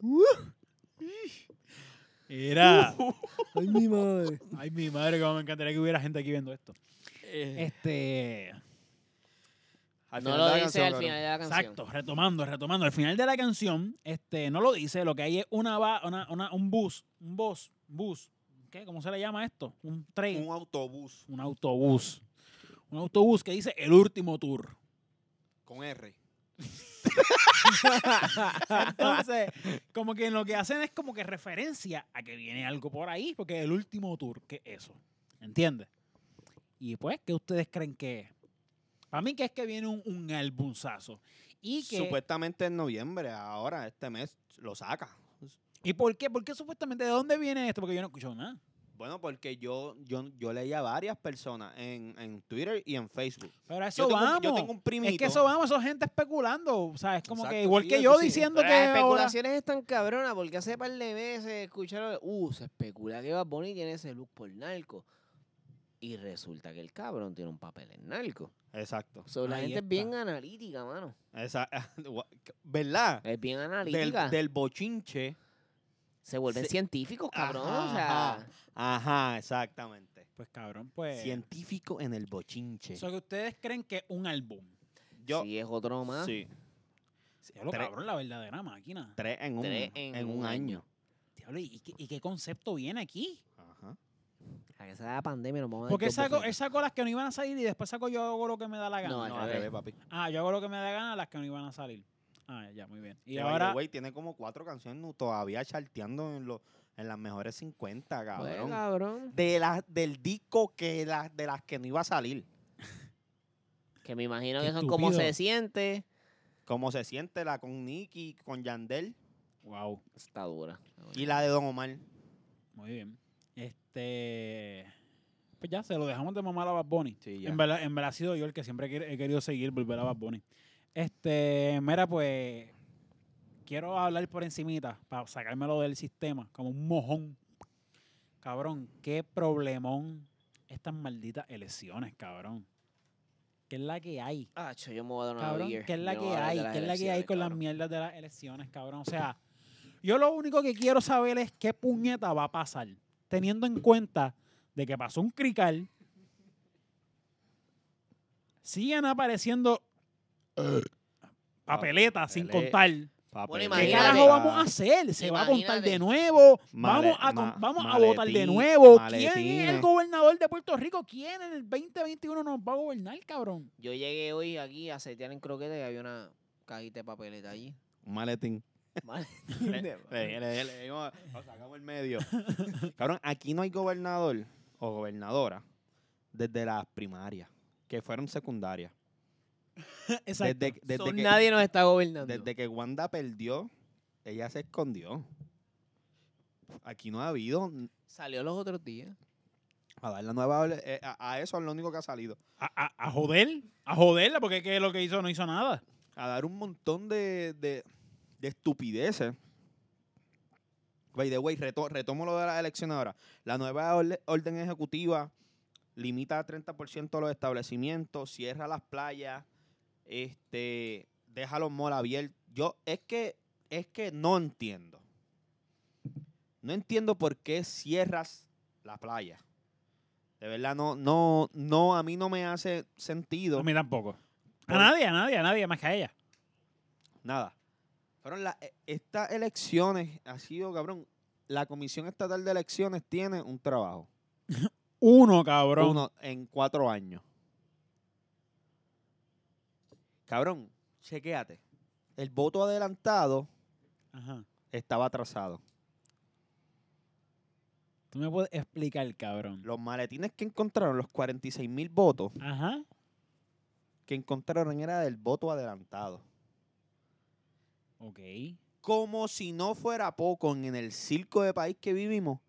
S2: ¡Uh! Era.
S1: Ay, mi madre.
S2: Ay, mi madre, cómo me encantaría que hubiera gente aquí viendo esto.
S3: Eh,
S2: Este.
S3: al
S1: No
S3: final
S1: lo
S3: de la
S1: dice
S3: canción,
S1: al
S3: cabrón.
S1: final de la canción.
S2: Exacto, retomando, retomando. Al final de la canción, este, no lo dice, lo que hay es una, va- una, una- un bus, un bus, bus. ¿Qué? ¿Cómo se le llama esto? Un tren.
S3: Un autobús
S2: un autobús. Un autobús que dice el último tour.
S3: con R.
S2: Entonces, como que lo que hacen es como que referencia a que viene algo por ahí, porque es el último tour, que es eso. ¿Entiendes? Y pues, ¿qué ustedes creen que es? Para mí que es que viene un, un albunzazo. Y que,
S3: Supuestamente en noviembre, ahora, este mes, lo saca.
S2: ¿Y por qué? ¿Por qué supuestamente? ¿De dónde viene esto? Porque yo no escucho nada.
S3: Bueno, porque yo, yo, yo leía a varias personas en, en Twitter y en Facebook.
S2: Pero a eso
S3: Yo tengo, un-
S2: vamos.
S3: yo tengo un primito.
S2: es que eso vamos, eso es gente especulando. O sea, es como que
S3: Exacto,
S2: igual
S3: sí,
S2: que
S3: eso
S2: yo
S3: sí.
S2: diciendo
S1: Pero
S2: que...
S1: las
S2: ahora-
S1: especulaciones están cabronas porque hace par de meses escucharon, uh, se especula que Bad Bunny tiene ese look por narco. Y resulta que el cabrón tiene un papel en narco.
S3: Exacto.
S1: So, la
S2: Ahí
S1: gente
S2: está.
S1: es bien analítica, mano.
S3: Esa- ¿Verdad?
S1: Es bien
S3: Del,
S1: analítica.
S3: del bochinche.
S1: Se vuelven
S3: se-
S1: científicos, cabrón.
S3: Ajá,
S1: o sea,
S3: ajá. Ajá, exactamente.
S2: Pues cabrón, pues...
S3: Científico en el bochinche.
S2: O sea, que ustedes creen que es un álbum.
S3: Yo,
S1: si es otro más.
S3: sí.
S2: Diablo,
S3: Tres-
S2: cabrón, la verdadera máquina.
S3: Tres en un,
S1: Tres
S3: en un año.
S2: Diablo, ¿y qué, y qué concepto viene aquí?
S3: Ajá.
S1: A que se da pandemia, nos vamos a dar
S2: Porque él
S1: dos
S2: sacó,
S1: bofetas.
S2: él sacó las que no iban a salir y después sacó yo hago lo que me da la gana.
S1: No, al
S3: No, al
S1: revés.
S3: revés, papi.
S2: Ah, yo hago lo que me da la gana las que no iban a salir. Ah, ya, muy bien. Y
S3: Que, by the
S2: ahora,
S3: way, tiene como cuatro canciones nu- todavía charteando en, los en las mejores 50,
S1: Pues,
S3: cabrón.
S1: cabrón.
S3: de las del disco que la- de las que no iba a salir.
S1: Que me imagino
S2: Qué
S1: que son como
S2: estúpido.
S1: se siente.
S3: Como se siente la con Nicky, con Yandel
S2: wow,
S1: Está dura.
S3: y la de Don Omar.
S2: muy bien. Este, pues ya, se lo dejamos de mamar a Bad Bunny.
S3: Sí,
S2: En verdad, en verdad ha sido yo el que siempre he he querido seguir, volver a Bad Bunny. Este, mira, pues, quiero hablar por encimita para sacármelo del sistema, como un mojón. Cabrón, qué problemón estas malditas elecciones, cabrón. ¿Qué es la que hay?
S1: Ah, cho, yo me voy a dar una
S2: Cabrón,
S1: beer.
S2: ¿qué es la
S1: Yo me
S2: que
S1: voy a dar
S2: hay?
S1: de las
S2: ¿Qué es la que hay
S1: elecciones,
S2: con las
S1: cabrón.
S2: mierdas de las elecciones, cabrón? O sea, yo lo único que quiero saber es qué puñeta va a pasar, teniendo en cuenta de que pasó un crical, siguen apareciendo
S3: Ah,
S2: papeletas sin
S3: Papele-
S2: contar.
S1: Bueno,
S2: ¿Qué
S1: Imagínate.
S2: carajo vamos a hacer? ¿Se va a contar de
S1: Imagínate.
S2: nuevo?
S3: Male-
S2: ¿Vamos a, con-
S3: ma-
S2: vamos a votar de
S3: maletín-
S2: nuevo? ¿Quién es el
S3: maletines.
S2: gobernador de Puerto Rico? ¿Quién en el 2021 nos va a gobernar, cabrón?
S1: Yo llegué hoy aquí a setear en croqueta y había una cajita de papeleta allí.
S3: Un maletín.
S1: Vale.
S3: Le, le- le- le dimos- lo sacamos el medio. Cabrón, aquí no hay gobernador o gobernadora desde las primarias, que fueron secundarias. Desde, que- desde
S1: So,
S3: que,
S1: nadie nos está gobernando.
S3: desde que Wanda perdió, ella se escondió. Aquí no ha habido
S1: Salió los otros días.
S3: a dar la nueva eh, a, a eso es lo único que ha salido.
S2: a, a- a joder, a joderla, porque es que lo que hizo no hizo nada.
S3: a dar un montón de, de, de estupideces. By the way, reto- retomo lo de las elecciones ahora. La nueva orde- orden ejecutiva limita a 30% los establecimientos, cierra las playas, este, deja los malls abiertos. Yo es que es que no entiendo. No entiendo por qué cierras la playa. De verdad no no no a mí no me hace sentido.
S2: A mí tampoco. A
S3: Por-
S2: nadie, a nadie, a nadie más que a ella.
S3: Nada. Fueron la- e- estas elecciones ha sido, cabrón. La Comisión Estatal de Elecciones tiene un trabajo.
S2: Uno, cabrón.
S3: Uno en cuatro años. Cabrón, chequéate. El voto adelantado
S2: Ajá.
S3: estaba atrasado.
S2: Tú me puedes explicar, cabrón.
S3: Los maletines que encontraron, los 46 mil votos
S2: Ajá.
S3: que encontraron era del voto adelantado.
S2: Ok.
S3: Como si no fuera poco en el circo de país que vivimos,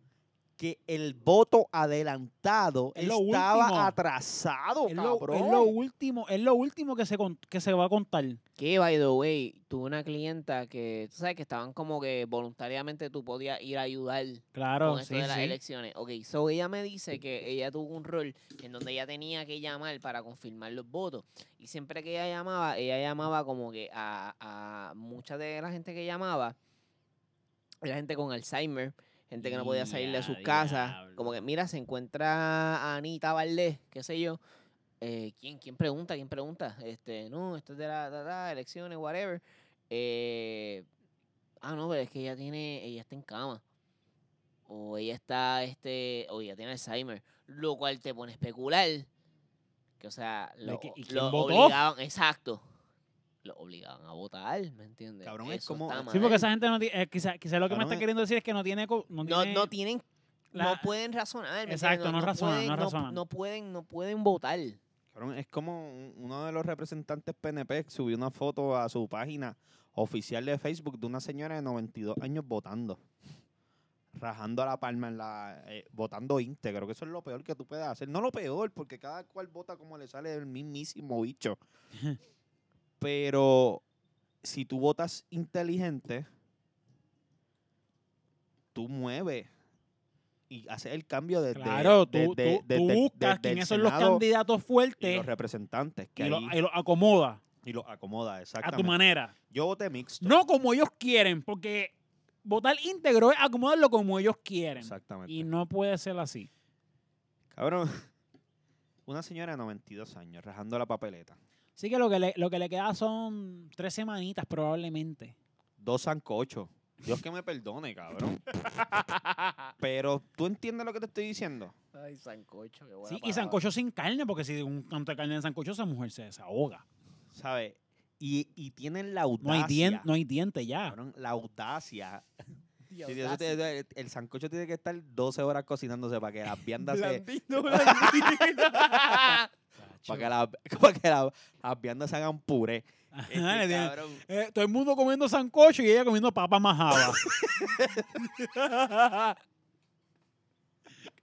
S3: que el voto adelantado
S2: Es lo
S3: estaba
S2: último.
S3: atrasado,
S2: Es lo,
S3: Oh, cabrón.
S2: es lo último, es lo último que se, con- que se va a contar.
S1: Que, by the way, tuve una clienta que, tú sabes, que estaban como que voluntariamente tú podías ir a ayudar
S2: Claro,
S1: con esto
S2: sí,
S1: de las
S2: sí.
S1: elecciones. Ok, so ella me dice que ella tuvo un rol en donde ella tenía que llamar para confirmar los votos. Y siempre que ella llamaba, ella llamaba como que a, a mucha de la gente que llamaba, era gente con Alzheimer, gente que no podía salir de sus
S2: Ya,
S1: casas. Como
S2: diablo.
S1: que, mira, se encuentra Anita Valdés, qué sé yo. Eh, ¿quién, ¿Quién pregunta? ¿Quién pregunta? Este, no, esto es de las elecciones, whatever. Eh, ah, no, pero es que ella tiene, ella está en cama. O ella está, este, o ella tiene Alzheimer. Lo cual te pone a especular. Que, o sea, lo,
S2: que- ¿y quién
S1: lo
S2: votó?
S1: obligaban, exacto. Lo obligaban a votar, ¿me entiendes?
S3: Cabrón, es
S1: Eso
S3: como-
S1: está
S2: Sí, porque
S1: mal.
S2: esa gente no tiene. quizá, quizá lo que me
S3: Cabrón,
S2: está
S3: eh.
S2: queriendo decir es que no tiene. co- No,
S1: No,
S2: tiene
S1: no tienen, no
S2: la-
S1: pueden razonar. ¿me entiendes?
S2: Exacto, no razonan,
S1: pueden-
S2: no
S1: no-
S2: razonan.
S1: no pueden, no pueden votar.
S3: Cabrón, es como un- uno de los representantes PNP que subió una foto a su página oficial de Facebook de una señora de 92 años votando. Rajando a la palma en la. eh, votando íntegro, que eso es lo peor que tú puedes hacer. No lo peor, porque cada cual vota como le sale del mismísimo bicho. Pero si tú votas inteligente, tú mueves y haces el cambio desde.
S2: Claro, tú,
S3: desde-
S2: tú-
S3: desde-
S2: tú
S3: desde-
S2: buscas
S3: desde el
S2: quiénes son los
S3: Senado
S2: candidatos
S3: y
S2: fuertes
S3: los representantes que
S2: Este, y lo-
S3: ahí-
S2: y los acomoda
S3: y los acomoda,
S2: a tu
S3: exactamente.
S2: manera.
S3: Yo voté mixto.
S2: No como ellos quieren, porque votar íntegro es acomodarlo como ellos quieren.
S3: Exactamente.
S2: Y no puede ser así.
S3: Cabrón. Una señora de 92 años rajando la papeleta.
S2: Así que lo que le, lo que le queda son tres semanitas probablemente.
S3: Dos sancochos. Dios que me perdone, cabrón. Pero tú entiendes lo que te estoy diciendo.
S1: Ay, sancocho, qué
S2: Sí, y sancocho sin carne, porque si un canto de carne de sancocho, esa mujer se desahoga.
S3: ¿Sabes? Y, y tienen la
S2: No
S3: audacia.
S2: hay, diente, no hay diente ya.
S3: Cabrón, la audacia. Sí, eso te- el, el sancocho tiene que estar 12 horas cocinándose para que las viandas se, para que, las- para que las- las viandas se hagan puré.
S2: Ajá,
S3: Este,
S2: le tiene-
S3: cabrón.
S2: eh, todo el mundo comiendo sancocho y ella comiendo papa majada.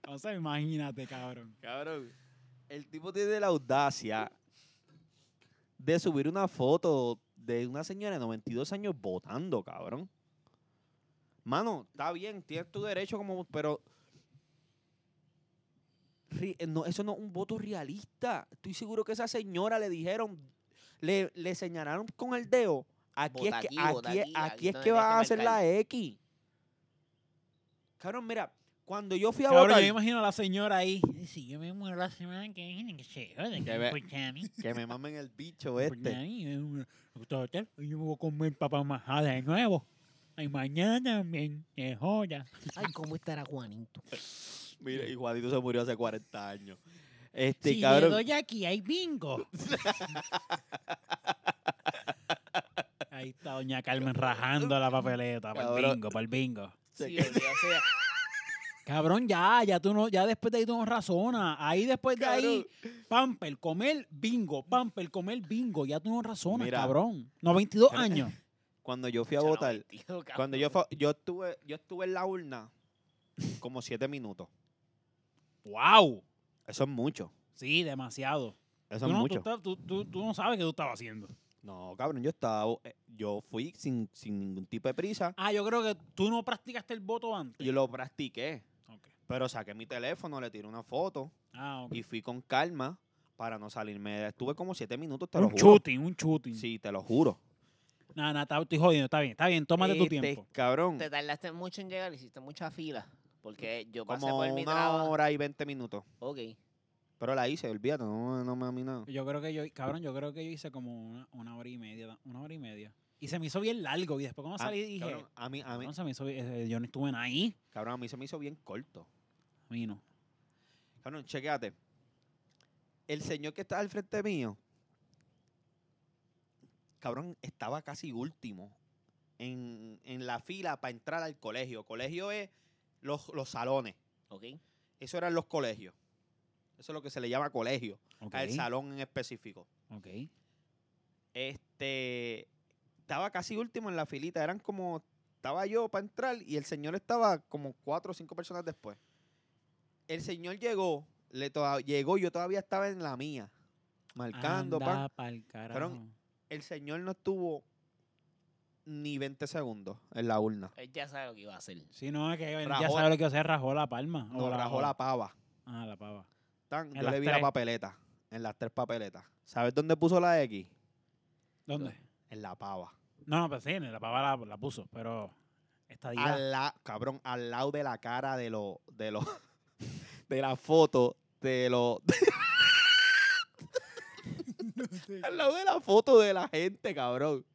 S2: o sea, imagínate, cabrón.
S3: Cabrón, el tipo tiene la audacia de subir una foto de una señora de 92 años votando, cabrón. Mano, está bien, tienes tu derecho como, pero ri- eh, no, eso no es un voto realista. Estoy seguro que esa señora le dijeron, le, le señalaron con el dedo. Aquí
S1: Vota
S3: es que,
S1: aquí,
S3: aquí,
S1: vota
S3: es-
S1: aquí,
S3: aquí
S1: aquí
S3: es
S1: donde
S3: que
S1: tienes
S3: vas
S1: que
S3: a hacer la
S1: marcar.
S3: X. Cabrón, mira, cuando yo fui a
S2: Cabrón, yo
S3: votar.
S2: me imagino a la señora ahí. Si yo me muero la semana que viene, que se joda,
S3: Que
S2: que
S3: ve-
S2: porque a mí,
S3: Que me mamen el bicho
S2: porque a mí, eh, me gusta hotel, y yo me voy a comer papa majada de nuevo. Ay, mañana también, que joda.
S1: Ay, ¿cómo estará Juanito?
S3: Mira, y Juanito se murió hace 40 años. Este,
S2: si
S3: cabrón.
S2: le doy aquí, hay bingo. Ahí está doña Carmen rajando la papeleta para el
S3: Cabrón.
S2: bingo, para el bingo.
S3: se-
S1: Sí, o sea,
S2: Cabrón, ya, ya tú no, ya después de ahí tú no razonas. Ahí después de ahí, pamper, comer bingo, pamper, comer bingo. Ya tú no razonas,
S3: Mira.
S2: cabrón. No, 22
S3: Cabrón.
S2: años.
S3: Cuando yo fui a
S1: chalo,
S3: votar,
S1: metido, cabrón.
S3: cuando yo, fue- yo, estuve, yo estuve en la urna como 7 minutos.
S2: ¡Wow!
S3: Eso es mucho.
S2: Sí, demasiado. Tú
S3: Eso es
S2: no, tú
S3: mucho.
S2: estás- tú- tú- tú no sabes qué tú estabas haciendo.
S3: No, cabrón, yo estaba. eh, Yo fui sin, sin ningún tipo de prisa.
S2: Ah, yo creo que tú no practicaste el voto antes.
S3: Yo lo practiqué.
S2: Ok.
S3: Pero saqué mi teléfono, le tiré una foto
S2: Ah, ok.
S3: y fui con calma para no salirme. Estuve como 7 minutos, te lo
S2: Un
S3: juro.
S2: shooting, un shooting.
S3: Sí, te lo juro.
S2: Nada, nada, está- estoy jodiendo, está bien, está bien, tómate tu
S3: Este,
S2: tiempo.
S3: Cabrón,
S1: Te tardaste mucho en llegar, hiciste mucha fila. Porque yo pasé
S3: como
S1: por mi
S3: una
S1: trabajo.
S3: hora y 20 minutos.
S1: Ok.
S3: Pero la hice, olvídate, no, no me a mí nada.
S2: Yo creo que yo, cabrón, yo creo que yo hice como una, una hora y media, una hora y media. Y se me hizo bien largo. Y después cuando salí dije,
S3: Ah, cabrón, a mí, a mí,
S2: "Cabrón, se me hizo bien- eh, yo no estuve en ahí.
S3: cabrón, a mí se me hizo bien corto.
S2: A mí no.
S3: Cabrón, chequéate. El señor que está al frente mío cabrón, estaba casi último en, en la fila para entrar al colegio. Colegio es los, los salones.
S1: ¿Ok?
S3: Eso eran los colegios. Eso es lo que se le llama colegio.
S2: Ok,
S3: Al salón en específico.
S2: ok.
S3: Este. Estaba casi último en la filita. Eran como. Estaba yo para entrar y el señor estaba como cuatro o cinco personas después. El señor llegó, le toda- llegó, yo todavía estaba en la mía, marcando. pan.
S2: Anda pa'l carajo.
S3: El señor no estuvo ni 20 segundos en la urna.
S1: Él ya sabe lo que iba a hacer.
S2: Si no, es que ya
S3: Rajó-
S2: sabe lo que hacer, rajó la palma. o
S3: No, rajó la pava.
S2: Ah, la pava.
S3: Tan,
S2: En
S3: yo
S2: las
S3: le vi la
S2: tres.
S3: papeleta. En las tres papeletas. ¿Sabes dónde puso la X?
S2: ¿Dónde?
S3: En la pava.
S2: No, no, pero sí, la pava la, la puso, pero esta día.
S3: Al la- cabrón, al lado de la cara de lo, de lo, de la foto, de lo, al lado de la foto de la gente, cabrón.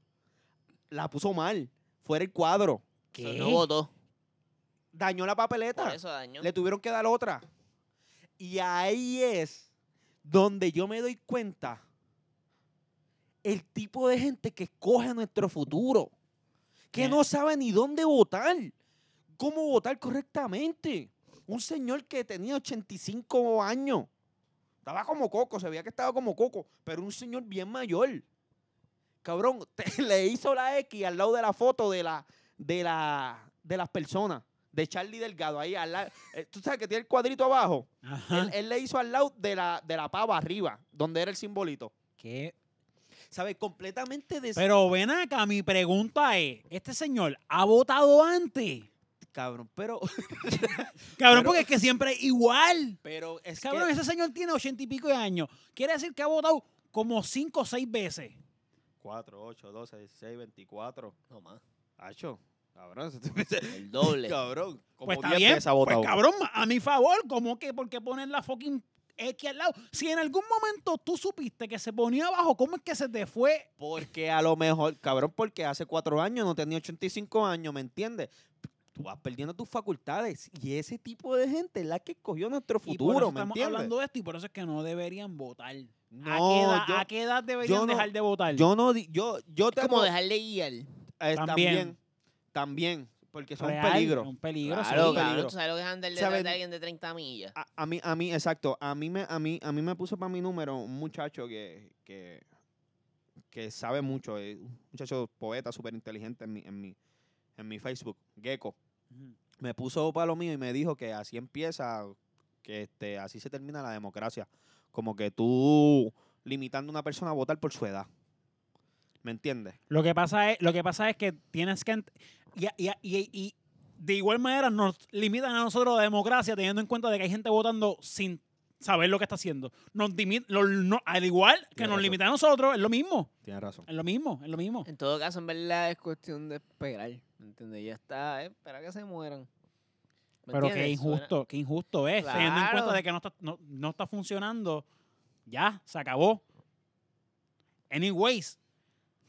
S3: La puso mal. Fuera el cuadro.
S1: Eso No votó.
S3: Dañó la
S1: Por
S3: papeleta.
S1: eso dañó.
S3: Ah, Le tuvieron que dar otra. Y ahí es donde yo me doy cuenta el tipo de gente que escoge nuestro futuro. Que
S2: Mira.
S3: no sabe ni dónde votar. Cómo votar correctamente. Un señor que tenía 85 años. Estaba como coco, se veía que estaba como coco. Pero un señor bien mayor. Cabrón, te- le hizo la X al lado de la foto de la, de la, de las personas. De Charlie Delgado ahí al lado. Eh, Tú sabes que tiene el cuadrito abajo.
S2: Ajá.
S3: Él, él le hizo al lado de la, de la pava arriba, donde era el simbolito.
S2: ¿Qué?
S3: ¿Sabes? Completamente des...
S2: Pero ven acá, mi pregunta es: ¿este señor ha votado antes?
S3: Cabrón, pero...
S2: Cabrón,
S3: Pero-
S2: porque es que siempre es igual.
S3: Pero es
S2: Cabrón,
S3: que...
S2: ese señor tiene ochenta y pico de años. Quiere decir que ha votado como cinco o seis veces.
S3: 4, 8, 12, 16, 24.
S1: No más.
S3: Hacho, cabrón.
S1: El doble.
S3: Cabrón. Como
S2: Pues está
S3: 10
S2: bien.
S3: veces ha
S2: Pues
S3: votado.
S2: cabrón, ma- a mi favor, ¿cómo que? ¿Por qué poner la fucking X al lado? Si en algún momento tú supiste que se ponía abajo, ¿cómo es que se te fue?
S3: Porque a lo mejor, cabrón, porque hace cuatro años no tenía 85 años, ¿me entiendes? Tú vas perdiendo tus facultades y ese tipo de gente es la que escogió nuestro
S2: Y por eso
S3: futuro, ¿me
S2: estamos
S3: entiendes?
S2: hablando de esto y por eso es que no deberían votar. ¿A, qué
S3: No,
S2: edad,
S3: yo,
S2: a qué edad deberían
S3: no-
S2: dejar de votar?
S3: yo no, di- yo, yo te
S1: Es como
S3: apro-
S1: dejarle guiar.
S3: eh,
S2: También.
S3: también, también, porque son
S2: Real,
S3: un peligro.
S2: Un peligro,
S1: Claro, claro.
S2: sí.
S3: peligro.
S1: Tú sabes lo que es andar detrás
S3: Saben-
S1: de alguien de 30 millas.
S3: A, a mí, a mí, exacto. A mí me, a mí, a mí me puso para mi número un muchacho que, que, que sabe mucho. eh, un muchacho poeta súper inteligente en mi, en mi, en mi Facebook, Gecko.
S2: Ujú.
S3: Me puso para lo mío y me dijo que así empieza, que este, así se termina la democracia. Como que tú limitando a una persona a votar por su edad. ¿Me entiendes?
S2: Lo que pasa es, lo que pasa es que tienes que. ent- Y, y- y- y de igual manera nos limitan a nosotros la democracia teniendo en cuenta de que hay gente votando sin saber lo que está haciendo. Nos dimi- lo- no- al igual que
S3: Tienes
S2: nos
S3: razón.
S2: limitan a nosotros, es lo mismo.
S3: Tienes razón.
S2: Es lo mismo, es lo mismo.
S1: En todo caso, en verdad es cuestión de esperar. ¿Me entiendes? Ya está. eh, espera que se mueran. ¿Me
S2: Pero qué
S1: entiendes? Suena-
S2: injusto, qué injusto es. Teniendo en cuenta
S1: Claro.
S2: de que no está, no, no está funcionando, ya, se acabó. Anyways,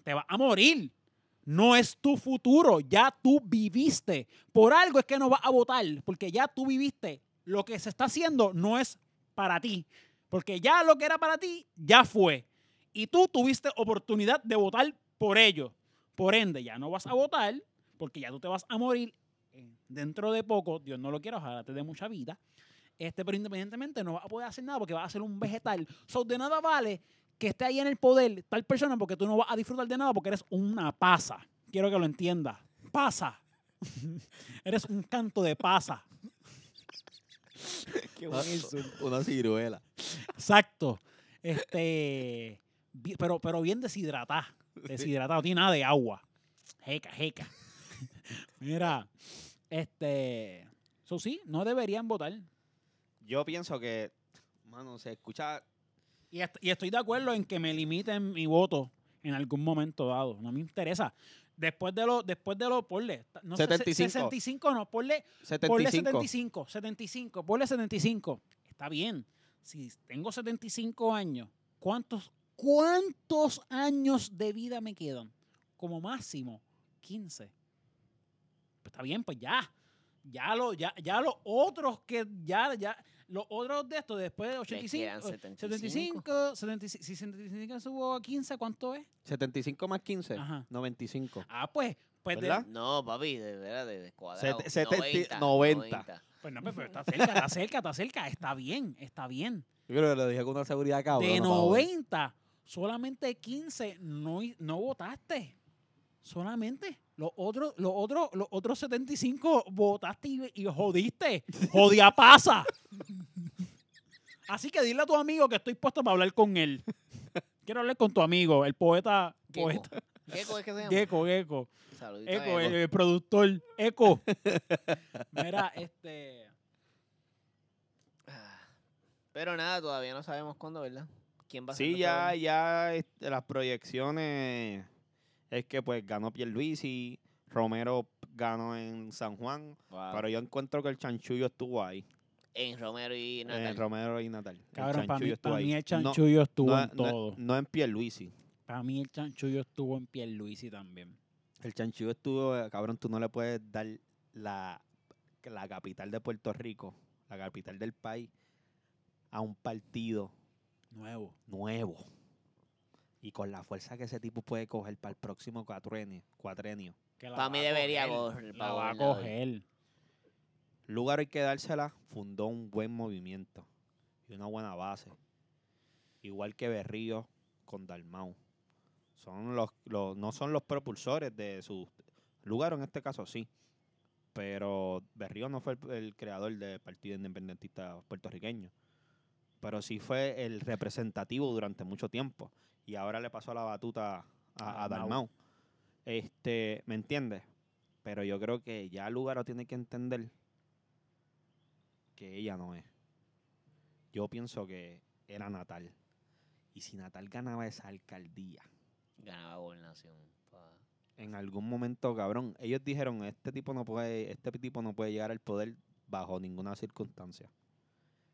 S2: te vas a morir. No es tu futuro, ya tú viviste. Por algo es que no vas a votar, porque ya tú viviste. Lo que se está haciendo no es para ti, porque ya lo que era para ti, ya fue. Y tú tuviste oportunidad de votar por ello. Por ende, ya no vas a votar, porque ya tú te vas a morir eh, dentro de poco, Dios no lo quiera, ojalá te dé mucha vida. Este, pero independientemente no vas a poder hacer nada porque vas a ser un vegetal. So, de nada vale que esté ahí en el poder tal persona porque tú no vas a disfrutar de nada porque eres una pasa. Quiero que lo entiendas. Pasa. eres un canto de pasa.
S3: Una ciruela.
S2: Exacto. Este, bi- pero, pero bien deshidratado. Deshidratado, no tiene nada de agua. Jeca, jeca. Mira, este. So, sí, no deberían votar.
S3: Yo pienso que, mano, se escucha
S2: Y, est- y estoy de acuerdo en que me limiten mi voto en algún momento dado. No me interesa. Después de lo, después de lo, ponle. No sé, se-
S3: 75.
S2: 65 no, ponle, ponle
S3: 75.
S2: 75, 75, ponle 75. Está bien. Si tengo 75 años, ¿cuántos, cuántos años de vida me quedan? Como máximo, 15. Pues está bien, pues ya. Ya, lo, ya, ya los otros que ya, ya, los otros de estos después de 85,
S1: quedan
S2: eh, 75, 75, si 75 subo a 15, ¿cuánto es?
S3: 75 más 15,
S2: Ajá.
S3: 95.
S2: Ah, pues, pues, de-
S3: ¿Verdad?
S1: No, papi, de verdad, de, de cuadrado.
S3: Sete-
S1: 90,
S3: setenta- 90.
S2: pues no, pero está cerca, está cerca, está cerca, está bien, está bien.
S3: Yo creo que lo dije con una seguridad
S1: Ah,
S3: cabrona.
S2: de
S3: pa' joder.
S2: 90, solamente 15 no, hi- no votaste. Solamente. Los otros, los otros, los otros 75 votaste y, y jodiste. Jodía pasa. Así que dile a tu amigo que estoy puesto para hablar con él. Quiero hablar con tu amigo, el poeta.
S1: Gecko.
S2: poeta
S1: Gecko es que se llama.
S2: Gecko, Gecko.
S1: Saludito a
S2: Eco, el,
S1: Gecko.
S2: el productor. Eco. Mira, este.
S1: Ah. Pero nada, todavía no sabemos cuándo, ¿verdad? ¿Quién va a ser
S3: Sí,
S1: nuestro
S3: ya,
S1: gobernador?
S3: ya este, las proyecciones es que pues ganó Pierluisi, Romero ganó en San Juan,
S1: Wow.
S3: pero yo encuentro que el chanchullo estuvo ahí.
S1: En Romero y Natal.
S3: En Romero y Natal. El
S2: Cabrón, para mí,
S3: chanchullo estuvo
S2: pa'
S3: ahí.
S2: mí el
S3: No,
S2: chanchullo estuvo
S3: no,
S2: en
S3: no-
S2: todo.
S3: no en Pierluisi.
S2: Para mí el chanchullo estuvo en Pierluisi también.
S3: El chanchullo estuvo, eh, cabrón, tú no le puedes dar la, la capital de Puerto Rico, la capital del país, a un partido
S2: Nuevo.
S3: nuevo. Y con la fuerza que ese tipo puede coger para el próximo cuatrenio, cuatrenio.
S1: Pa' mí debería coger,
S2: La
S1: pa'
S2: va a
S1: gobernador.
S2: coger.
S3: Lugar hay que dársela, fundó un buen movimiento y una buena base. Igual que Berrío con Dalmau. Son los, los- no son los propulsores de su lugar, en este caso sí. Pero Berrío no fue el, el creador del Partido Independentista puertorriqueño. Pero sí fue el representativo durante mucho tiempo. Y ahora le pasó la batuta a, a
S2: Dalmau.
S3: Dalmau. Este, ¿Me entiendes? Pero yo creo que ya Lugaro tiene que entender que ella no es. Yo pienso que era Natal. Y si Natal ganaba esa alcaldía,
S1: Ganaba gobernación. pa.
S3: en algún momento, cabrón, ellos dijeron, este tipo no puede, este tipo no puede llegar al poder bajo ninguna circunstancia.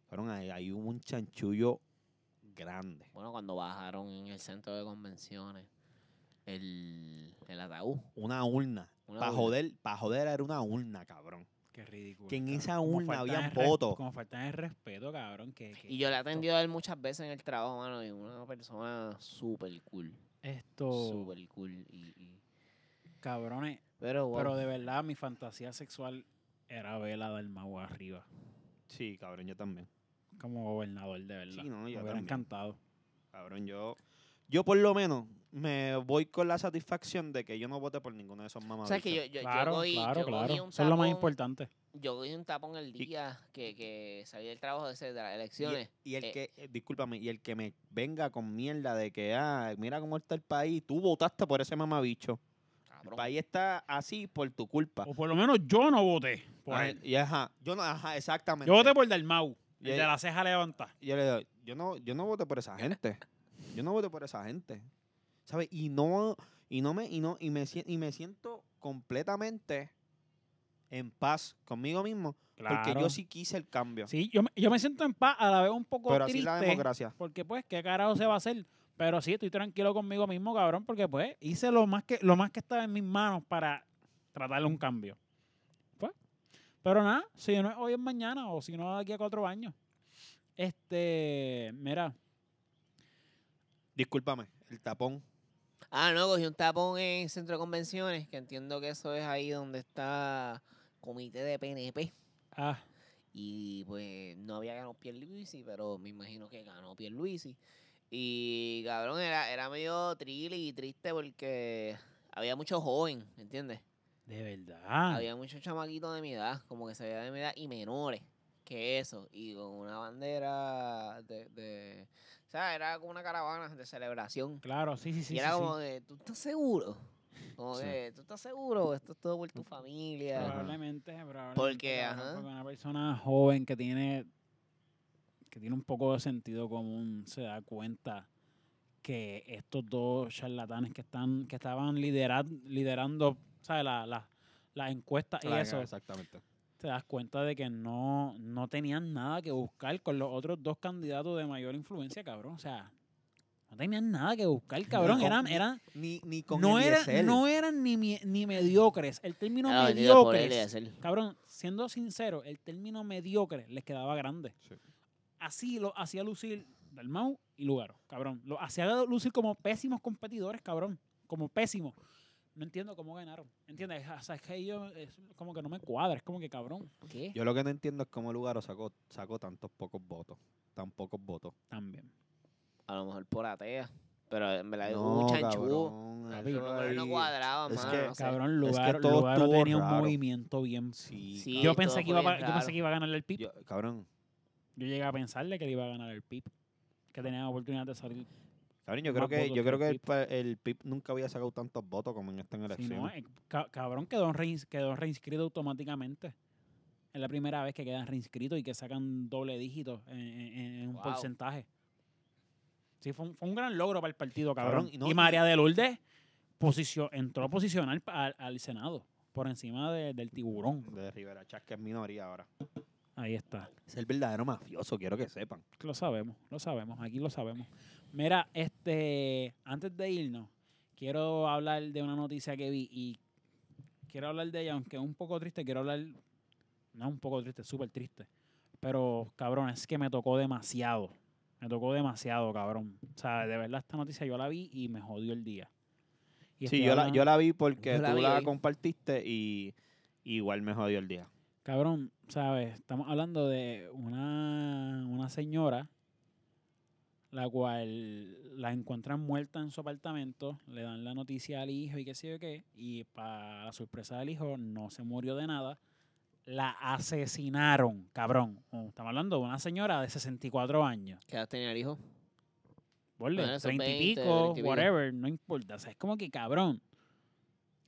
S3: Cabrón, ahí, ahí hubo un chanchullo grande.
S1: Bueno, cuando bajaron en el centro de convenciones el, el ataúd.
S3: Una urna.
S1: Una
S3: Para
S1: urna.
S3: joder, pa' joder era una urna, cabrón.
S2: Qué ridículo.
S3: Que en esa
S2: cabrón. Como
S3: urna
S2: faltan
S3: habían
S2: el res-
S3: votos.
S2: Como faltan el respeto, cabrón. Que, que
S1: Y yo la he atendido a él muchas veces en el trabajo, mano. Y una persona súper cool.
S2: Esto,
S3: Oh.
S1: Súper cool. Y, y-
S2: cabrones.
S1: Pero bueno.
S2: Pero de verdad, mi fantasía sexual era vela del mago arriba.
S3: Sí, cabrón, yo también.
S2: Como gobernador, de verdad.
S3: Sí, no, yo
S2: Me hubiera
S3: también.
S2: encantado.
S3: Cabrón, yo. Yo por lo menos me voy con la satisfacción de que yo no voté por ninguno de esos
S1: o
S3: mamadas.
S1: sea, es que yo, yo, yo
S2: claro,
S1: cogí-
S2: claro,
S1: yo cogí
S2: claro.
S1: un
S2: Eso es lo más
S1: tapón-
S2: importante.
S1: Yo cogí un tapón el día que, que salí del trabajo de, ese- de las elecciones.
S3: Y, y el
S1: Eh.
S3: que, eh, discúlpame, y el que me venga con mierda de que, ah, mira cómo está el país, tú votaste por ese mamabicho. El
S1: Cabrón.
S3: país está así por tu culpa.
S2: O por lo menos yo no voté. por
S3: Ah,
S2: él.
S3: y ajá, yo no, ajá, exactamente.
S2: Yo voté por del Mau. El
S3: Y-
S2: de la ceja levantada.
S3: Yo le digo, yo no, yo no voté por esa gente. Yo no voté por esa gente. ¿Sabes? Y no, y no me, y no, y me, sien- y me siento completamente en paz conmigo mismo. Porque yo sí quise el cambio.
S2: Sí, yo me, yo me siento en paz, a la vez un poco
S3: pero así
S2: triste.
S3: la democracia.
S2: porque pues, ¿qué carajo se va a hacer? Pero sí, estoy tranquilo conmigo mismo, cabrón, porque pues hice lo más que, lo más que estaba en mis manos para tratarle un cambio. Pues. Pero nada, si no es hoy es mañana, o si no de aquí a cuatro años. Este, mira,
S3: Discúlpame, el tapón.
S1: Ah, no, cogí un tapón en centro de convenciones, que entiendo que eso es ahí donde está comité de PNP.
S2: ah,
S1: Y pues no había ganado Pierluisi, pero me imagino que ganó Pierluisi. Y cabrón, era, era medio triste y triste porque había mucho joven, ¿me entiendes?
S2: de verdad.
S1: Había muchos chamaquitos de mi edad, como que se veía de mi edad, y menores que eso. Y con una bandera de... de- o sea, era como una caravana de celebración.
S2: Claro, sí, sí, sí.
S1: y
S2: sí,
S1: era
S2: sí.
S1: como que, ¿tú estás seguro? Como
S3: Sí.
S1: que, ¿tú estás seguro? Esto es todo por tu familia.
S3: Ajá.
S2: Probablemente, probablemente.
S1: Porque,
S2: cabrón,
S1: ajá.
S2: porque una persona joven que tiene que tiene un poco de sentido común se da cuenta que estos dos charlatanes que están que estaban lideran- liderando, ¿sabes? La, la- las encuestas y
S3: Claro,
S2: eso,
S3: Exactamente.
S2: te das cuenta de que no, no tenían nada que buscar con los otros dos candidatos de mayor influencia, cabrón. O sea, No tenían nada que buscar, cabrón.
S3: No.
S2: Eran, eran,
S3: Ni, ni con
S2: no, era-
S3: Eliezer.
S2: no e-, eran ni, mi- ni mediocres. El término
S1: Ah, vendido por
S2: mediocres.
S1: Eliezer.
S2: Cabrón, siendo sincero, el término mediocre les quedaba grande.
S3: Sí.
S2: Así lo hacía lucir Dalmau y Lugaro, cabrón. Lo hacía lucir como pésimos competidores, cabrón. Como pésimos. No entiendo cómo ganaron. ¿Entiendes? O sea, es que yo es como que no me cuadra. Es como que, cabrón, ¿qué?
S3: Yo lo que no entiendo es cómo Lugaro sacó, sacó tantos pocos votos. Tan pocos votos.
S2: También.
S1: A lo mejor por atea. Pero en
S3: Eh,
S1: verdad hubo un chanchú.
S3: cabrón,
S1: A
S3: eso
S1: lo mejor no
S3: ahí-
S1: cuadraba,
S3: Es
S1: mano.
S3: que-
S1: no sé.
S2: Cabrón,
S3: Es que
S2: Lugaro,
S3: todo
S2: Lugaro
S3: estuvo
S2: tenía un
S3: raro.
S2: movimiento bien...
S3: Sí,
S1: Sí, todo
S2: yo,
S3: cabrón.
S2: pensé que
S1: fue
S2: iba, a-
S1: bien
S2: yo pensé
S1: raro.
S2: que iba a ganar el PIB.
S3: Yo- cabrón,
S2: Yo llegué a pensarle que le iba a ganar el PIB. Que tenía oportunidad de salir.
S3: cabrón, yo
S2: Más
S3: creo que,
S2: votos
S3: yo
S2: que
S3: creo que
S2: el
S3: el, pa- el PIB nunca había sacado tantos votos como en esta
S2: Si
S3: elección.
S2: no, eh, ca- cabrón, quedó, reins- quedó reinscrito automáticamente. Es la primera vez que quedan reinscritos y que sacan doble dígito en, en- en un
S1: Wow.
S2: porcentaje. Sí, fue un, fue un gran logro para el partido, cabrón.
S3: Cabrón, y no-
S2: y María de Lourdes posicio- entró a posicionar pa- al, al Senado por encima de- del tiburón.
S3: De Rivera Chas, que es minoría ahora.
S2: Ahí está.
S3: Es el verdadero mafioso, quiero que sepan.
S2: Lo sabemos, lo sabemos, aquí lo sabemos. Mira, este, antes de irnos, quiero hablar de una noticia que vi y quiero hablar de ella, aunque es un poco triste, quiero hablar, no un poco triste, súper triste. Pero, cabrón, es que me tocó demasiado. Me tocó demasiado, cabrón. O sea, de verdad esta noticia yo la vi y me jodió el día. Y este
S3: Sí,
S2: estoy
S3: yo la,
S2: hablando-
S3: yo la vi porque
S1: Yo la
S3: tú
S1: vi
S3: la
S1: hoy.
S3: compartiste y igual me jodió el día.
S2: Cabrón, ¿sabes? Estamos hablando de una, una señora la cual la encuentran muerta en su apartamento, le dan la noticia al hijo y qué sé yo qué, y para la sorpresa del hijo no se murió de nada, la asesinaron, cabrón. Oh, Estamos hablando de una señora de 64 años,
S1: ¿Qué edad tenía el hijo?
S2: borde,
S1: Bueno, son
S2: 30 y
S1: 20,
S2: pico,
S1: 20 y pico.
S2: whatever, no importa, o sea, es como que cabrón.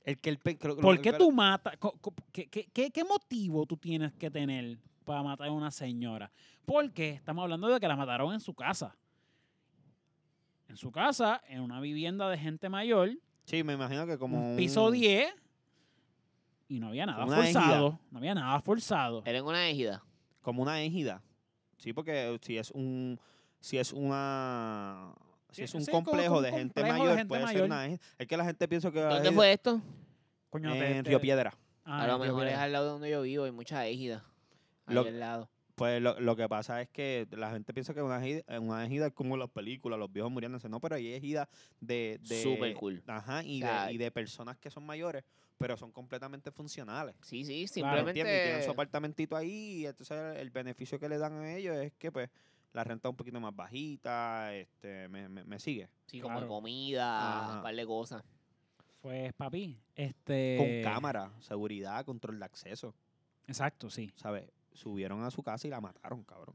S3: El que el pe- creo- creo
S2: ¿Por
S3: que
S2: qué
S3: era-
S2: tú matas? co- co- ¿Qué, qué, qué- qué motivo tú tienes que tener para matar a una señora? Porque estamos hablando de que la mataron en su casa. En su casa, en una vivienda de gente mayor,
S3: Sí, me imagino que como
S2: un piso
S3: un-
S2: 10, y no había nada
S3: Una
S2: forzado. No había nada forzado.
S1: Era en una égida.
S3: como una égida. Sí, porque si es un si es una
S2: Sí,
S3: si es un
S2: sí, como-
S3: complejo
S2: como
S3: de
S2: un
S3: gente
S2: complejo de
S3: mayor
S2: gente
S3: puede
S2: mayor.
S3: ser una égida. Es que la gente piensa que
S1: ¿Dónde fue esto?
S2: Coño, te-
S3: en
S2: te-
S3: Río Piedra.
S2: Ah,
S1: A lo
S2: en Río
S1: mejor es
S2: Piedra.
S1: al lado de donde yo vivo. Hay muchas égidas.
S3: Lo-
S1: Al lado.
S3: Pues lo, lo que pasa es que la gente piensa que una égida, una égida es como las películas, los viejos muriéndose. No, pero hay égidas de, de
S1: Súper cool.
S3: Ajá, y,
S1: O sea,
S3: de, y de personas que son mayores, pero son completamente funcionales.
S1: Sí, sí,
S2: Claro.
S1: simplemente.
S3: ¿Entiendes? Y tienen su apartamentito ahí y entonces el beneficio que le dan a ellos es que pues la renta es un poquito más bajita, este, me, me- me sigue.
S1: sí, como
S2: Claro.
S1: comida,
S3: Ajá.
S1: un par de cosas.
S2: Pues, papi, este...
S3: Con cámara, seguridad, control de acceso,
S2: Exacto, sí.
S3: ¿sabes? Subieron a su casa y la mataron, cabrón.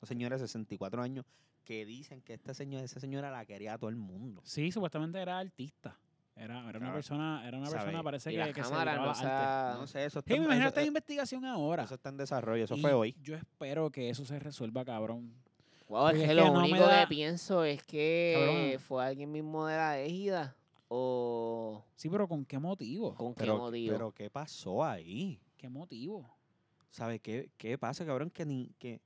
S3: La señora de 64 años que dicen que esta señora, esa señora la quería a todo el mundo.
S2: Sí, supuestamente era artista. Era, era una
S3: Claro.
S2: persona, era una
S3: Sabe,
S2: persona parece
S1: y las
S2: que, que se
S1: cámaras
S2: dedicaba
S1: no
S2: a la arte.
S1: sea-
S3: No sé, eso
S2: Sí,
S3: está,
S2: me
S3: en-
S2: imagino
S3: eso-
S2: esta investigación ahora.
S3: eso está en desarrollo, eso
S2: Y
S3: fue hoy.
S2: Yo espero que eso se resuelva, cabrón.
S1: Wow, es
S2: Porque
S1: que,
S2: Pues es
S1: lo
S2: que no me
S1: único
S2: da-
S1: que pienso es que
S2: Cabrón.
S1: fue alguien mismo de la égida o
S2: Sí, pero ¿con qué motivo?
S1: con qué
S3: Pero,
S1: motivo.
S3: pero ¿qué pasó ahí?
S2: ¿Qué motivo?
S3: ¿Sabes qué, qué pasa, cabrón? Que ni, que,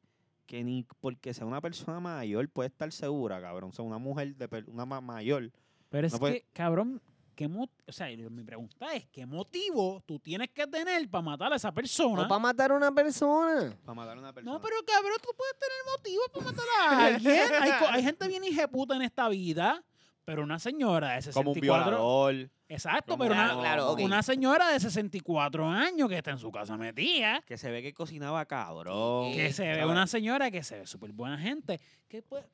S3: que ni porque sea una persona mayor puede estar segura, cabrón. O sea, una mujer, de per- una ma- mayor.
S2: Pero es
S3: No puede-
S2: que, cabrón, ¿qué mo- o sea, mi pregunta es, ¿qué motivo tú tienes que tener para matar a esa persona?
S1: no para matar a una persona.
S3: Para matar a una persona.
S2: No, pero cabrón, tú puedes tener motivos para matar a alguien. Hay, co- hay gente bien puta en esta vida, pero una señora de 64...
S3: Como un violador.
S2: Exacto,
S3: Como-
S2: pero una,
S1: Claro, claro, ok.
S2: una señora de 64 años que está en su casa metida.
S3: Que se ve que cocinaba, cabrón.
S1: Sí,
S2: que se ve
S3: ¿sabes?
S2: una señora que se ve súper buena gente. Que pues,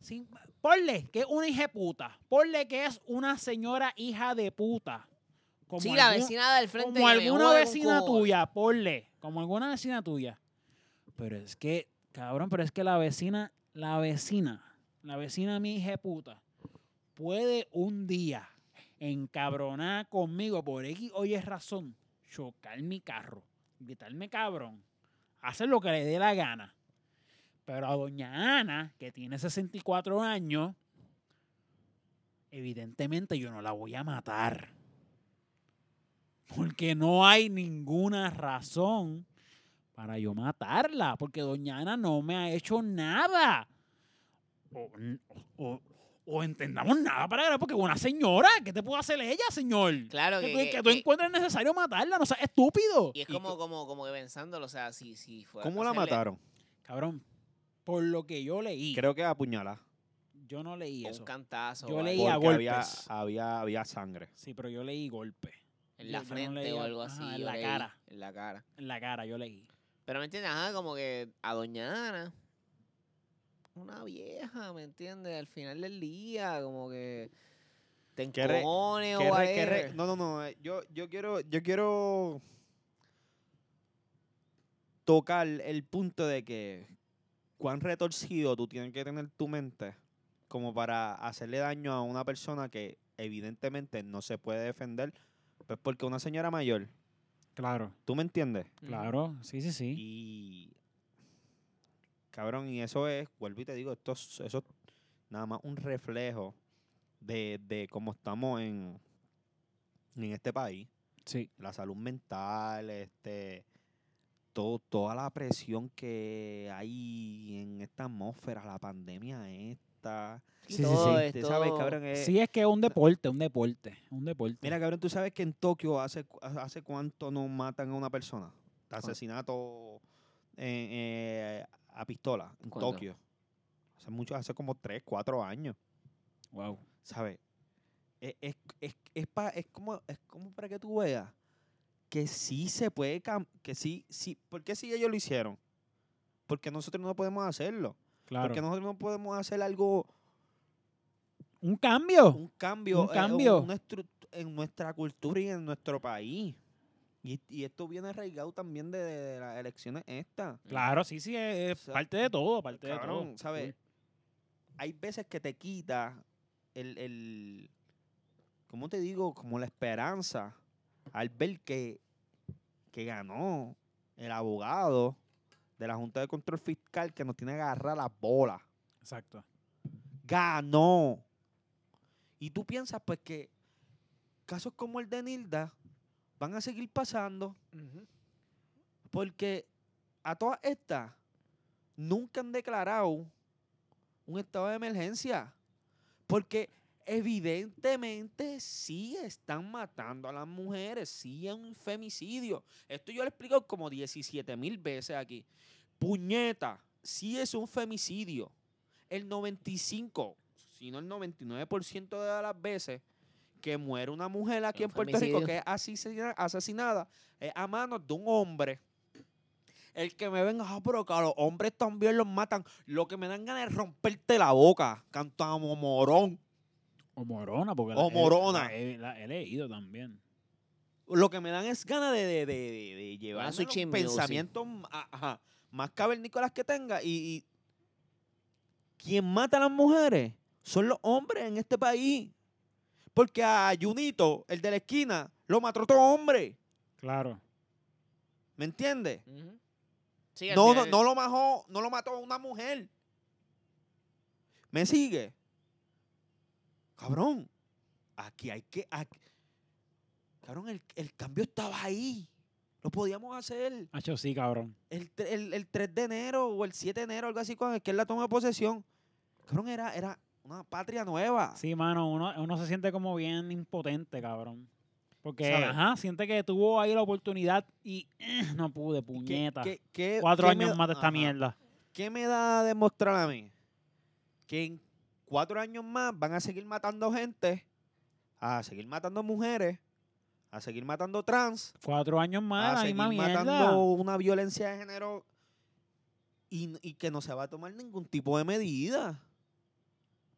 S2: sin- ponle que es una hija de puta. Ponle que es una señora hija de puta. Como
S1: sí, la
S2: algún-
S1: vecina del frente.
S2: Como
S1: que me
S2: alguna
S1: jode con
S2: vecina
S1: cojones.
S2: tuya, ponle. Como alguna vecina tuya. Pero es que, cabrón, pero es que la vecina, la vecina, la vecina mi hija de puta, puede un día encabronar conmigo por X o Y razón, chocar mi carro, gritarme cabrón, hacer lo que le dé la gana. Pero a doña Ana, que tiene 64 años, evidentemente yo no la voy a matar. Porque no hay ninguna razón para yo matarla. Porque Doña Ana no me ha hecho nada. o, o- o entendamos nada para grabar, porque es una señora, ¿qué te puede hacer ella, señor?
S1: Claro
S2: que,
S1: que,
S2: tú, que
S1: que-
S2: tú
S1: que-
S2: encuentres necesario matarla, no seas estúpido.
S1: y es
S3: y
S1: como, como, como que pensándolo, o sea, si, si fuera
S3: ¿Cómo
S1: que
S3: la
S1: hacerle-
S3: mataron?
S2: Cabrón, por lo que yo leí,
S3: Creo que apuñalada.
S2: yo no leí
S1: con Un
S2: eso.
S1: cantazo.
S2: Yo
S1: o algo,
S2: leí
S3: Porque
S2: a
S3: había,
S2: golpes.
S3: había, había sangre.
S2: Sí, pero yo leí golpe.
S1: En la
S2: yo- yo no
S1: frente o
S2: leía-
S1: algo así.
S2: ajá, en
S1: yo
S2: la
S1: leí,
S2: cara.
S1: En la cara.
S2: En la cara, yo leí.
S1: Pero me entiendes, ajá, como que a Doña Ana, una vieja, ¿me entiendes? Al final del día, como que te
S3: Que re-
S1: encojone o
S3: Que re- que re-
S1: whatever.
S3: no, no, no. eh, Yo, yo quiero, yo quiero tocar el punto de que cuán retorcido tú tienes que tener tu mente como para hacerle daño a una persona que evidentemente no se puede defender, pues porque una señora mayor,
S2: Claro,
S3: ¿tú me entiendes?
S1: Ujú.
S2: claro, sí, sí, sí.
S3: Y cabrón, y eso es, vuelvo y te digo, esto es, eso es nada más un reflejo de, de cómo estamos en, en este país.
S2: Sí.
S3: La salud mental, este todo, toda la presión que hay en esta atmósfera, la pandemia esta.
S1: Y
S2: Sí, sí,
S1: todo
S2: sí.
S1: es
S3: Usted sabe,
S1: todo-
S3: cabrón, es-
S2: Sí, es que es un deporte, un deporte, un deporte.
S3: eh, Mira, cabrón, tú sabes que en Tokio hace, cu- hace cuánto no matan a una persona. Asesinato eh, eh, a pistola en
S1: ¿Cuándo?
S3: Tokio. Hace mucho, hace como 3, 4 años,
S2: wow.
S3: ¿sabes? Es, es, es, es pa- es como, es como para que tú veas que sí se puede cam- que sí, sí. ¿Por qué si ellos lo hicieron? Porque nosotros no podemos hacerlo.
S2: Claro.
S3: Porque nosotros no podemos hacer algo
S2: Un cambio.
S3: un cambio,
S2: Un
S3: eh,
S2: cambio.
S3: una estru- en nuestra cultura y en nuestro país. Y, y esto viene arraigado también de, de las elecciones estas.
S1: Mm.
S2: Claro, sí, sí, es, es
S3: O sea,
S2: parte de todo, parte de
S3: Cabrón,
S2: todo.
S3: ¿sabes?
S2: Full.
S3: Hay veces que te quita el, el, ¿cómo te digo? Como la esperanza al ver que, que ganó el abogado de la Junta de Control Fiscal que nos tiene agarrar las bolas.
S2: Exacto.
S3: ganó. Y tú piensas, pues, que casos como el de Nilda van a seguir pasando
S1: Ujú.
S3: porque a todas estas nunca han declarado un estado de emergencia. Porque evidentemente sí están matando a las mujeres, sí es un femicidio. Esto yo lo explico como 17 mil veces aquí. Puñeta, sí es un femicidio. El 95, si no el 99% de las veces que muere una mujer aquí
S1: Un
S3: en Puerto Rico
S1: femicidio.
S3: que es asesina- asesinada es a manos de un hombre. El que me venga, ah, pero que a los hombres también los matan. Lo que me dan ganas es romperte la boca. Cantamos morón.
S2: O morona, porque
S3: O
S2: he-
S3: morona.
S2: la he- la he leído también.
S3: lo que me dan es ganas de, de, de, de, de llevarme
S1: su
S3: los
S1: chin music.
S3: pensamientos m- a- ajá, más cavernícolas que tenga. Y, y quien mata a las mujeres son los hombres en este país. Porque a Junito, el de la esquina, lo mató otro hombre.
S2: Claro.
S3: ¿Me entiendes?
S1: Ujú. Sí, al
S3: No, no,
S1: final-
S3: no lo majó, no lo mató una mujer. ¿Me sigue? Cabrón, aquí hay que... aquí- Cabrón, el, el cambio estaba ahí. Lo podíamos hacer
S2: Hacho, sí, cabrón.
S3: el, tre- el, el 3 de enero o el 7 de enero, algo así, cuando es que es la toma de posesión. Cabrón, era, era una patria nueva.
S2: Sí, mano, uno, uno se siente como bien impotente, cabrón. Porque,
S3: ¿Sabes?
S2: ajá, siente que tuvo ahí la oportunidad y eh, no pude,
S3: ¿Qué-
S2: puñeta.
S3: qué- qué-
S2: Cuatro
S3: qué me
S2: años
S3: da-
S2: más de esta
S3: ajá.
S2: mierda.
S3: ¿Qué me da a demostrar a mí? Que en cuatro años más van a seguir matando gente, a seguir matando mujeres, a seguir matando trans,
S2: Cuatro años más, de
S3: a
S2: la
S3: seguir
S2: misma mierda.
S3: matando una violencia de género y, y que no se va a tomar ningún tipo de medida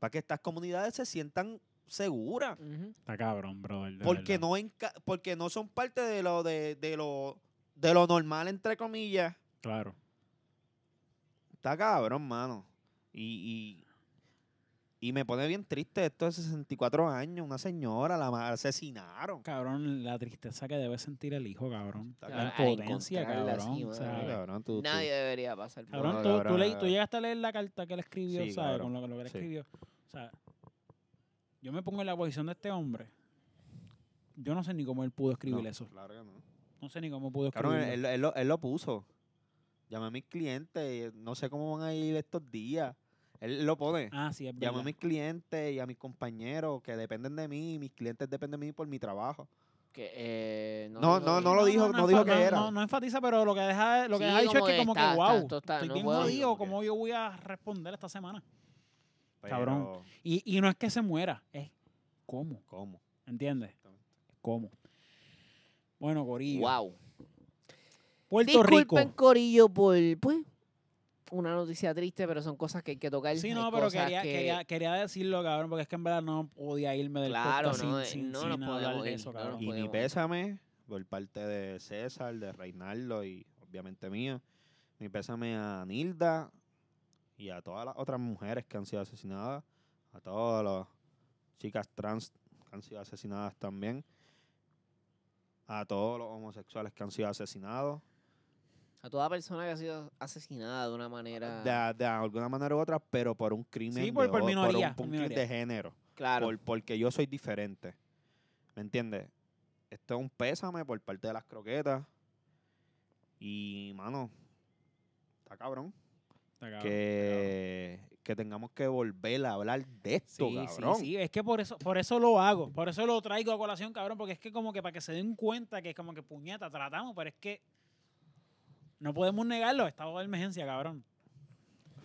S3: para que estas comunidades se sientan seguras.
S1: Ujú.
S2: Está cabrón, brother. de
S3: Porque
S2: verdad.
S3: no, enca- porque no son parte de lo, de, de lo, de lo normal, entre comillas.
S2: Claro.
S3: Está cabrón, mano. Y, y, y me pone bien triste esto de 64 años. Una señora la ma- asesinaron.
S2: Cabrón, la tristeza que debe sentir el hijo, cabrón.
S3: Está
S2: La
S1: cabrón. Ah,
S2: impotencia,
S1: encontrarla
S2: cabrón.
S1: así,
S2: ¿sabes?
S1: madre.
S3: Cabrón, tú- tú-
S1: Nadie debería pasar por
S2: Cabrón,
S3: No,
S2: tú, tú
S3: cabrón,
S2: leí- tú
S3: cabrón.
S2: llegaste a leer la carta que él escribió,
S3: Sí,
S2: ¿sabes?
S3: cabrón,
S2: Con lo, lo que él
S3: sí.
S2: escribió. O sea, yo me pongo en la posición de este hombre. Yo no sé ni cómo él pudo escribir
S3: No,
S2: eso.
S3: claro que no.
S2: No sé ni cómo pudo escribirlo.
S3: Cabrón, él, él- él lo, él lo puso. Llamé a mis clientes. No sé cómo van a ir estos días. Él lo pone.
S2: Ah, sí, es verdad.
S3: Llamo a mis clientes y a mis compañeros que dependen de mí. Mis clientes dependen de mí por mi trabajo.
S1: Que, eh,
S3: No,
S1: digo que-
S3: no lo dijo- no dijo
S2: enfa-
S3: que era.
S2: No, no enfatiza, pero lo que deja, lo que
S1: Sí,
S2: ha dicho es
S1: como
S2: que
S1: que
S2: como
S1: está-
S2: que wow,
S1: está- esto está-
S2: estoy
S1: no
S2: bien
S1: puedo".
S2: jodido como yo voy a responder esta semana.
S3: Pero,
S2: Cabrón. Y, y no es que se muera, es cómo,
S3: ¿Cómo?
S2: ¿entiendes?
S3: Exactamente.
S2: Cómo. Bueno, Corillo.
S1: Wow.
S2: Puerto
S1: Disculpen,
S2: Rico.
S1: Corillo, por pues, una noticia triste, pero son cosas que hay que tocar.
S2: Sí,
S1: hay
S2: no, pero
S1: cosas
S2: quería,
S1: que-
S2: quería, quería decirlo, cabrón, porque es que en verdad no podía irme del
S1: Claro,
S2: podcast
S1: no, eh,
S2: sin, sin,
S1: no
S2: sin
S1: nos
S2: hablar
S1: podíamos
S2: de
S1: ir,
S2: eso,
S1: no
S2: cabrón.
S1: nos
S3: Y mi
S1: podemos.
S3: pésame por parte de César, de Reinaldo y obviamente mía. Mi pésame a Nilda y a todas las otras mujeres que han sido asesinadas. A todas las chicas trans que han sido asesinadas también. A todos los homosexuales que han sido asesinados.
S1: A toda persona que ha sido asesinada de una manera.
S3: De, de alguna manera u otra, pero por un crimen
S2: por-
S3: de,
S2: por
S3: o- un-
S2: minoría, por
S3: un crimen
S2: minoría.
S3: de género.
S1: claro.
S3: por- porque yo soy diferente. ¿Me entiendes? Esto es un pésame por parte de las croquetas. Y, mano, está cabrón.
S2: Está cabrón.
S3: que, que tengamos que volver a hablar de esto,
S2: Sí, sí,
S3: cabrón.
S2: sí, es que por eso, por eso lo hago, por eso lo traigo a colación, cabrón, porque es que como que para que se den cuenta que es como que puñeta, tratamos, pero es que no podemos negarlo, estado de emergencia, cabrón.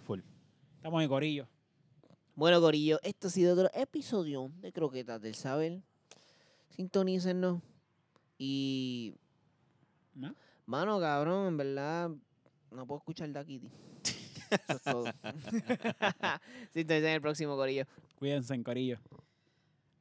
S3: Full.
S2: Estamos en corillo.
S1: Bueno, Corillo, esto ha sido otro episodio de Croquetas del Saber. Sintonícenos. Y.
S2: ¿No?
S1: Mano, cabrón, en verdad. No puedo escuchar Da Kitty. Eso es todo. Sintonicen el próximo, Corillo.
S2: Cuídense, corillo.